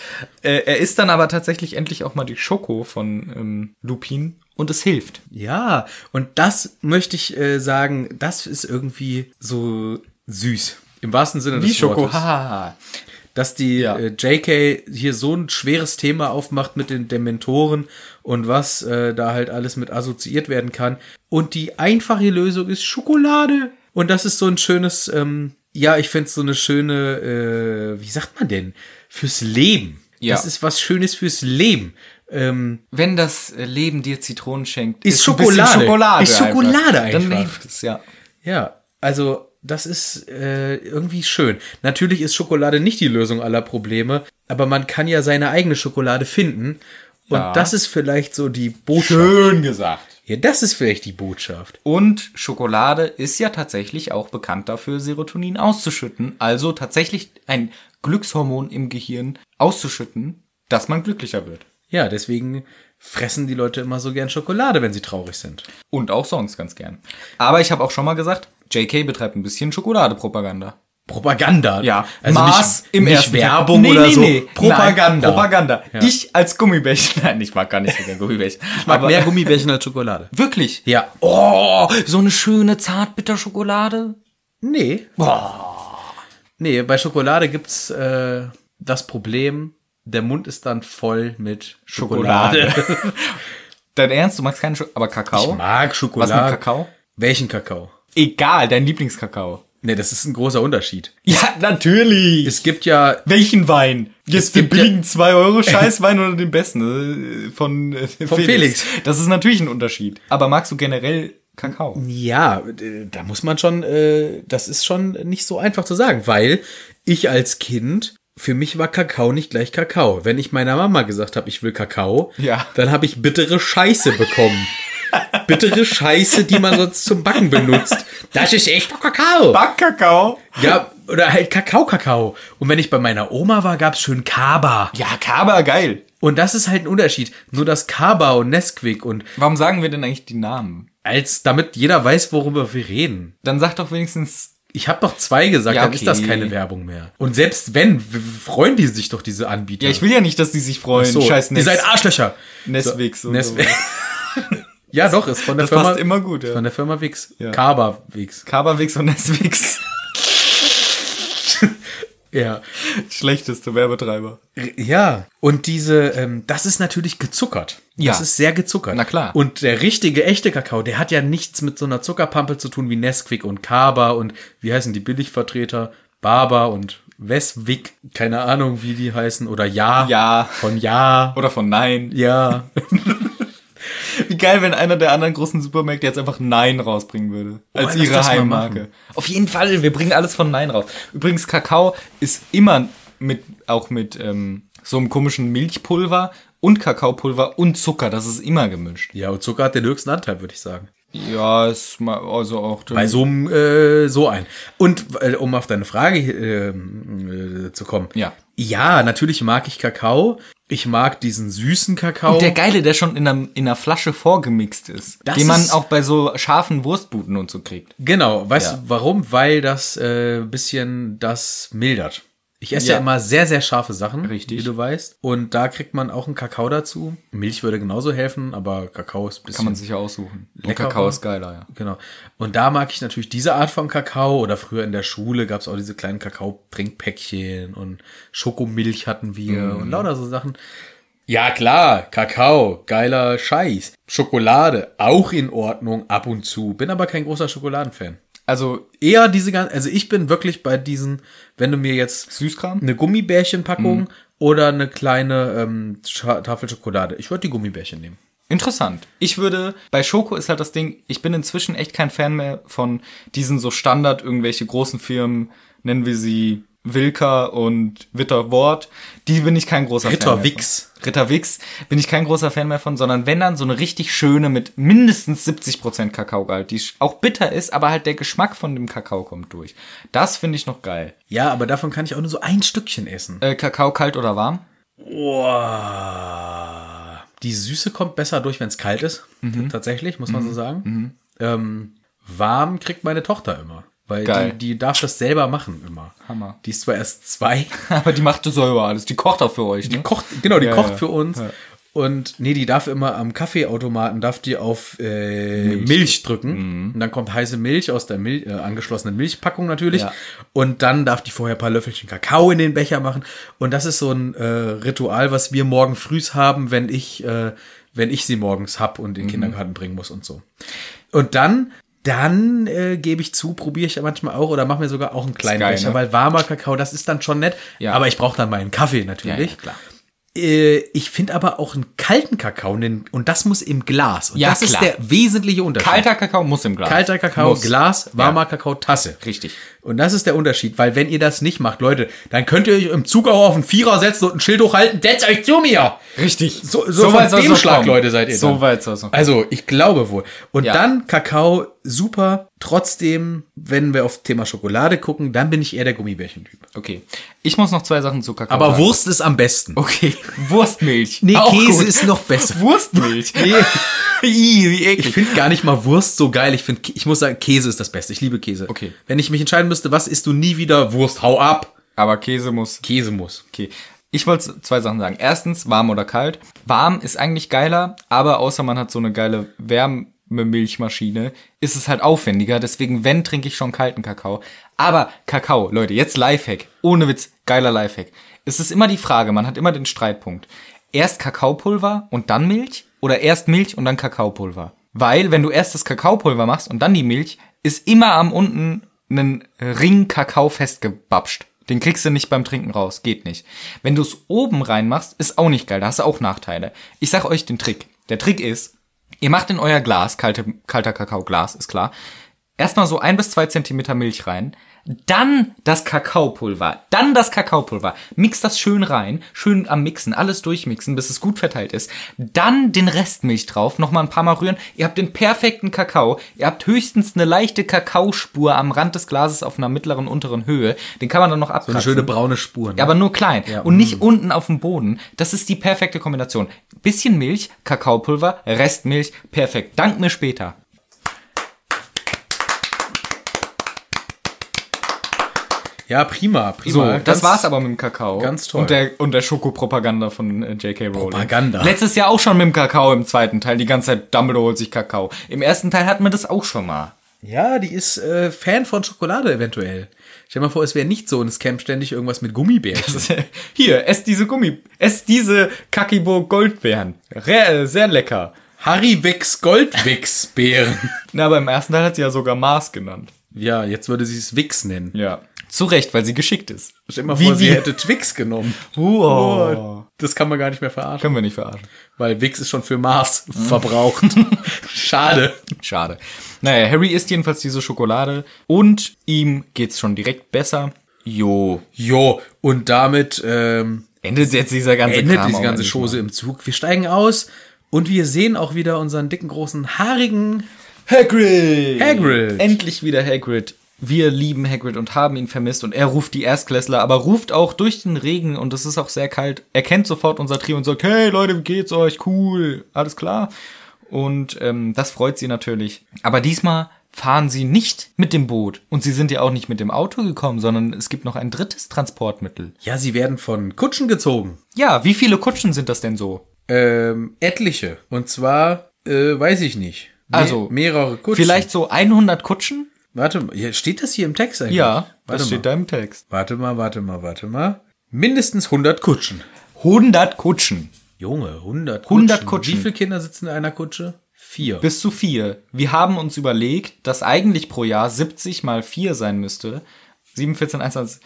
Äh, er isst dann aber tatsächlich endlich auch mal die Schoko von ähm, Lupin und es hilft. Ja, und das möchte ich äh, sagen, das ist irgendwie so süß. Im wahrsten Sinne des Wortes. haha. dass die Ja. äh, JK hier so ein schweres Thema aufmacht mit den Dementoren und was äh, da halt alles mit assoziiert werden kann. Und die einfache Lösung ist Schokolade. Und das ist so ein schönes, ähm, ja, ich finde so eine schöne, äh, wie sagt man denn, fürs Leben. Ja. Das ist was Schönes fürs Leben. Ähm, Wenn das äh, Leben dir Zitronen schenkt, Ist ein bisschen Schokolade. Schokolade. Ist Schokolade einfach. Dann einfach. hilft es, ja. ja, also das ist äh, irgendwie schön. Natürlich ist Schokolade nicht die Lösung aller Probleme, aber man kann ja seine eigene Schokolade finden. Und Ja. das ist vielleicht so die Botschaft. Schön gesagt. Ja, das ist vielleicht die Botschaft. Und Schokolade ist ja tatsächlich auch bekannt dafür, Serotonin auszuschütten. Also tatsächlich ein Glückshormon im Gehirn auszuschütten, dass man glücklicher wird. Ja, deswegen fressen die Leute immer so gern Schokolade, wenn sie traurig sind. Und auch Songs ganz gern. Aber ich habe auch schon mal gesagt, JK betreibt ein bisschen Schokoladepropaganda. Propaganda. Ja, also Mars nicht, im nicht ersten Werbung Nee, oder nee, so. nee. Propaganda. Nein, Propaganda. Ja. Ich als Gummibärchen. Nein, ich mag gar nicht so gerne Gummibärchen. Ich mag mehr Gummibärchen als Schokolade. Wirklich? Ja. Oh, so eine schöne Zartbitterschokolade. Nee. Nee, bei Schokolade gibt's äh, das Problem, der Mund ist dann voll mit Schokolade. Dein Ernst, du magst keine Schokolade, aber Kakao? Ich mag Was Schokolade. mit Kakao? Welchen Kakao? Egal, dein Lieblingskakao. Nee, das ist ein großer Unterschied. Ja, natürlich. Es gibt ja Welchen Wein? Jetzt den gibt ja- billigen 2 Euro Scheißwein oder den besten äh, von, äh, Felix. Das ist natürlich ein Unterschied. Aber magst du generell Kakao? Ja, d- da muss man schon, äh, das ist schon nicht so einfach zu sagen, weil ich als Kind, für mich war Kakao nicht gleich Kakao. Wenn ich meiner Mama gesagt habe, ich will Kakao, Ja. dann habe ich bittere Scheiße bekommen. bittere Scheiße, die man sonst zum Backen benutzt. Das ist echt Kakao. Backkakao? ja, oder halt Kakao-Kakao. Und wenn ich bei meiner Oma war, gab's schön Kaba. Ja, Kaba, geil. Und das ist halt ein Unterschied. Nur das Kaba und Nesquik und Warum sagen wir denn eigentlich die Namen? als, damit jeder weiß, worüber wir reden. Dann sag doch wenigstens, Ich habe doch zwei gesagt, Ja, dann ist das okay. keine Werbung mehr. Und selbst wenn, w- freuen die sich doch diese Anbieter. ja, ich will ja nicht, dass die sich freuen. so, Scheiß Ihr seid Arschlöcher. Neswix und Nes- so. ja, doch, ist von der Das Firma. passt immer gut, ist ja. Von der Firma Wix. Kaba Wix. Kabawix und Neswix. Ja. Schlechteste Werbetreiber. R- Ja. Und diese, ähm, das ist natürlich gezuckert. Ja. Das ist sehr gezuckert. Na klar. Und der richtige, echte Kakao, der hat ja nichts mit so einer Zuckerpampe zu tun wie Nesquik und Kaba und wie heißen die Billigvertreter? Baba und Weswick. Keine Ahnung, wie die heißen. Oder Ja. Ja. Von Ja. Oder von Nein. Ja. Wie geil, wenn einer der anderen großen Supermärkte jetzt einfach Nein rausbringen würde. als Oh, lass ihre das mal Heimmarke. Auf jeden Fall, wir bringen alles von Nein raus. Übrigens, Kakao ist immer mit, auch mit ähm, so einem komischen Milchpulver und Kakaopulver und Zucker. Das ist immer gemischt. Ja, und Zucker hat den höchsten Anteil, würde ich sagen. Ja, ist mal, also auch. Bei so einem, äh, so ein. Und äh, um auf deine Frage ähm, äh, zu kommen. Ja. Ja, natürlich mag ich Kakao. Ich mag diesen süßen Kakao. Und der geile, der schon in einer, in einer Flasche vorgemixt ist. Das den man ist- auch bei so scharfen Wurstbuten und so kriegt. genau, weißt Ja. du warum? Weil das äh, bisschen das mildert. Ich esse ja. Ja. immer sehr, sehr scharfe Sachen, Richtig. wie du weißt. Und da kriegt man auch einen Kakao dazu. Milch würde genauso helfen, aber Kakao ist ein bisschen. Kann man sich ja aussuchen. Und Lecker, Kakao oder? ist geiler, ja. Genau. Und da mag ich natürlich diese Art von Kakao. Oder früher in der Schule gab es auch diese kleinen Kakao-Trinkpäckchen und Schokomilch hatten wir und lauter so Sachen. Mhm. Ja klar, Kakao, geiler Scheiß. Schokolade, auch in Ordnung ab und zu. Bin aber kein großer Schokoladenfan. Also Eher diese ganzen, also ich bin wirklich bei diesen, wenn du mir jetzt Süßkram? eine Gummibärchenpackung oder eine kleine ähm, Scha- Tafel Schokolade. Ich würde die Gummibärchen nehmen. Interessant. Ich würde, bei Schoko ist halt das Ding, ich bin inzwischen echt kein Fan mehr von diesen so Standard irgendwelche großen Firmen, nennen wir sie Wilka und Ritter Wort. Die bin ich kein großer Ritter Fan mehr Wix. Von. Ritter Wix bin ich kein großer Fan mehr von, sondern wenn dann so eine richtig schöne mit mindestens 70% Kakaogehalt, die auch bitter ist, aber halt der Geschmack von dem Kakao kommt durch. Das finde ich noch geil. Ja, aber davon kann ich auch nur so ein Stückchen essen. Äh, Kakao kalt oder warm? Boah. Die Süße kommt besser durch, wenn es kalt ist. T- Mhm. Tatsächlich, muss man so sagen. Ähm, warm kriegt meine Tochter immer. Weil Geil. die, die darf das selber machen immer. Hammer. Die ist zwar erst zwei, aber die macht das selber alles. Die kocht auch für euch, ne? kocht, genau, die Ja, kocht ja. für uns. Und nee, die darf immer am Kaffeeautomaten, darf die auf äh, Milch. drücken. Mhm. Und dann kommt heiße Milch aus der Mil äh, angeschlossenen Milchpackung natürlich. Ja. Und dann darf die vorher ein paar Löffelchen Kakao in den Becher machen. Und das ist so ein äh, Ritual, was wir morgen frühs haben, wenn ich, äh, wenn ich sie morgens hab und in Mhm. den Kindergarten bringen muss und so. Und dann, dann äh, gebe ich zu, probiere ich ja manchmal auch oder mache mir sogar auch einen kleinen geil, Becher, ne? weil warmer Kakao, das ist dann schon nett. Ja. Aber ich brauche dann meinen Kaffee natürlich. klar. Äh, Ich finde aber auch einen kalten Kakao denn- und das muss im Glas. Und Ja, das ist klar. der wesentliche Unterschied. Kalter Kakao muss im Glas. Kalter Kakao, muss. Glas, warmer Kakao, Tasse. Richtig. Und das ist der Unterschied, weil wenn ihr das nicht macht, Leute, dann könnt ihr euch im Zug auch auf einen Vierer setzen und ein Schild hochhalten, setzt euch zu mir! Richtig. So, so, von weit soll's dem noch Schlag, kommen. Leute, seid ihr So dann. weit soll's noch kommen. Also, ich glaube wohl. Und Ja. dann Kakao, super. Trotzdem, wenn wir auf Thema Schokolade gucken, dann bin ich eher der Gummibärchen-Typ. Okay. Ich muss noch zwei Sachen zu Kakao Aber sagen. Wurst ist am besten. Okay. Wurstmilch. Nee, Auch Käse gut. ist noch besser. Wurstmilch. Nee, Ih, wie eklig. ich finde gar nicht mal Wurst so geil. Ich finde, ich muss sagen, Käse ist das Beste. Ich liebe Käse. Okay. Wenn ich mich entscheiden müsste, was isst du nie wieder? Wurst, hau ab. Aber Käse muss. Käse muss. Okay. Ich wollte zwei Sachen sagen. Erstens, warm oder kalt. Warm ist eigentlich geiler, aber außer man hat so eine geile Wärmemilchmaschine, ist es halt aufwendiger. Deswegen, wenn, trinke ich schon kalten Kakao. Aber Kakao, Leute, jetzt Lifehack. Ohne Witz, geiler Lifehack. Es ist immer die Frage, man hat immer den Streitpunkt. Erst Kakaopulver und dann Milch oder erst Milch und dann Kakaopulver? Weil, wenn du erst das Kakaopulver machst und dann die Milch, ist immer am unten einen Ring Kakao festgebapscht. Den kriegst du nicht beim Trinken raus, geht nicht. Wenn du es oben reinmachst, ist auch nicht geil, da hast du auch Nachteile. Ich sag euch den Trick. Der Trick ist, ihr macht in euer Glas, kalte, kalter Kakaoglas, ist klar, erstmal so ein bis zwei Zentimeter Milch rein, dann das Kakaopulver, dann das Kakaopulver, mix das schön rein, schön am Mixen, alles durchmixen, bis es gut verteilt ist, dann den Restmilch drauf, nochmal ein paar Mal rühren, ihr habt den perfekten Kakao, ihr habt höchstens eine leichte Kakaospur am Rand des Glases auf einer mittleren, unteren Höhe, den kann man dann noch abkratzen. Eine schöne braune Spur. Ne? Ja, aber nur klein und nicht unten auf dem Boden. Das ist die perfekte Kombination. Bisschen Milch, Kakaopulver, Restmilch, perfekt. Dank mir später. ja prima, prima. So, Ganz- das war's aber mit dem Kakao. ganz toll. Und der, und der Schokopropaganda von äh, J.K. Rowling. Propaganda. Letztes Jahr auch schon mit dem Kakao im zweiten Teil. Die ganze Zeit Dumbledore holt sich Kakao. Im ersten Teil hatten wir das auch schon mal. Ja, die ist äh, Fan von Schokolade eventuell. Stell dir mal vor, es wäre nicht so und es käme ständig irgendwas mit Gummibärchen. Das ist- Hier, ess diese Gummi, ess diese Kakibo Goldbeeren. Re äh, sehr lecker. Harry Wicks Goldwicks Bären. Na, aber im ersten Teil hat sie ja sogar Mars genannt. ja, jetzt würde sie es Wicks nennen. Ja. Zu Recht, weil sie geschickt ist. Stell dir mal Wie- vor, sie wie- hätte Twix genommen. Wow. Das kann man gar nicht mehr verarschen. Können wir nicht verarschen. Weil Wix ist schon für Mars Mhm. verbraucht. Schade. Schade. Naja, Harry isst jedenfalls diese Schokolade und ihm geht's schon direkt besser. Jo. Jo, und damit ähm, Endet jetzt dieser ganze endet Kram diese auch ganze endlich Chose im Zug. Wir steigen aus und wir sehen auch wieder unseren dicken, großen, haarigen mal. Hagrid! Hagrid. Endlich wieder Hagrid. Wir lieben Hagrid und haben ihn vermisst und er ruft die Erstklässler, aber ruft auch durch den Regen und es ist auch sehr kalt. Er kennt sofort unser Trio und sagt, hey Leute, wie geht's euch? Cool, alles klar. Und ähm, das freut sie natürlich. Aber diesmal fahren sie nicht mit dem Boot und sie sind ja auch nicht mit dem Auto gekommen, sondern es gibt noch ein drittes Transportmittel. Ja, sie werden von Kutschen gezogen. Ja, wie viele Kutschen sind das denn so? Ähm, etliche. Und zwar, äh, weiß ich nicht. Me- Also, mehrere Kutschen. Vielleicht so 100 Kutschen? Warte mal, ja, steht das hier im Text eigentlich? Ja, Warte das mal. steht da im Text. Warte mal, warte mal, warte mal. Mindestens 100 Kutschen. 100 Kutschen. Junge, 100 Kutschen. 100 Kutschen. Wie viele Kinder sitzen in einer Kutsche? Vier. Bis zu vier. Wir haben uns überlegt, dass eigentlich pro Jahr 70 mal 4 sein müsste. 7, 14, 21,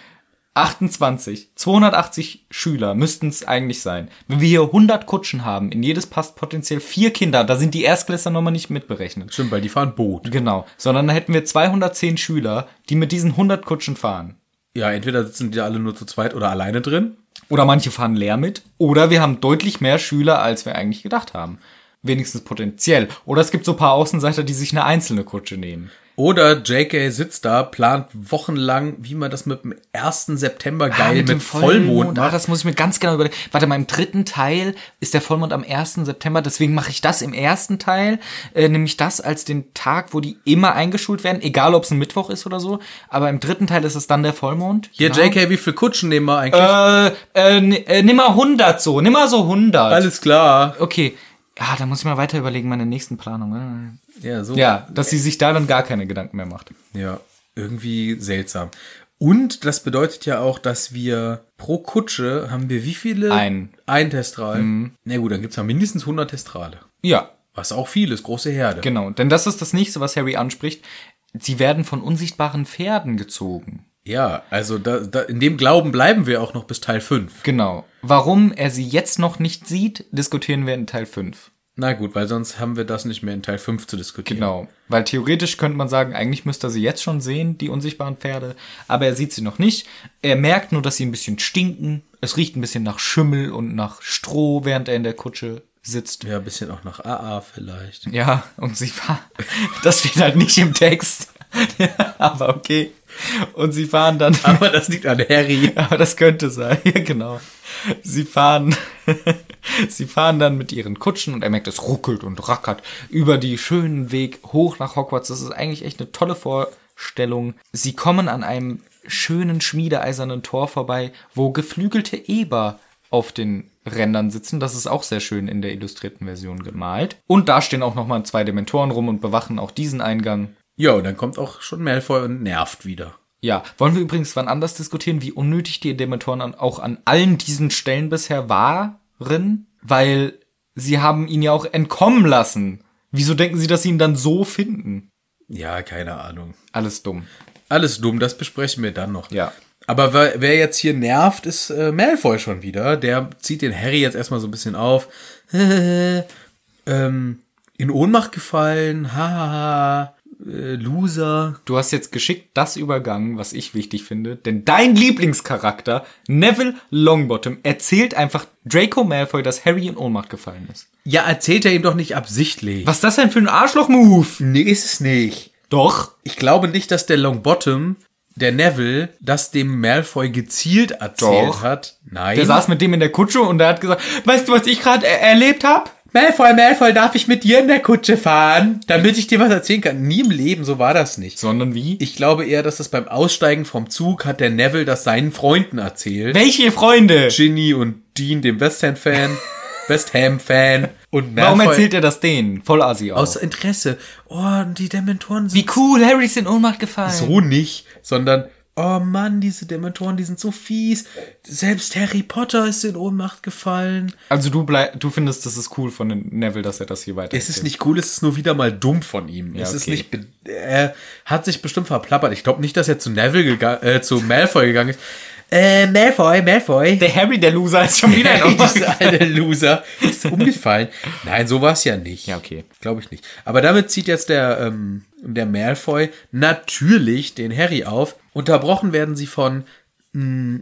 28. 280 Schüler müssten es eigentlich sein. Wenn wir hier 100 Kutschen haben, in jedes passt potenziell vier Kinder, da sind die Erstklässler nochmal nicht mitberechnet. Stimmt, weil die fahren Boot. Genau. Sondern da hätten wir 210 Schüler, die mit diesen 100 Kutschen fahren. Ja, entweder sitzen die alle nur zu zweit oder alleine drin. Oder manche fahren leer mit. Oder wir haben deutlich mehr Schüler, als wir eigentlich gedacht haben. Wenigstens potenziell. Oder es gibt so ein paar Außenseiter, die sich eine einzelne Kutsche nehmen. Oder JK sitzt da, plant wochenlang, wie man das mit dem 1. September geil Ah, mit, Vollmond Ah, macht. das muss ich mir ganz genau überlegen. Warte mal, im dritten Teil ist der Vollmond am 1. September, deswegen mache ich das im ersten Teil, äh, nämlich das als den Tag, wo die immer eingeschult werden, egal ob es ein Mittwoch ist oder so, aber im dritten Teil ist es dann der Vollmond. Hier, genau. JK, wie viele Kutschen nehmen wir eigentlich? Äh, äh, n- äh, nimm mal 100 so, nimm mal so 100. Alles klar. Okay. Ja, da muss ich mal weiter überlegen, meine nächsten Planungen. Ja, so. Ja, dass sie sich da dann gar keine Gedanken mehr macht. Ja, irgendwie seltsam. Und das bedeutet ja auch, dass wir pro Kutsche haben wir wie viele? Ein. Mhm. Ein Testral. Na gut, dann gibt's ja mindestens 100 Testrale. Ja, Was auch viel ist, große Herde. genau. Denn das ist das nächste, was Harry anspricht. Sie werden von unsichtbaren Pferden gezogen. Ja, also da, da, in dem Glauben bleiben wir auch noch bis Teil 5. Genau. Warum er sie jetzt noch nicht sieht, diskutieren wir in Teil 5. Na gut, weil sonst haben wir das nicht mehr in Teil 5 zu diskutieren. Genau. Weil theoretisch könnte man sagen, eigentlich müsste er sie jetzt schon sehen, die unsichtbaren Pferde. Aber er sieht sie noch nicht. Er merkt nur, dass sie ein bisschen stinken. Es riecht ein bisschen nach Schimmel und nach Stroh, während er in der Kutsche sitzt. Ja, ein bisschen auch nach AA vielleicht. Ja, und sie fahren. Das steht halt nicht im Text. Ja, aber okay. Und sie fahren dann. Aber das liegt an Harry. Aber das könnte sein, ja, genau. Sie fahren, sie fahren dann mit ihren Kutschen und er merkt, es ruckelt und rackert über die schönen Weg hoch nach Hogwarts. Das ist eigentlich echt eine tolle Vorstellung. Sie kommen an einem schönen schmiedeeisernen Tor vorbei, wo geflügelte Eber auf den Rändern sitzen. Das ist auch sehr schön in der illustrierten Version gemalt. Und da stehen auch nochmal zwei Dementoren rum und bewachen auch diesen Eingang. Ja, und dann kommt auch schon Malfoy und nervt wieder. Ja, wollen wir übrigens wann anders diskutieren, wie unnötig die Dementoren an, auch an allen diesen Stellen bisher waren, weil sie haben ihn ja auch entkommen lassen. Wieso denken sie, dass sie ihn dann so finden? Ja, keine Ahnung. Alles dumm. Alles dumm, das besprechen wir dann noch. Ja. Aber wer, wer jetzt hier nervt, ist äh, Malfoy schon wieder. Der zieht den Harry jetzt erstmal so ein bisschen auf. ähm, in Ohnmacht gefallen, hahaha, äh, Loser. Du hast jetzt geschickt das übergangen, was ich wichtig finde, denn dein Lieblingscharakter, Neville Longbottom, erzählt einfach Draco Malfoy, dass Harry in Ohnmacht gefallen ist. Ja, erzählt er ihm doch nicht absichtlich. Was ist das denn für ein Arschloch-Move? Nee, ist es nicht. Doch. Ich glaube nicht, dass der Longbottom, der Neville, das dem Malfoy gezielt erzählt Doch. hat. Nein. Der saß mit dem in der Kutsche und der hat gesagt, weißt du, was ich gerade er erlebt habe? Malfoy, Malfoy, darf ich mit dir in der Kutsche fahren, damit ich dir was erzählen kann? Nie im Leben, so war das nicht. Sondern wie? Ich glaube eher, dass das beim Aussteigen vom Zug hat der Neville das seinen Freunden erzählt. Welche Freunde? Ginny und Dean, dem West Ham-Fan, West Ham-Fan und Malfoy. Warum erzählt er das denen? Voll Asi auch. Aus Interesse. Oh, die Dementoren sind wie cool, Harry ist in Ohnmacht gefallen. so nicht, sondern oh Mann, diese Dementoren, die sind so fies. Selbst Harry Potter ist in Ohnmacht gefallen. Also du bleib, du findest, das ist cool von Neville, dass er das hier weiter. Es ist nicht cool, es ist nur wieder mal dumm von ihm. es ist okay. nicht, be- er hat sich bestimmt verplappert. Ich glaube nicht, dass er zu Neville gega- äh, zu Malfoy gegangen ist. Äh, Malfoy, Malfoy. Der Harry, der Loser, ist schon wieder in Ey, Ohnmacht. dieser alte Loser ist umgefallen. Nein, so war es ja nicht. Ja, okay. Glaube ich nicht. Aber damit zieht jetzt der, ähm, der Malfoy natürlich den Harry auf. Unterbrochen werden sie von, mh,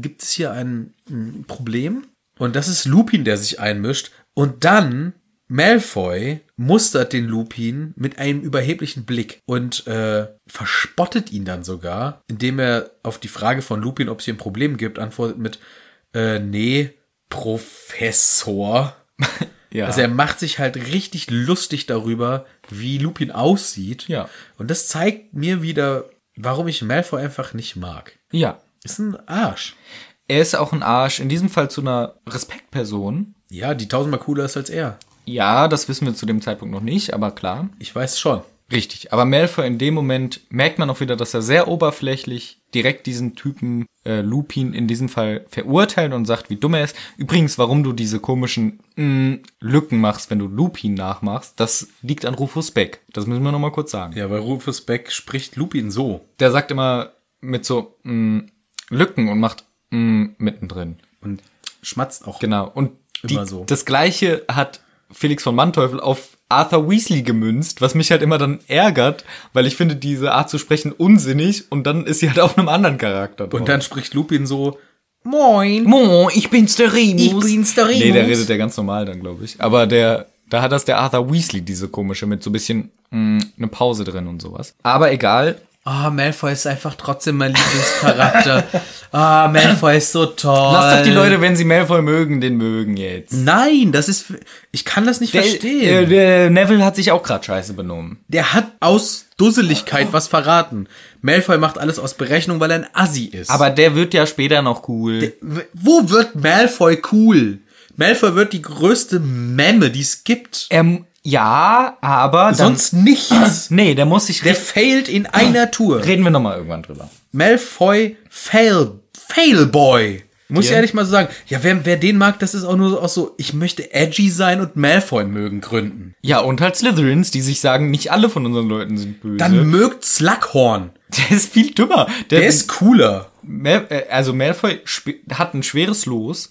gibt es hier ein mh, Problem? Und das ist Lupin, der sich einmischt. Und dann Malfoy mustert den Lupin mit einem überheblichen Blick und äh, verspottet ihn dann sogar, indem er auf die Frage von Lupin, ob es hier ein Problem gibt, antwortet mit äh, nee, Professor. Ja. Also er macht sich halt richtig lustig darüber, wie Lupin aussieht. Ja. Und das zeigt mir wieder, warum ich Malfoy einfach nicht mag. Ja. Ist ein Arsch. Er ist auch ein Arsch. In diesem Fall zu einer Respektperson. Ja, die tausendmal cooler ist als er. Ja, das wissen wir zu dem Zeitpunkt noch nicht, aber klar. Ich weiß schon. Richtig, aber Malfoy in dem Moment merkt man auch wieder, dass er sehr oberflächlich direkt diesen Typen äh, Lupin in diesem Fall verurteilt und sagt, wie dumm er ist. Übrigens, warum du diese komischen mm, Lücken machst, wenn du Lupin nachmachst, das liegt an Rufus Beck. Das müssen wir nochmal kurz sagen. Ja, weil Rufus Beck spricht Lupin so. Der sagt immer mit so mm, Lücken und macht mm, mittendrin. Und schmatzt auch. Genau. Und die, Immer so. das gleiche hat Felix von Manteuffel auf Arthur Weasley gemünzt, was mich halt immer dann ärgert, weil ich finde diese Art zu sprechen unsinnig und dann ist sie halt auf einem anderen Charakter drauf. Und dann spricht Lupin so. Mo, ich bin's der Remus. Ich bin's der Nee, der Remus. redet ja ganz normal dann, glaube ich. Aber der, da hat das der Arthur Weasley, diese komische, mit so ein bisschen mh, eine Pause drin und sowas. Aber egal. Ah, Malfoy ist einfach trotzdem mein Lieblingscharakter. Ah, Malfoy ist so toll. Lasst doch die Leute, wenn sie Malfoy mögen, den mögen jetzt. Nein, das ist. Ich kann das nicht Der, verstehen. der Neville hat sich auch gerade scheiße benommen. Der hat aus Dusseligkeit was verraten. Malfoy macht alles aus Berechnung, weil er ein Assi ist. Aber der wird ja später noch cool. W- wo wird Malfoy cool? Malfoy wird die größte Memme, die es gibt. Ähm, ja, aber dann, Sonst nichts. Nee, der muss sich. Der failt in einer Tour. reden wir nochmal irgendwann drüber. Malfoy Fail, Fail Boy. Muss ich Ja. ehrlich mal so sagen. Ja, wer, wer den mag, das ist auch nur so- auch so, ich möchte edgy sein und Malfoy mögen gründen. Ja, und halt Slytherins, die sich sagen, nicht alle von unseren Leuten sind böse. Dann mögt Slughorn. Der ist viel dümmer. Der ist cooler. Mal, äh, also Malfoy sp- hat ein schweres Los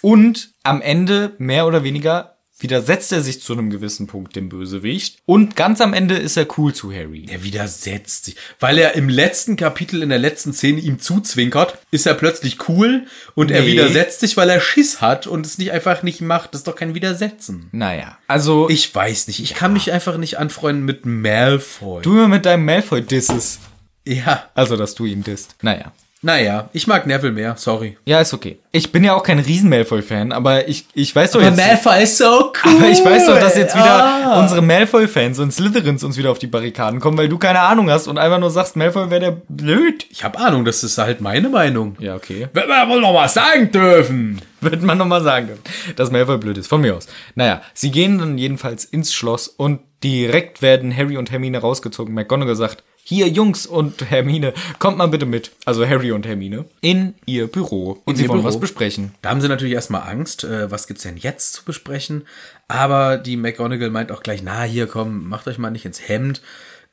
und am Ende mehr oder weniger widersetzt er sich zu einem gewissen Punkt dem Bösewicht und ganz am Ende ist er cool zu Harry. Der widersetzt sich. Weil er im letzten Kapitel, in der letzten Szene ihm zuzwinkert, ist er plötzlich cool und er Nee. widersetzt sich, weil er Schiss hat und es nicht einfach nicht macht. Das ist doch kein Widersetzen. Naja, also Ich weiß nicht. Ich kann mich einfach nicht anfreunden mit Malfoy. du immer mit deinem Malfoy disses. ja. Also, dass du ihn disst. Naja. Naja, ich mag Neville mehr. Sorry. Ja, ist okay. Ich bin ja auch kein Riesen-Malfoy-Fan, aber ich, ich weiß doch jetzt... ist so cool. Aber ich weiß doch, dass jetzt wieder Ah. unsere Malfoy-Fans und Slytherins uns wieder auf die Barrikaden kommen, weil du keine Ahnung hast und einfach nur sagst, Malfoy wäre der blöd. Ich habe Ahnung, das ist halt meine Meinung. Ja, okay. Wenn wir wohl noch was sagen dürfen. Wird man nochmal sagen dürfen, dass Malfoy blöd ist. Von mir aus. Naja, sie gehen dann jedenfalls ins Schloss und direkt werden Harry und Hermine rausgezogen. McGonagall sagt, hier Jungs und Hermine, kommt mal bitte mit. Also Harry und Hermine in ihr Büro. Und sie ihr wollen Büro. was besprechen. Da haben sie natürlich erstmal Angst, äh, was gibt's denn jetzt zu besprechen? Aber die McGonagall meint auch gleich, na hier, komm, macht euch mal nicht ins Hemd.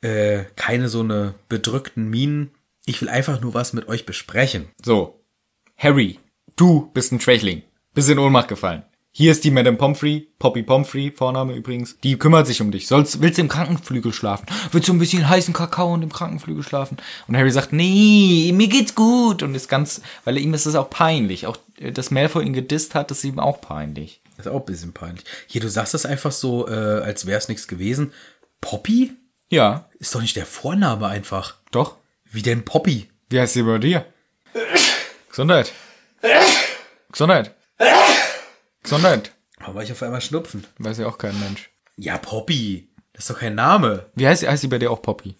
Äh, keine so eine bedrückten Mienen. Ich will einfach nur was mit euch besprechen. So, Harry, du bist ein Schwächling. Bist in Ohnmacht gefallen. Hier ist die Madame Pomfrey, Poppy Pomfrey, Vorname übrigens. Die kümmert sich um dich. Sollst, willst du im Krankenflügel schlafen? Willst du ein bisschen heißen Kakao und im Krankenflügel schlafen? Und Harry sagt, nee, mir geht's gut. Und ist ganz, weil ihm ist es auch peinlich. Auch, äh, dass Malfoy ihn gedisst hat, ist ihm auch peinlich. Das ist auch ein bisschen peinlich. Hier, du sagst das einfach so, äh, als wär's nichts gewesen. Poppy? Ja, Ist doch nicht der Vorname einfach. doch. Wie denn Poppy? Wie heißt sie bei dir? Gesundheit. Gesundheit. Gesundheit. Warum war ich auf einmal schnupfen? Weiß ja auch kein Mensch. Ja, Poppy. Das ist doch kein Name. Wie heißt sie, heißt sie bei dir auch Poppy?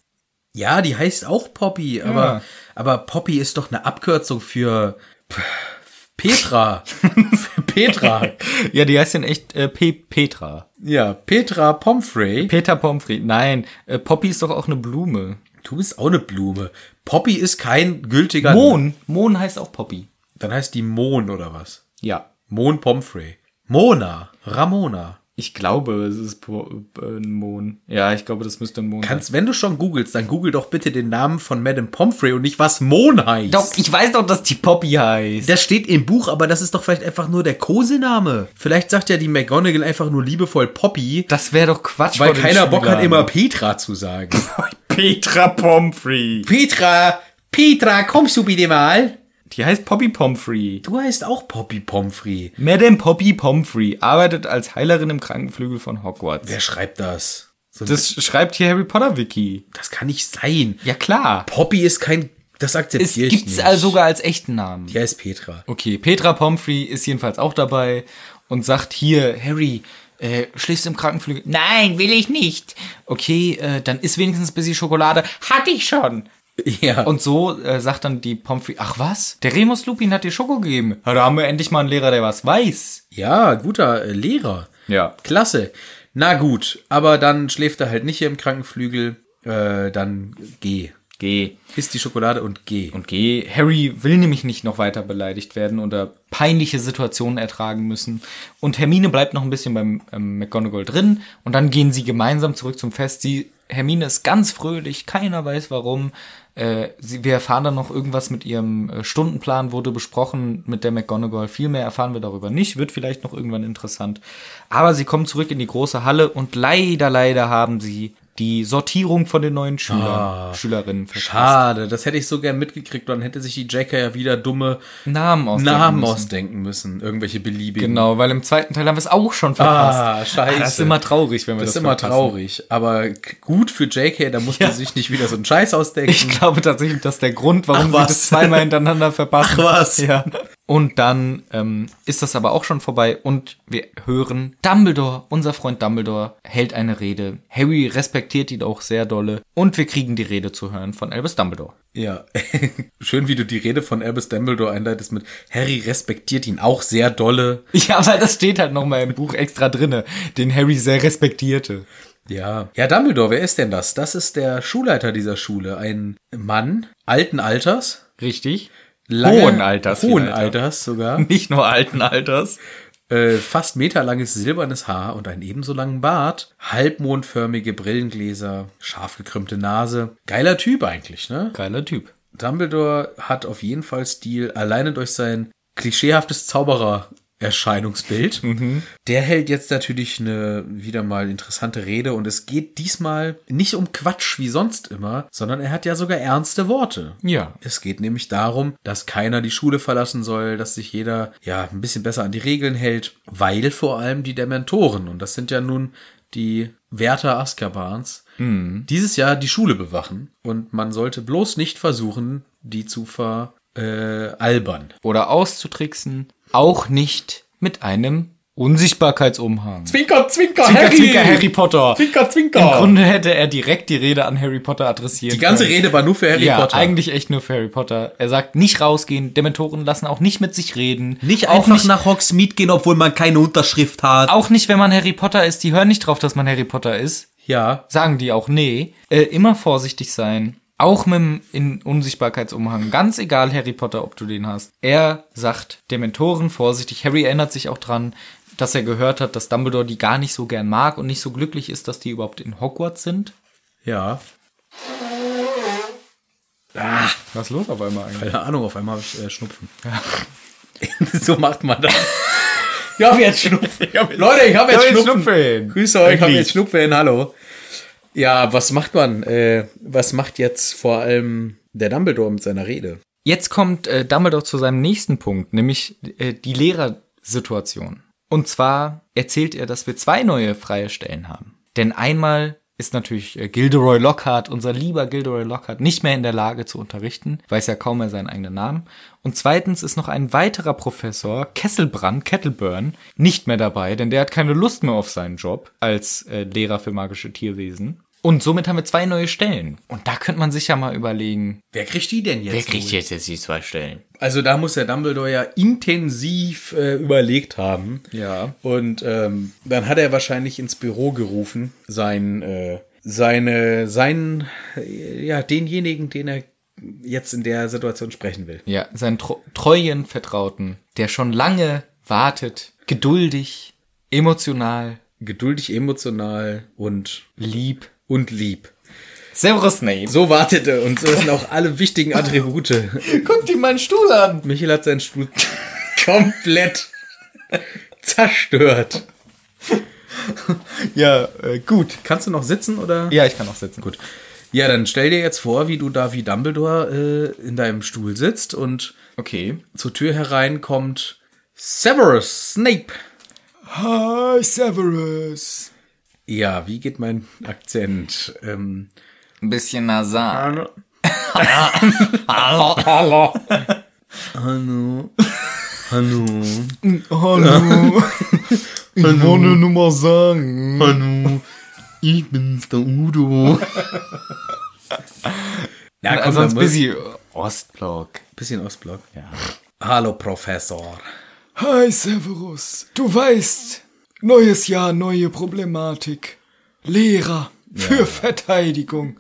Ja, die heißt auch Poppy, aber, aber Poppy ist doch eine Abkürzung für P- Petra. für Petra. Ja, die heißt in echt äh, P Petra. Ja, Petra Pomfrey. Peter Pomfrey. Nein, äh, Poppy ist doch auch eine Blume. Du bist auch eine Blume. Poppy ist kein gültiger. Mohn. Mohn heißt auch Poppy. Dann heißt die Mon oder was? Ja. Mon Pomfrey. Mona. Ramona. Ich glaube, es ist po äh, ein Mohn. Ja, ich glaube, das müsste ein Mohn sein. Kannst, wenn du schon googelst, dann google doch bitte den Namen von Madame Pomfrey und nicht, was Mon heißt. Doch, ich weiß doch, dass die Poppy heißt. Das steht im Buch, aber das ist doch vielleicht einfach nur der Kosename. Vielleicht sagt ja die McGonagall einfach nur liebevoll Poppy, Das wäre doch Quatsch. weil von den keiner Bock hat, Schülern. immer Petra zu sagen. Petra Pomfrey. Petra, Petra, kommst du bitte mal? Die heißt Poppy Pomfrey. Du heißt auch Poppy Pomfrey. Madame Poppy Pomfrey arbeitet als Heilerin im Krankenflügel von Hogwarts. Wer schreibt das? So, das, Das schreibt hier Harry Potter Wiki. das kann nicht sein. Ja klar. Poppy ist kein, das akzeptiere Es ich gibt's nicht. also sogar als echten Namen. Die heißt Petra. Okay, Petra Pomfrey ist jedenfalls auch dabei und sagt hier, Harry, äh, schläfst du im Krankenflügel? Nein, will ich nicht. Okay, äh, dann isst wenigstens ein bisschen Schokolade. Hatte ich schon. Ja. Und so äh, sagt dann die Pomfrey, ach was, der Remus Lupin hat dir Schoko gegeben. Ja, da haben wir endlich mal einen Lehrer, der was weiß. Ja, guter äh, Lehrer. Ja. Klasse. Na gut, aber dann schläft er halt nicht hier im Krankenflügel. Äh, dann geh. Geh. Iss die Schokolade und geh. Und geh. Harry will nämlich nicht noch weiter beleidigt werden oder peinliche Situationen ertragen müssen. Und Hermine bleibt noch ein bisschen beim ähm, McGonagall drin und dann gehen sie gemeinsam zurück zum Fest. Sie, Hermine ist ganz fröhlich, keiner weiß warum. Äh, sie, wir erfahren dann noch irgendwas mit ihrem äh, Stundenplan, wurde besprochen mit der McGonagall. Viel mehr erfahren wir darüber nicht, wird vielleicht noch irgendwann interessant. Aber sie kommen zurück in die große Halle und leider, leider haben sie die Sortierung von den neuen Schülern, Schülerinnen verpasst. Schade, das hätte ich so gern mitgekriegt. Dann hätte sich die JK ja wieder dumme Namen ausdenken Namen müssen. ausdenken müssen. Irgendwelche beliebigen. Genau, weil im zweiten Teil haben wir es auch schon verpasst. Ah, scheiße. das ist immer traurig, wenn wir Das das ist immer verpassen. traurig, aber k- gut für JK, da musste Ja. sich nicht wieder so einen Scheiß ausdenken. Ich glaube tatsächlich, dass der Grund, warum Ach, wir was. das zweimal hintereinander verpassen. Ach, was. Ja. Und dann ähm, ist das aber auch schon vorbei und wir hören Dumbledore, unser Freund Dumbledore, hält eine Rede. Harry respektiert ihn auch sehr dolle und wir kriegen die Rede zu hören von Albus Dumbledore. Ja. Schön, wie du die Rede von Albus Dumbledore einleitest mit Harry respektiert ihn auch sehr dolle. Ja, weil das steht halt nochmal im Buch extra drinne, den Harry sehr respektierte. Ja. Ja, Dumbledore, wer ist denn das? Das ist der Schulleiter dieser Schule. Ein Mann alten Alters. Richtig? lange- Hohen Alters Hohen vielleicht auch. Alters sogar. Nicht nur alten Alters. äh, fast meterlanges silbernes Haar und einen ebenso langen Bart, halbmondförmige Brillengläser, scharf gekrümmte Nase. Geiler Typ eigentlich, ne? Geiler Typ. Dumbledore hat auf jeden Fall Stil, alleine durch sein klischeehaftes Zauberer. Erscheinungsbild. Der hält jetzt natürlich eine wieder mal interessante Rede und es geht diesmal nicht um Quatsch wie sonst immer, sondern er hat ja sogar ernste Worte. Ja. Es geht nämlich darum, dass keiner die Schule verlassen soll, dass sich jeder ja ein bisschen besser an die Regeln hält, weil vor allem die Dementoren, und das sind ja nun die Wärter Azkabans, dieses Jahr die Schule bewachen und man sollte bloß nicht versuchen, die zu veralbern. Äh, albern. Oder auszutricksen. Auch nicht mit einem Unsichtbarkeitsumhang. Zwinker, Zwinker, Harry Potter. Zwinker, Im Zwinker. Grunde hätte er direkt die Rede an Harry Potter adressiert. die ganze Rede war nur für Harry ja, Potter. eigentlich echt nur für Harry Potter. Er sagt, nicht rausgehen, Dementoren lassen auch nicht mit sich reden. Nicht auch einfach nach Hogsmeade gehen, obwohl man keine Unterschrift hat. Auch nicht, wenn man Harry Potter ist. Die hören nicht drauf, dass man Harry Potter ist. Ja, Sagen die auch, nee. Äh, immer vorsichtig sein. Auch mit dem in Unsichtbarkeitsumhang. Ganz egal, Harry Potter, ob du den hast. Er sagt Dementoren vorsichtig. Harry erinnert sich auch dran, dass er gehört hat, dass Dumbledore die gar nicht so gern mag und nicht so glücklich ist, dass die überhaupt in Hogwarts sind. ja. Was ist los auf einmal eigentlich? Keine Ahnung, auf einmal habe ich äh, Schnupfen. so macht man das. Ich habe jetzt Schnupfen. Leute, ich habe jetzt, Schnupfen. Grüße euch, ich habe jetzt Schnupfen, hallo. Ja, was macht man? Äh, was macht jetzt vor allem der Dumbledore mit seiner Rede? Jetzt kommt äh, Dumbledore zu seinem nächsten Punkt, nämlich äh, die Lehrersituation. Und zwar erzählt er, dass wir zwei neue freie Stellen haben. Denn einmal ist natürlich äh, Gilderoy Lockhart, unser lieber Gilderoy Lockhart, nicht mehr in der Lage zu unterrichten, weiß ja kaum mehr seinen eigenen Namen. Und zweitens ist noch ein weiterer Professor, Kesselbrand, Kettleburn, nicht mehr dabei, denn der hat keine Lust mehr auf seinen Job als äh, Lehrer für magische Tierwesen. Und somit haben wir zwei neue Stellen. Und da könnte man sich ja mal überlegen, Wer kriegt die denn jetzt? Wer kriegt jetzt, jetzt die zwei Stellen? Also da muss der Dumbledore ja intensiv äh, überlegt haben. Ja. Und ähm, dann hat er wahrscheinlich ins Büro gerufen, sein, äh, seine, seinen, äh, ja, denjenigen, den er jetzt in der Situation sprechen will. Ja, seinen tro- treuen Vertrauten, der schon lange wartet, geduldig, emotional, Geduldig, emotional und, lieb. und lieb. Severus Snape. So wartete und so sind auch alle wichtigen Attribute. Guck dir meinen Stuhl an. Michael hat seinen Stuhl komplett zerstört. Ja, äh, gut. Kannst du noch sitzen oder? Ja, ich kann auch sitzen. Gut. Ja, dann stell dir jetzt vor, wie du da wie Dumbledore äh, in deinem Stuhl sitzt und Okay. zur Tür hereinkommt Severus Snape. Hi, Severus. Ja, wie geht mein Akzent? Ähm, Ein bisschen nasal. hallo. Hallo. Hallo. Hallo. Hallo. Ich wollte nur mal sagen. Hallo. Ich bin's, der Udo. ja, komm, Also Sonst sonst bisschen, busy. Ostblock. bisschen Ostblock. Ja. Hallo, Professor. Hi Severus, du weißt, neues Jahr, neue Problematik. Lehrer für Verteidigung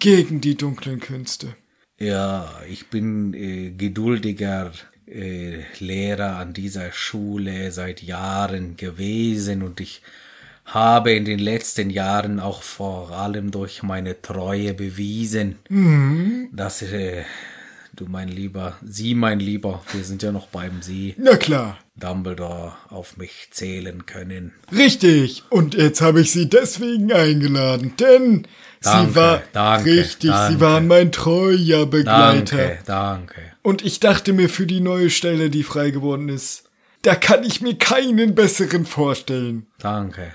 gegen die dunklen Künste. Ja, ich bin äh, geduldiger äh, Lehrer an dieser Schule seit Jahren gewesen und ich habe in den letzten Jahren auch vor allem durch meine Treue bewiesen, dass äh, du mein Lieber, Sie mein Lieber, wir sind ja noch beim Sie, Na klar, Dumbledore auf mich zählen können. richtig. Und jetzt habe ich sie deswegen eingeladen, denn Danke, sie war danke, richtig, danke. sie waren mein treuer Begleiter. Danke, danke. Und ich dachte mir für die neue Stelle, die frei geworden ist, da kann ich mir keinen besseren vorstellen. Danke.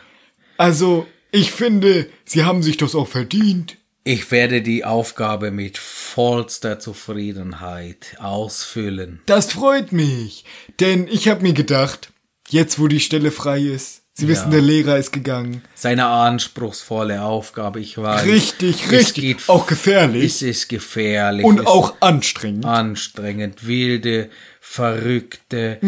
Also, ich finde, sie haben sich das auch verdient. Ich werde die Aufgabe mit vollster Zufriedenheit ausfüllen. Das freut mich, denn ich habe mir gedacht, jetzt wo die Stelle frei ist, Sie wissen, der Lehrer ist gegangen. seine anspruchsvolle Aufgabe. Ich weiß. Richtig, Also, es richtig. geht- Auch gefährlich. Es ist gefährlich. Und es auch ist anstrengend. anstrengend, wilde, verrückte,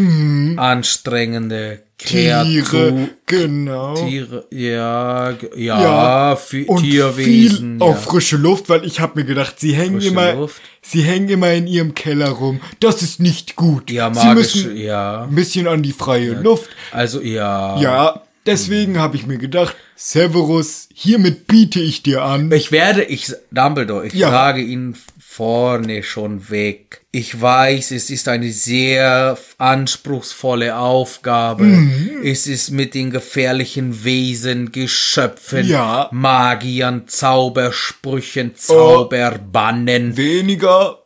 anstrengende Kreatur- Mhm. Tiere, genau. Tiere, ja, g- ja, Ja, Fi- und Tierwesen. viel auf ja. frische Luft, weil ich habe mir gedacht, sie hängen Frische immer, Luft. sie hängen immer in ihrem Keller rum. Das ist nicht gut. ja, sie magische, müssen ja. ein bisschen an die freie Luft. Also, ja. Ja, deswegen habe ich mir gedacht, Severus, hiermit biete ich dir an. Ich werde, ich, Dumbledore, ich Ja. trage ihn vorne schon weg. Ich weiß, es ist eine sehr anspruchsvolle Aufgabe. Mhm. Es ist mit den gefährlichen Wesen, Geschöpfen, Ja. Magiern, Zaubersprüchen, Zauberbannen. Oh. Weniger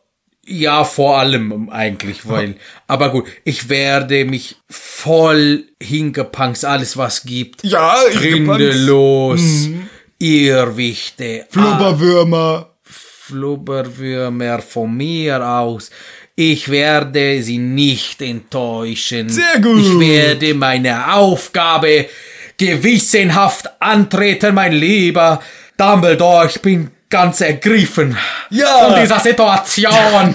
Ja, vor allem eigentlich, weil. Aber gut, ich werde mich voll hingepunks, alles was gibt. Ja, Mhm. hingepunks. Grindelos, Irrwichte, Flubberwürmer. Flubberwürmer von mir aus. Ich werde sie nicht enttäuschen. Sehr gut. Ich werde meine Aufgabe gewissenhaft antreten, mein lieber Dumbledore. Ich bin ganz ergriffen Ja. von dieser Situation.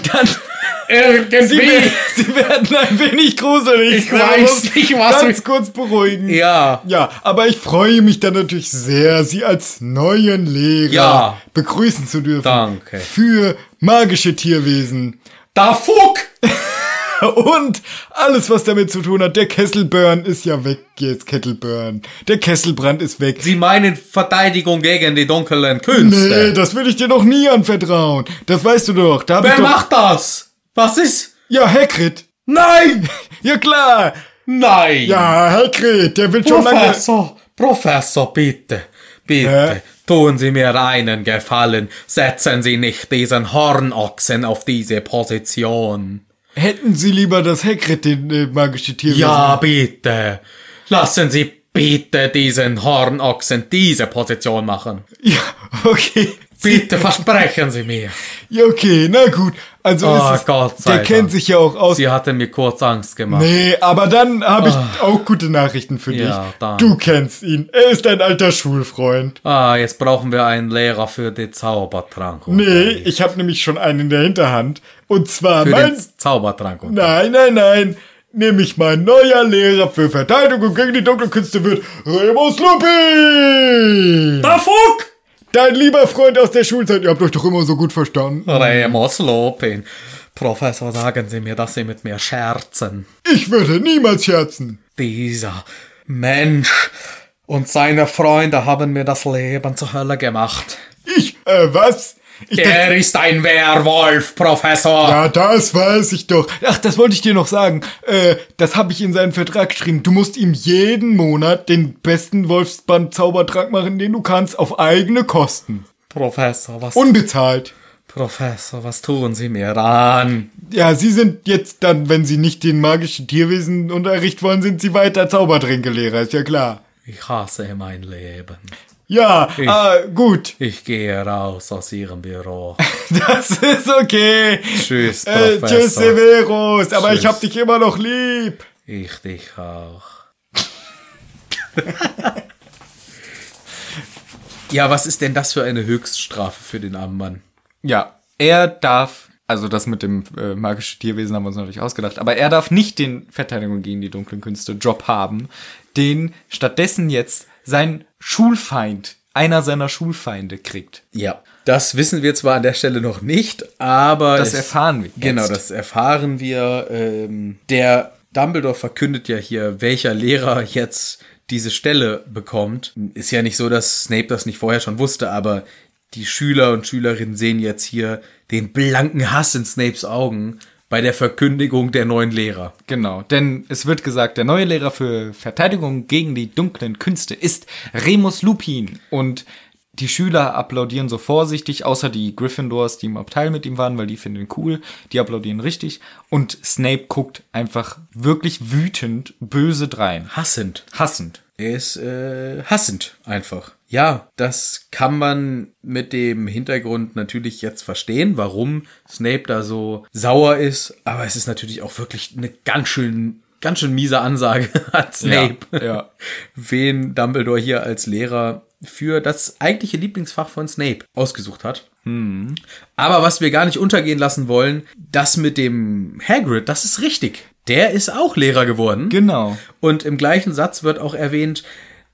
Irgendwie. Sie werden ein wenig gruselig. Ich weiß nicht, was Ganz ich- kurz beruhigen. Ja. Ja, aber ich freue mich dann natürlich sehr, Sie als neuen Lehrer Ja. begrüßen zu dürfen. Danke. Für magische Tierwesen. Da fuck! Und alles, was damit zu tun hat, der Kesselburn ist ja weg jetzt, Kettleburn. Der Kesselbrand ist weg. Sie meinen Verteidigung gegen die dunklen nee, Künste. das würde ich dir doch nie anvertrauen. Das weißt du doch. Da hab ich Wer doch macht das? Was ist? Ja, Hagrid. Nein! Ja, klar. Nein! Ja, Hagrid, der wird schon lange... Professor, Professor, bitte, bitte, Hä? tun Sie mir einen Gefallen, setzen Sie nicht diesen Hornochsen auf diese Position. Hätten Sie lieber das Hagrid, den äh, magische Tierwesen? Ja, bitte, lassen Sie bitte diesen Hornochsen diese Position machen. Ja, okay. Bitte versprechen Sie mir. Ja, okay, na gut. Also Oh, ist es, Gott sei der kennt Dank. sich ja auch aus. Sie hatten mir kurz Angst gemacht. Nee, aber dann habe ich auch gute Nachrichten für Ja, dich. dann. Du kennst ihn. Er ist ein alter Schulfreund. Ah, jetzt brauchen wir einen Lehrer für den Zaubertrank. Nee, ich habe nämlich schon einen in der Hinterhand. Und zwar Für mein... den Zaubertrank. Nein, nein, nein. Nämlich mein neuer Lehrer für Verteidigung gegen die dunklen Künste wird Remus Lupin. Da fuck! Dein lieber Freund aus der Schulzeit. Ihr habt euch doch immer so gut verstanden. Ah. Remus Lupin. Professor, sagen Sie mir, dass Sie mit mir scherzen. Ich würde niemals scherzen. Dieser Mensch und seine Freunde haben mir das Leben zur Hölle gemacht. Ich, äh, was? Ich dachte, Er ist ein Werwolf, Professor. ja, das weiß ich doch. Ach, das wollte ich dir noch sagen. Äh, das habe ich in seinen Vertrag geschrieben. Du musst ihm jeden Monat den besten Wolfsband-Zaubertrank machen, den du kannst, auf eigene Kosten. Professor, was, Unbezahlt. Professor, was tun Sie mir an? Ja, sie sind jetzt dann, wenn sie nicht den magischen Tierwesenunterricht wollen, sind sie weiter Zaubertränkelehrer, ist ja klar. Ich hasse mein Leben. Ja, ah, gut. Ich gehe raus aus Ihrem Büro. Das ist okay. Tschüss, Äh, Professor. tschüss, Severus. Aber ich Tschüss. hab dich immer noch lieb. Ich dich auch. ja, was ist denn das für eine Höchststrafe für den armen Mann? Ja, er darf, also das mit dem äh, magischen Tierwesen haben wir uns natürlich ausgedacht, aber er darf nicht den Verteidigung gegen die dunklen Künste Job haben, den stattdessen jetzt sein Schulfeind, einer seiner Schulfeinde kriegt. Ja, das wissen wir zwar an der Stelle noch nicht, aber Das es- erfahren wir jetzt. Genau, das erfahren wir. Ähm, der Dumbledore verkündet ja hier, welcher Lehrer jetzt diese Stelle bekommt. Ist ja nicht so, dass Snape das nicht vorher schon wusste, aber die Schüler und Schülerinnen sehen jetzt hier den blanken Hass in Snapes Augen bei der Verkündigung der neuen Lehrer. Genau, denn es wird gesagt, der neue Lehrer für Verteidigung gegen die dunklen Künste ist Remus Lupin. Und die Schüler applaudieren so vorsichtig, außer die Gryffindors, die im Abteil mit ihm waren, weil die finden ihn cool. Die applaudieren richtig. Und Snape guckt einfach wirklich wütend, böse drein. Hassend. Hassend. Er ist äh, hassend einfach. Ja, das kann man mit dem Hintergrund natürlich jetzt verstehen, warum Snape da so sauer ist, aber es ist natürlich auch wirklich eine ganz schön ganz schön miese Ansage an Snape. ja. Wen Dumbledore hier als Lehrer für das eigentliche Lieblingsfach von Snape ausgesucht hat. Hm. Aber was wir gar nicht untergehen lassen wollen, das mit dem Hagrid, das ist richtig. der ist auch Lehrer geworden. Genau. Und im gleichen Satz wird auch erwähnt,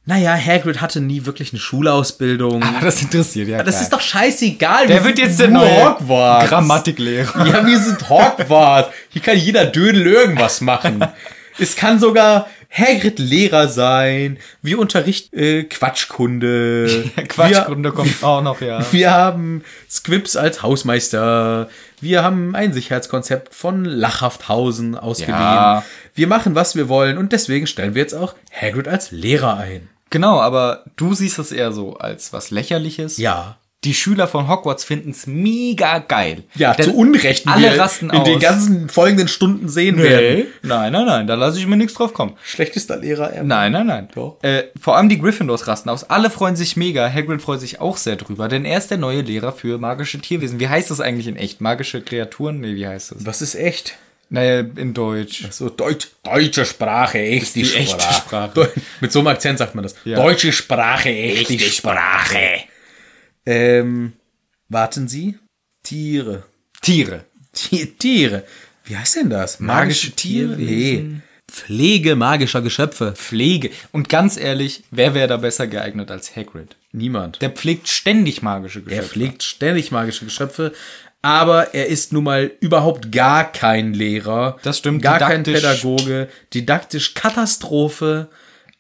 naja, Hagrid hatte nie wirklich eine Schulausbildung. Aber das interessiert ja. das keinen. ist doch scheißegal. Der wir wird sind jetzt der nur neue Hogwarts. Grammatiklehrer. Ja, wir sind Hogwarts. Hier kann jeder Dödel irgendwas machen. Es kann sogar Hagrid Lehrer sein. Wir unterrichten äh, Quatschkunde. Quatschgründe kommt auch noch, ja. Wir, wir haben Squips als Hausmeister. Wir haben ein Sicherheitskonzept von Lachhafthausen ausgeliehen. Ja. Wir machen, was wir wollen und deswegen stellen wir jetzt auch Hagrid als Lehrer ein. Genau, aber du siehst es eher so als was lächerliches. Ja. Die Schüler von Hogwarts finden es mega geil. Ja, Denn zu Unrecht, wie alle wir rasten in den aus. ganzen folgenden Stunden sehen Nee. werden. Nein, nein, nein, da lasse ich mir nichts drauf kommen. Schlechtester Lehrer ever. Nein, nein, nein. Doch. Äh, vor allem die Gryffindors rasten aus. Alle freuen sich mega. Hagrid freut sich auch sehr drüber, denn er ist der neue Lehrer für magische Tierwesen. Wie heißt das eigentlich in echt? Magische Kreaturen? Nee, wie heißt das? Was ist echt? Naja, in Deutsch. So Deutsch, deutsche Sprache, echt die, die echte Sprache. Deu- Mit so einem Akzent sagt man das. Deutsche Sprache, echt die Sprache. Ähm, warten Sie. Tiere. Tiere. Ti- Tiere. Wie heißt denn das? Magische Nee. Tierwesen. Pflege magischer Geschöpfe. Pflege. Und ganz ehrlich, wer wäre da besser geeignet als Hagrid? Niemand. Der pflegt ständig magische Geschöpfe. Er pflegt ständig magische Geschöpfe, aber er ist nun mal überhaupt gar kein Lehrer. Das stimmt, Gar kein didaktisch- Pädagoge. Didaktisch Katastrophe.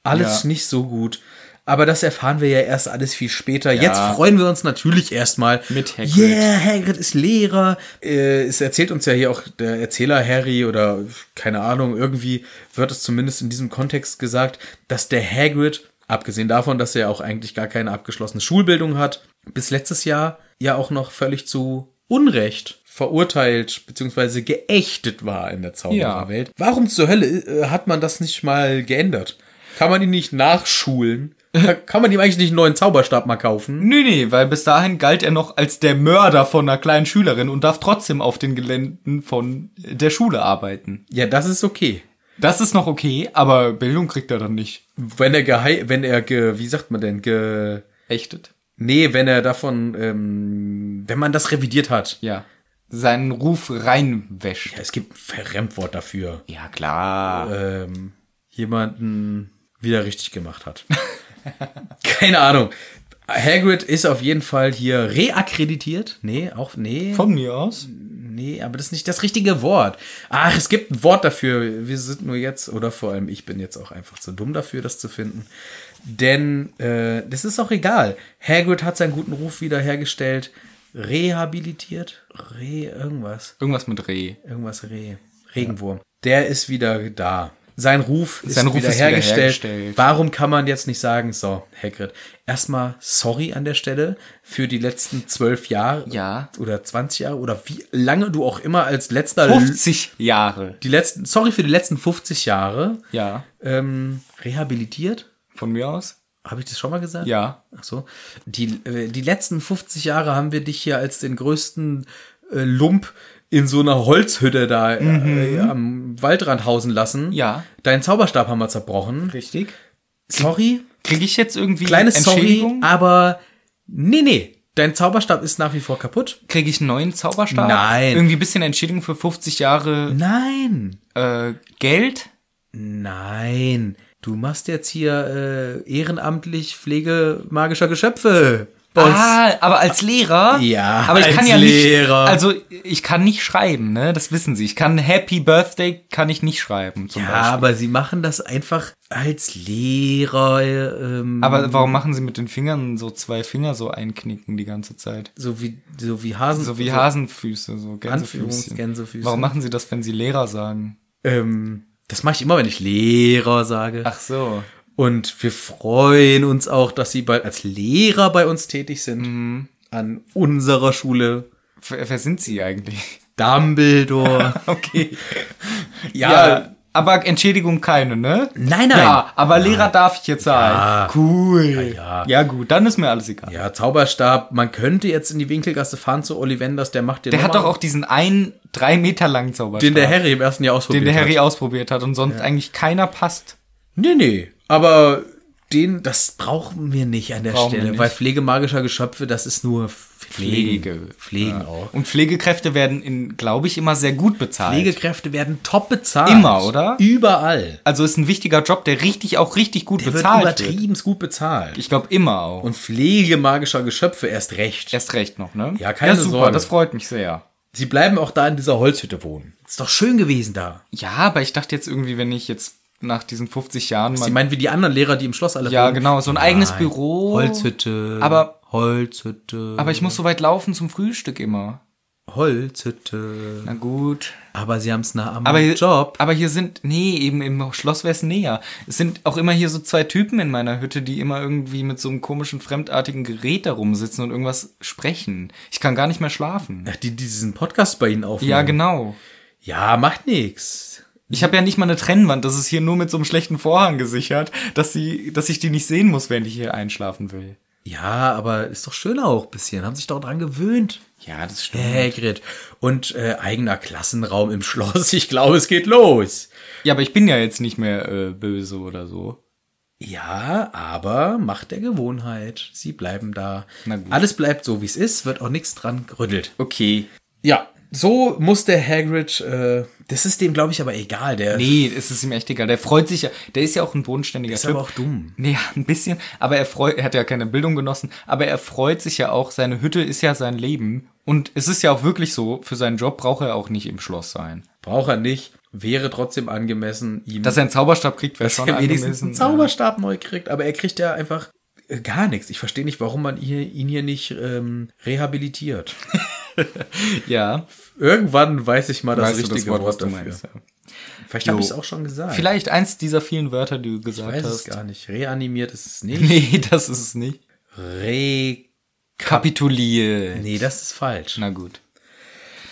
Alles Ja. nicht so gut. Aber das erfahren wir ja erst alles viel später. Jetzt freuen wir uns natürlich erstmal. Mit Hagrid. Yeah, Hagrid ist Lehrer. Äh, es erzählt uns ja hier auch der Erzähler Harry oder keine Ahnung, irgendwie wird es zumindest in diesem Kontext gesagt, dass der Hagrid, abgesehen davon, dass er auch eigentlich gar keine abgeschlossene Schulbildung hat, bis letztes Jahr ja auch noch völlig zu Unrecht verurteilt bzw. geächtet war in der Zaubererwelt. Warum zur Hölle äh, hat man das nicht mal geändert? Kann man ihn nicht nachschulen? Kann- Kann man ihm eigentlich nicht einen neuen Zauberstab mal kaufen? Nö, nee, weil bis dahin galt er noch als der Mörder von einer kleinen Schülerin und darf trotzdem auf den Geländen von äh, der Schule arbeiten. Ja, das ist okay. Das ist noch okay, aber Bildung kriegt er dann nicht. Wenn er gehei wenn er ge wie sagt man denn ge Ächtet. nee, wenn er davon ähm, wenn man das revidiert hat. Ja. Seinen Ruf reinwäscht. Ja, es gibt ein Fremdwort dafür. Ja, klar. Ähm, jemanden wieder richtig gemacht hat. Keine Ahnung. Hagrid ist auf jeden Fall hier reakkreditiert. Nee, auch nee. Von mir aus. Nee, aber das ist nicht das richtige Wort. Ach, es gibt ein Wort dafür. Wir sind nur jetzt, oder vor allem ich bin jetzt auch einfach zu dumm dafür, das zu finden. Denn äh, das ist auch egal. Hagrid hat seinen guten Ruf wiederhergestellt, rehabilitiert. Re, irgendwas. Irgendwas mit Reh. Irgendwas Re. Regenwurm. Der ist wieder da. Sein Ruf ist Sein Ruf ist wiederhergestellt. wiederhergestellt. Warum kann man jetzt nicht sagen, so, Hagrid, erstmal sorry an der Stelle für die letzten zwölf Jahre Ja. oder 20 Jahre oder wie lange du auch immer als letzter 50 Jahre. die letzten, sorry für die letzten 50 Jahre Ja. ähm, rehabilitiert. Von mir aus? Habe ich das schon mal gesagt? Ja. Ach so. Die, äh, die letzten 50 Jahre haben wir dich hier als den größten äh, Lump in so einer Holzhütte da äh, am Waldrand hausen lassen. Mhm. Ja. Deinen Zauberstab haben wir zerbrochen. Richtig. Sorry, Kriege ich jetzt irgendwie kleines Sorry, Entschädigung? aber nee, nee. Dein Zauberstab ist nach wie vor kaputt. Kriege ich einen neuen Zauberstab? Nein. Irgendwie ein bisschen Entschädigung für 50 Jahre Nein. äh, Geld? Nein, du machst jetzt hier äh, ehrenamtlich Pflege magischer Geschöpfe. Boss. Ah, aber als Lehrer? Ja, aber ich kann als ja Lehrer. nicht. Also ich kann nicht schreiben, ne? Das wissen Sie. Ich kann Happy Birthday kann ich nicht schreiben zum ja, Beispiel. aber sie machen das einfach als Lehrer, äh, ähm, Ah. Aber warum machen Sie mit den Fingern so zwei Finger so einknicken die ganze Zeit? so wie so wie Hasen. So wie Hasenfüße, so Gänsefüßchen. Anführungs- Gänsefüßchen. Warum machen Sie das, wenn Sie Lehrer sagen? Ähm, das mache ich immer, wenn ich Lehrer sage. Ach so. Und wir freuen uns auch, dass sie bald als Lehrer bei uns tätig sind Mhm. an unserer Schule. Wer wer sind Sie eigentlich? Dumbledore. Okay. ja, aber Entschädigung keine, ne? Nein, nein. Ja, aber Lehrer darf ich jetzt sein. Cool. Ja, gut, dann ist mir alles egal. Ja, Zauberstab, man könnte jetzt in die Winkelgasse fahren zu Ollivanders, der macht den Der hat nochmal, doch auch diesen einen drei Meter langen Zauberstab, den der Harry im ersten Jahr ausprobiert den der Harry hat. ausprobiert hat und sonst eigentlich keiner passt. Nee, nee, aber den, das brauchen wir nicht an der Brauchen wir Stelle, nicht. weil Pflege magischer Geschöpfe, das ist nur Pflege. Pflegen auch. Und Pflegekräfte werden in, glaube ich, immer sehr gut bezahlt. Pflegekräfte werden top bezahlt. Immer, oder? Überall. also ist ein wichtiger Job, der richtig auch richtig gut bezahlt wird wird. übertrieben gut bezahlt. Ich glaube immer auch. Und Pflege magischer Geschöpfe erst recht. Erst recht noch, ne? Ja, keine ja, super, Sorge. das freut mich sehr. Sie bleiben auch da in dieser Holzhütte wohnen. Ist doch schön gewesen da. Ja, aber ich dachte jetzt irgendwie, wenn ich jetzt nach diesen 50 Jahren Sie mal. meinen wie die anderen Lehrer, die im Schloss alle Ja, wohnen? Oh. genau, so ein eigenes Büro. Holzhütte. Aber- Holzhütte. Aber ich muss so weit laufen zum Frühstück immer. Holzhütte. Na gut. Aber sie haben es nah am Aber hier, Job. aber hier sind, nee, eben im Schloss wär's näher. Es sind auch immer hier so zwei Typen in meiner Hütte, die immer irgendwie mit so einem komischen, fremdartigen Gerät da rumsitzen und irgendwas sprechen. Ich kann gar nicht mehr schlafen. Die, die diesen Podcast bei Ihnen aufnehmen. Ja, genau. Ja, macht nix. Ich habe ja nicht mal eine Trennwand, das ist hier nur mit so einem schlechten Vorhang gesichert, dass sie, dass ich die nicht sehen muss, wenn ich hier einschlafen will. Ja, aber ist doch schön auch ein bisschen. Haben sich doch dran gewöhnt. Ja, das stimmt. Hagrid. Und äh, eigener Klassenraum im Schloss. Ich glaube, es geht los. Ja, aber ich bin ja jetzt nicht mehr äh, böse oder so. Ja, aber macht der Gewohnheit. Sie bleiben da. Na gut. Alles bleibt so, wie es ist. Wird auch nichts dran gerüttelt. Okay. Ja, so muss der Hagrid. Äh, das ist dem, glaube ich, aber egal. Der Nee, es ist ihm echt egal. Der freut sich ja. Der ist ja auch ein bodenständiger ist Typ. aber auch dumm. Nee, ein bisschen. Aber er freut, er hat ja keine Bildung genossen, aber er freut sich ja auch, seine Hütte ist ja sein Leben. Und es ist ja auch wirklich so, für seinen Job braucht er auch nicht im Schloss sein. braucht er nicht. Wäre trotzdem angemessen, ihm Dass er einen Zauberstab kriegt, wäre schon er wenigstens angemessen. einen Zauberstab neu kriegt. Aber er kriegt ja einfach äh, gar nichts. Ich verstehe nicht, warum man hier, ihn hier nicht ähm, rehabilitiert. Ja, Irgendwann weiß ich mal das weißt du richtige das Wort, was Wort du dafür. meinst. Ja. Vielleicht habe Jo. ich es auch schon gesagt. Vielleicht eins dieser vielen Wörter, die du gesagt Ich weiß es hast. gar nicht. Reanimiert ist es nicht. Nee, das ist es nicht. Re. Kapitulieren. Nee, das ist falsch. Na gut.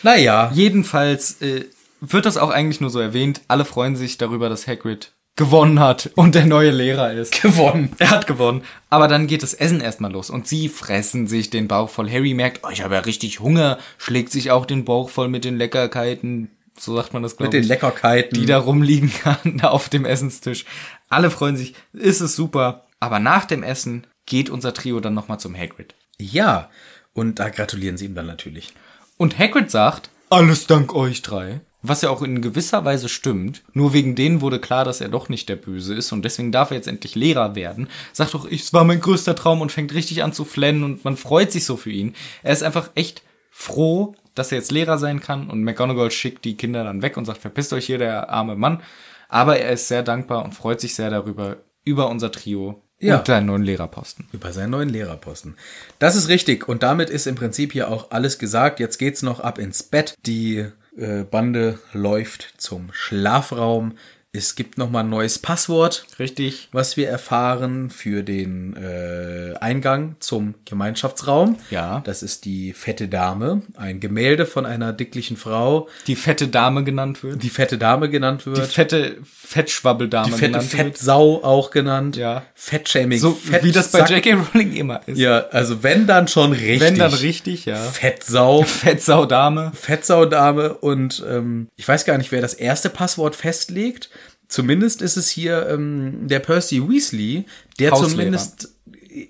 Naja, Jedenfalls äh, wird das auch eigentlich nur so erwähnt. Alle freuen sich darüber, dass Hagrid gewonnen hat und der neue Lehrer ist. gewonnen. Er hat gewonnen. Aber dann geht das Essen erstmal los und sie fressen sich den Bauch voll. Harry merkt, oh, ich habe ja richtig Hunger, schlägt sich auch den Bauch voll mit den Leckerkeiten. So sagt man das, glaube Mit den ich. Leckerkeiten. die da rumliegen auf dem Essenstisch. Alle freuen sich, ist es super. Aber nach dem Essen geht unser Trio dann nochmal zum Hagrid. Ja, und da gratulieren sie ihm dann natürlich. Und Hagrid sagt, Alles dank euch. drei. Was ja auch in gewisser Weise stimmt. Nur wegen denen wurde klar, dass er doch nicht der Böse ist und deswegen darf er jetzt endlich Lehrer werden. Sagt doch, ich- es war mein größter Traum und fängt richtig an zu flennen und man freut sich so für ihn. Er ist einfach echt froh, dass er jetzt Lehrer sein kann und McGonagall schickt die Kinder dann weg und sagt, verpisst euch hier, der arme Mann. Aber er ist sehr dankbar und freut sich sehr darüber, über unser Trio Ja. und seinen neuen Lehrerposten. Über seinen neuen Lehrerposten. Das ist richtig. Und damit ist im Prinzip hier auch alles gesagt. Jetzt geht's noch ab ins Bett. Die äh, Bande läuft zum Schlafraum. Es gibt nochmal ein neues Passwort, Richtig. was wir erfahren für den äh, Eingang zum Gemeinschaftsraum. Ja. Das ist die fette Dame. Ein Gemälde von einer dicklichen Frau, Die fette Dame genannt wird. die fette Dame genannt wird. Die fette Fettschwabbeldame Die fette genannt wird. Fettsau auch genannt. Ja. Fettshaming. So Fett- wie das bei Sack. J.K. Rowling immer ist. Ja, also wenn dann schon richtig. Wenn dann richtig, ja. Fettsau. Fettsaudame. Fettsaudame und ähm, ich weiß gar nicht, wer das erste Passwort festlegt. Zumindest ist es hier ähm, der Percy Weasley, der Hauslehrer. zumindest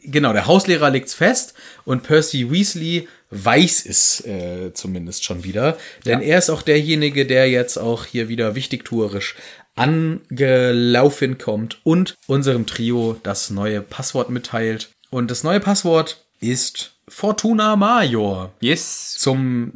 genau der Hauslehrer legt's fest und Percy Weasley weiß es äh, zumindest schon wieder, denn er ist auch derjenige, der jetzt auch hier wieder wichtigtuerisch angelaufen kommt und unserem Trio das neue Passwort mitteilt. Und das neue Passwort ist Fortuna Major Yes. zum,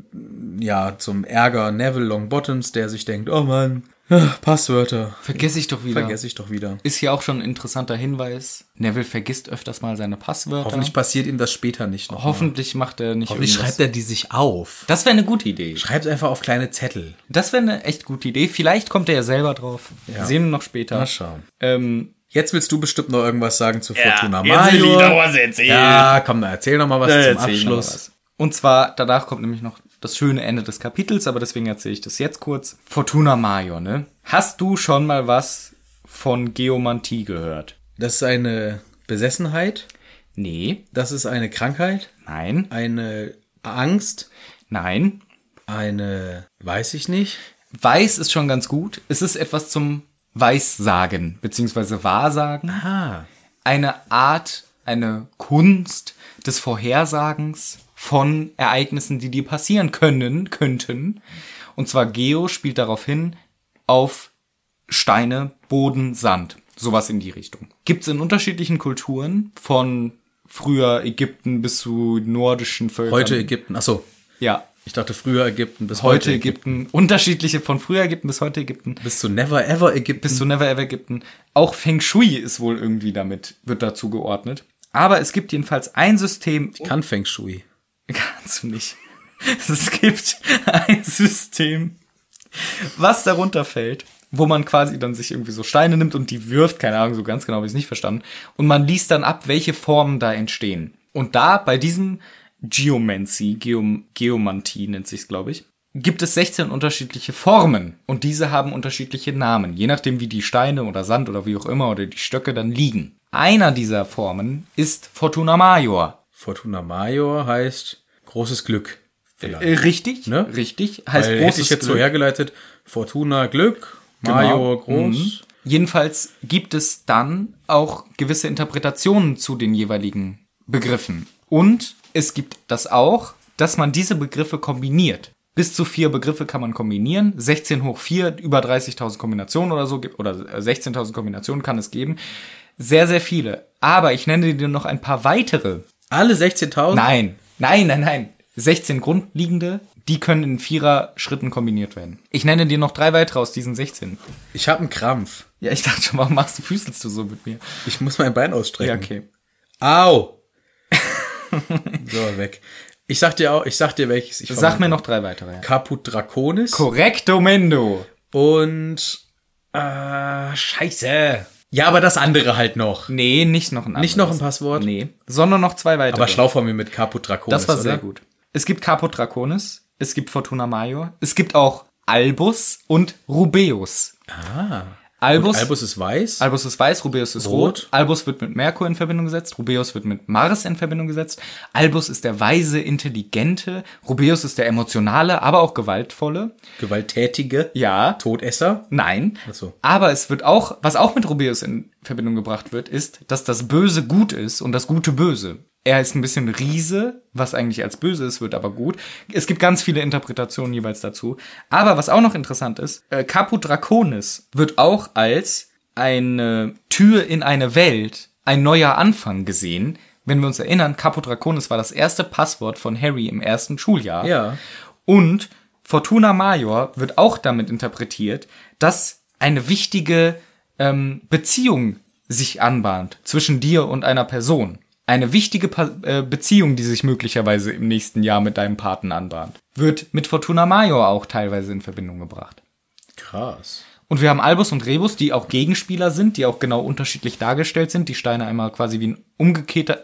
ja, zum Ärger Neville Longbottoms, der sich denkt, oh Mann, ah, Passwörter, Vergesse ich doch wieder. vergesse ich doch wieder. Ist hier auch schon ein interessanter Hinweis. Neville vergisst öfters mal seine Passwörter. Hoffentlich passiert ihm das später nicht noch. Hoffentlich macht er nicht Hoffentlich schreibt er die sich auf. Das wäre eine gute Idee. Schreibt einfach auf kleine Zettel. Das wäre eine echt gute Idee. Vielleicht kommt er ja selber drauf. Sehen wir noch später. Mal schauen. Ähm, Jetzt willst du bestimmt noch irgendwas sagen zu Fortuna Jetzt will ich noch Major. was erzählen. Ja, komm, dann erzähl noch mal was zum erzähl ich noch Abschluss. was. Und zwar, danach kommt nämlich noch das schöne Ende des Kapitels, aber deswegen erzähle ich das jetzt kurz. Fortuna Major, ne? Hast du schon mal was von Geomantie gehört? Das ist eine Besessenheit, Nee. das ist eine Krankheit, Nein. eine Angst, Nein. eine, weiß ich nicht. Weiß ist schon ganz gut. Es ist etwas zum Weissagen, beziehungsweise Wahrsagen. Ah, Eine Art, eine Kunst des Vorhersagens von Ereignissen, die dir passieren können, könnten. Und zwar Geo spielt darauf hin auf Steine, Boden, Sand. Sowas in die Richtung. Gibt's in unterschiedlichen Kulturen, von früher Ägypten bis zu nordischen Völkern. Heute Ägypten. Achso, Ja, ich dachte früher Ägypten bis ähm, heute, heute Ägypten. Unterschiedliche, von früher Ägypten bis heute Ägypten. Bis zu Never Ever Ägypten. bis zu Never Ever Ägypten. Auch Feng Shui ist wohl irgendwie damit, wird dazu geordnet. Aber es gibt jedenfalls ein System. kann Feng Shui. Kannst du nicht. Es gibt ein System, was darunter fällt, wo man quasi dann sich irgendwie so Steine nimmt und die wirft, keine Ahnung, so ganz genau habe ich es nicht verstanden. Und man liest dann ab, welche Formen da entstehen. Und da bei diesem Geomancy, Geom Geomantie nennt sich's, glaube ich, gibt es 16 unterschiedliche Formen und diese haben unterschiedliche Namen, je nachdem wie die Steine oder Sand oder wie auch immer oder die Stöcke dann liegen. Einer dieser Formen ist Fortuna Major. Fortuna Major heißt großes Glück. Vielleicht. Äh, richtig, Ne? richtig. Heißt Weil hätte großes ich jetzt so Glück. Genau. hergeleitet, Fortuna Glück, Major Mhm. groß. Jedenfalls gibt es dann auch gewisse Interpretationen zu den jeweiligen Begriffen. Und es gibt das auch, dass man diese Begriffe kombiniert. Bis zu vier Begriffe kann man kombinieren. 16 hoch 4, über 30.000 Kombinationen oder so, gibt- oder 16.000 Kombinationen kann es geben. Sehr, sehr viele. Aber ich nenne dir noch ein paar weitere. Alle 16.000? Nein, nein, nein, nein. 16 grundliegende, die können in vierer Schritten kombiniert werden. Ich nenne dir noch drei weitere aus diesen 16. Ich habe einen Krampf. Ja, ich dachte schon, warum machst du, füßelst du so mit mir? Ich muss mein Bein ausstrecken. Ja, okay. Au! so, weg. Ich sag dir auch, ich sag dir welches. Ich Sag mir noch drei weitere. Ja. Caput Draconis Correcto Mendo. und äh, Scheiße. Ja, aber das andere halt noch. Nee, nicht noch ein anderes. Nicht noch ein Passwort. Nee, sondern noch zwei weitere. Aber schlau von mir mit Caput Draconis. Das war sehr oder? gut. Es gibt Capo Draconis, es gibt Fortuna Major, es gibt auch Albus und Rubeus. Ah. Albus, Albus, Albus ist weiß. Albus ist weiß, Rubeus ist rot. Rot. Albus wird mit Merkur in Verbindung gesetzt, Rubeus wird mit Mars in Verbindung gesetzt. Albus ist der weise, intelligente, Rubeus ist der emotionale, aber auch gewaltvolle. Gewalttätige. Ja. Todesser. Also, Nein. so. Aber es wird auch, was auch mit Rubeus in Verbindung gebracht wird, ist, dass das Böse gut ist und das Gute böse. Er ist ein bisschen Riese, was eigentlich als böse ist, wird aber gut. Es gibt ganz viele Interpretationen jeweils dazu. Aber was auch noch interessant ist, äh, Caput Draconis wird auch als eine Tür in eine Welt, ein neuer Anfang gesehen. Wenn wir uns erinnern, Caput Draconis war das erste Passwort von Harry im ersten Schuljahr. Ja. Und Fortuna Major wird auch damit interpretiert, dass eine wichtige ähm, Beziehung sich anbahnt zwischen dir und einer Person. Eine wichtige pa äh, Beziehung, die sich möglicherweise im nächsten Jahr mit deinem Paten anbahnt, wird mit Fortuna Major auch teilweise in Verbindung gebracht. Krass. Und wir haben Albus und Rebus, die auch Gegenspieler sind, die auch genau unterschiedlich dargestellt sind. Die Steine einmal quasi wie ein umgekehrter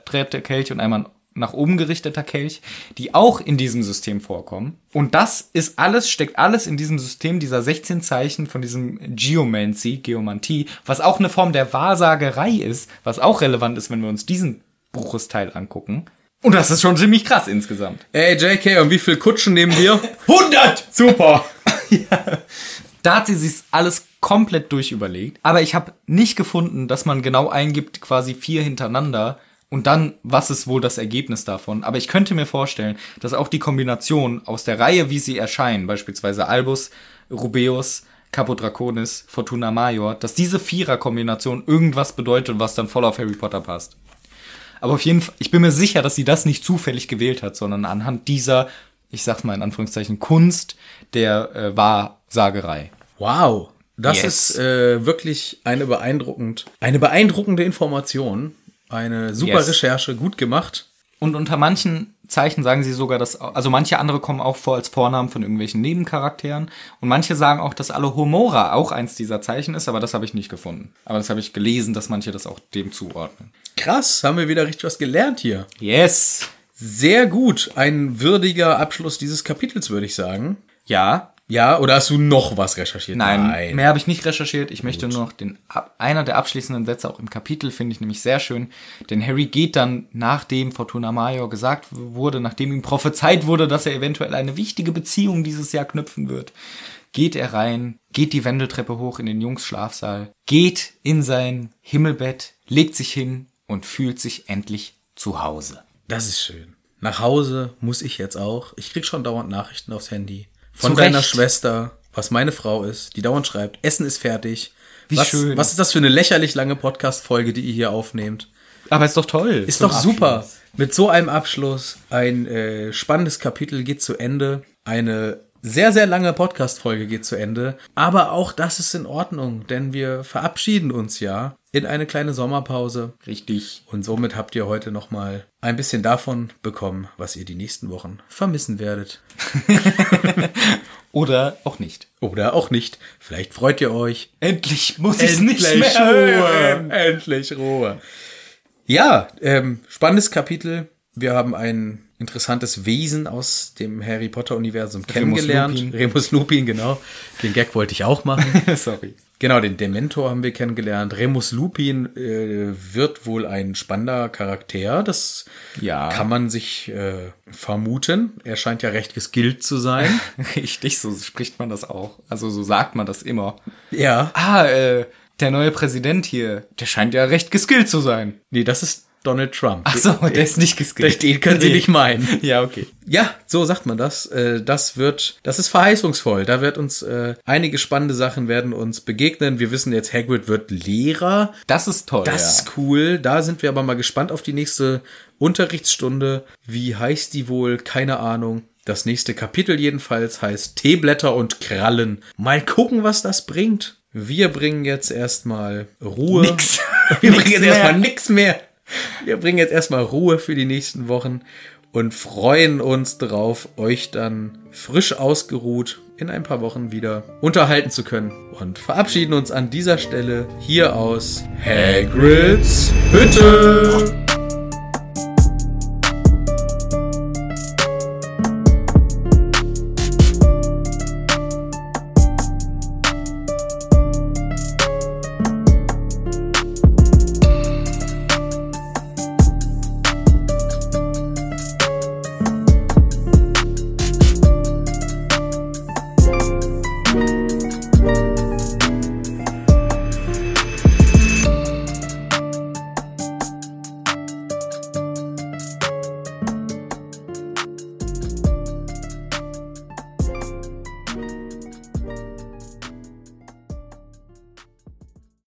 Kelch und einmal ein nach oben gerichteter Kelch, die auch in diesem System vorkommen. Und das ist alles, steckt alles in diesem System dieser 16 Zeichen von diesem Geomancy, Geomantie, was auch eine Form der Wahrsagerei ist, was auch relevant ist, wenn wir uns diesen Buchesteil angucken. Und das ist schon ziemlich krass insgesamt. Ey, JK, und wie viel Kutschen nehmen wir? 100! Super! ja. Da hat sie sich alles komplett durchüberlegt. Aber ich habe nicht gefunden, dass man genau eingibt, quasi vier hintereinander. Und dann, was ist wohl das Ergebnis davon? Aber ich könnte mir vorstellen, dass auch die Kombination aus der Reihe, wie sie erscheinen, beispielsweise Albus, Rubeus, Capodraconis, Fortuna Major, dass diese Vierer-Kombination irgendwas bedeutet, was dann voll auf Harry Potter passt. Aber auf jeden Fall, ich bin mir sicher, dass sie das nicht zufällig gewählt hat, sondern anhand dieser, ich sag's mal in Anführungszeichen, Kunst der äh, Wahrsagerei. Wow. Das Yes. ist äh, wirklich eine beeindruckend, eine beeindruckende Information. Eine super Yes. Recherche, gut gemacht. Und unter manchen Zeichen sagen sie sogar, dass, also manche andere kommen auch vor als Vornamen von irgendwelchen Nebencharakteren. Und manche sagen auch, dass Alohomora auch eins dieser Zeichen ist, aber das habe ich nicht gefunden. Aber das habe ich gelesen, dass manche das auch dem zuordnen. Krass, haben wir wieder richtig was gelernt hier. Yes! Sehr gut. Ein würdiger Abschluss dieses Kapitels, würde ich sagen. Ja, Ja, oder hast du noch was recherchiert? Nein, mehr habe ich nicht recherchiert. Ich möchte nur noch den ab- einer der abschließenden Sätze auch im Kapitel finde ich nämlich sehr schön, denn Harry geht dann nachdem Fortuna Major gesagt wurde, nachdem ihm prophezeit wurde, dass er eventuell eine wichtige Beziehung dieses Jahr knüpfen wird, geht er rein, geht die Wendeltreppe hoch in den Jungs Schlafsaal, geht in sein Himmelbett, legt sich hin und fühlt sich endlich zu Hause. Das ist schön. nach Hause muss ich jetzt auch. Ich krieg schon dauernd Nachrichten aufs Handy. Von Zu deiner Recht. Schwester, was meine Frau ist, die dauernd schreibt, Essen ist fertig. Wie was, schön. was ist das für eine lächerlich lange Podcast-Folge, die ihr hier aufnehmt? Aber ist doch toll. Ist doch super. Mit so einem Abschluss, ein äh, spannendes Kapitel geht zu Ende, eine sehr, sehr lange Podcast-Folge geht zu Ende. Aber auch das ist in Ordnung, denn wir verabschieden uns ja in eine kleine Sommerpause. Richtig. Und somit habt ihr heute nochmal ein bisschen davon bekommen, was ihr die nächsten Wochen vermissen werdet. Oder auch nicht. Oder auch nicht. Vielleicht freut ihr euch. Endlich muss ich nicht mehr hören. Ruhe. Endlich Ruhe. Ja, ähm, spannendes Kapitel. Wir haben ein interessantes Wesen aus dem Harry Potter Universum kennengelernt. Lupin. Remus Lupin, genau. Den Gag wollte ich auch machen. Sorry. Genau, den Dementor haben wir kennengelernt. Remus Lupin äh, wird wohl ein spannender Charakter. Das Ja. kann man sich äh, vermuten. Er scheint ja recht geskillt zu sein. Richtig, so spricht man das auch. Also so sagt man das immer. ja. Ah, äh, der neue Präsident hier, der scheint ja recht geskillt zu sein. Nee, das ist Donald Trump. Ach so, der ist nicht geskillt. Den können Sie Ah. Nee. nicht meinen. Ja, okay. Ja, so sagt man das. Äh, Das wird, das ist verheißungsvoll. Da wird uns äh, einige spannende Sachen werden uns begegnen. Wir wissen jetzt, Hagrid wird Lehrer. Das ist toll. Das ja. ist cool. Da sind wir aber mal gespannt auf die nächste Unterrichtsstunde. Wie heißt die wohl? Keine Ahnung. Das nächste Kapitel jedenfalls heißt Teeblätter und Krallen. Mal gucken, was das bringt. Wir bringen jetzt erstmal Ruhe. Nix. Wir bringen jetzt erstmal nichts mehr. Wir bringen jetzt erstmal Ruhe für die nächsten Wochen und freuen uns darauf, euch dann frisch ausgeruht in ein paar Wochen wieder unterhalten zu können und verabschieden uns an dieser Stelle hier aus Hagrids Hütte.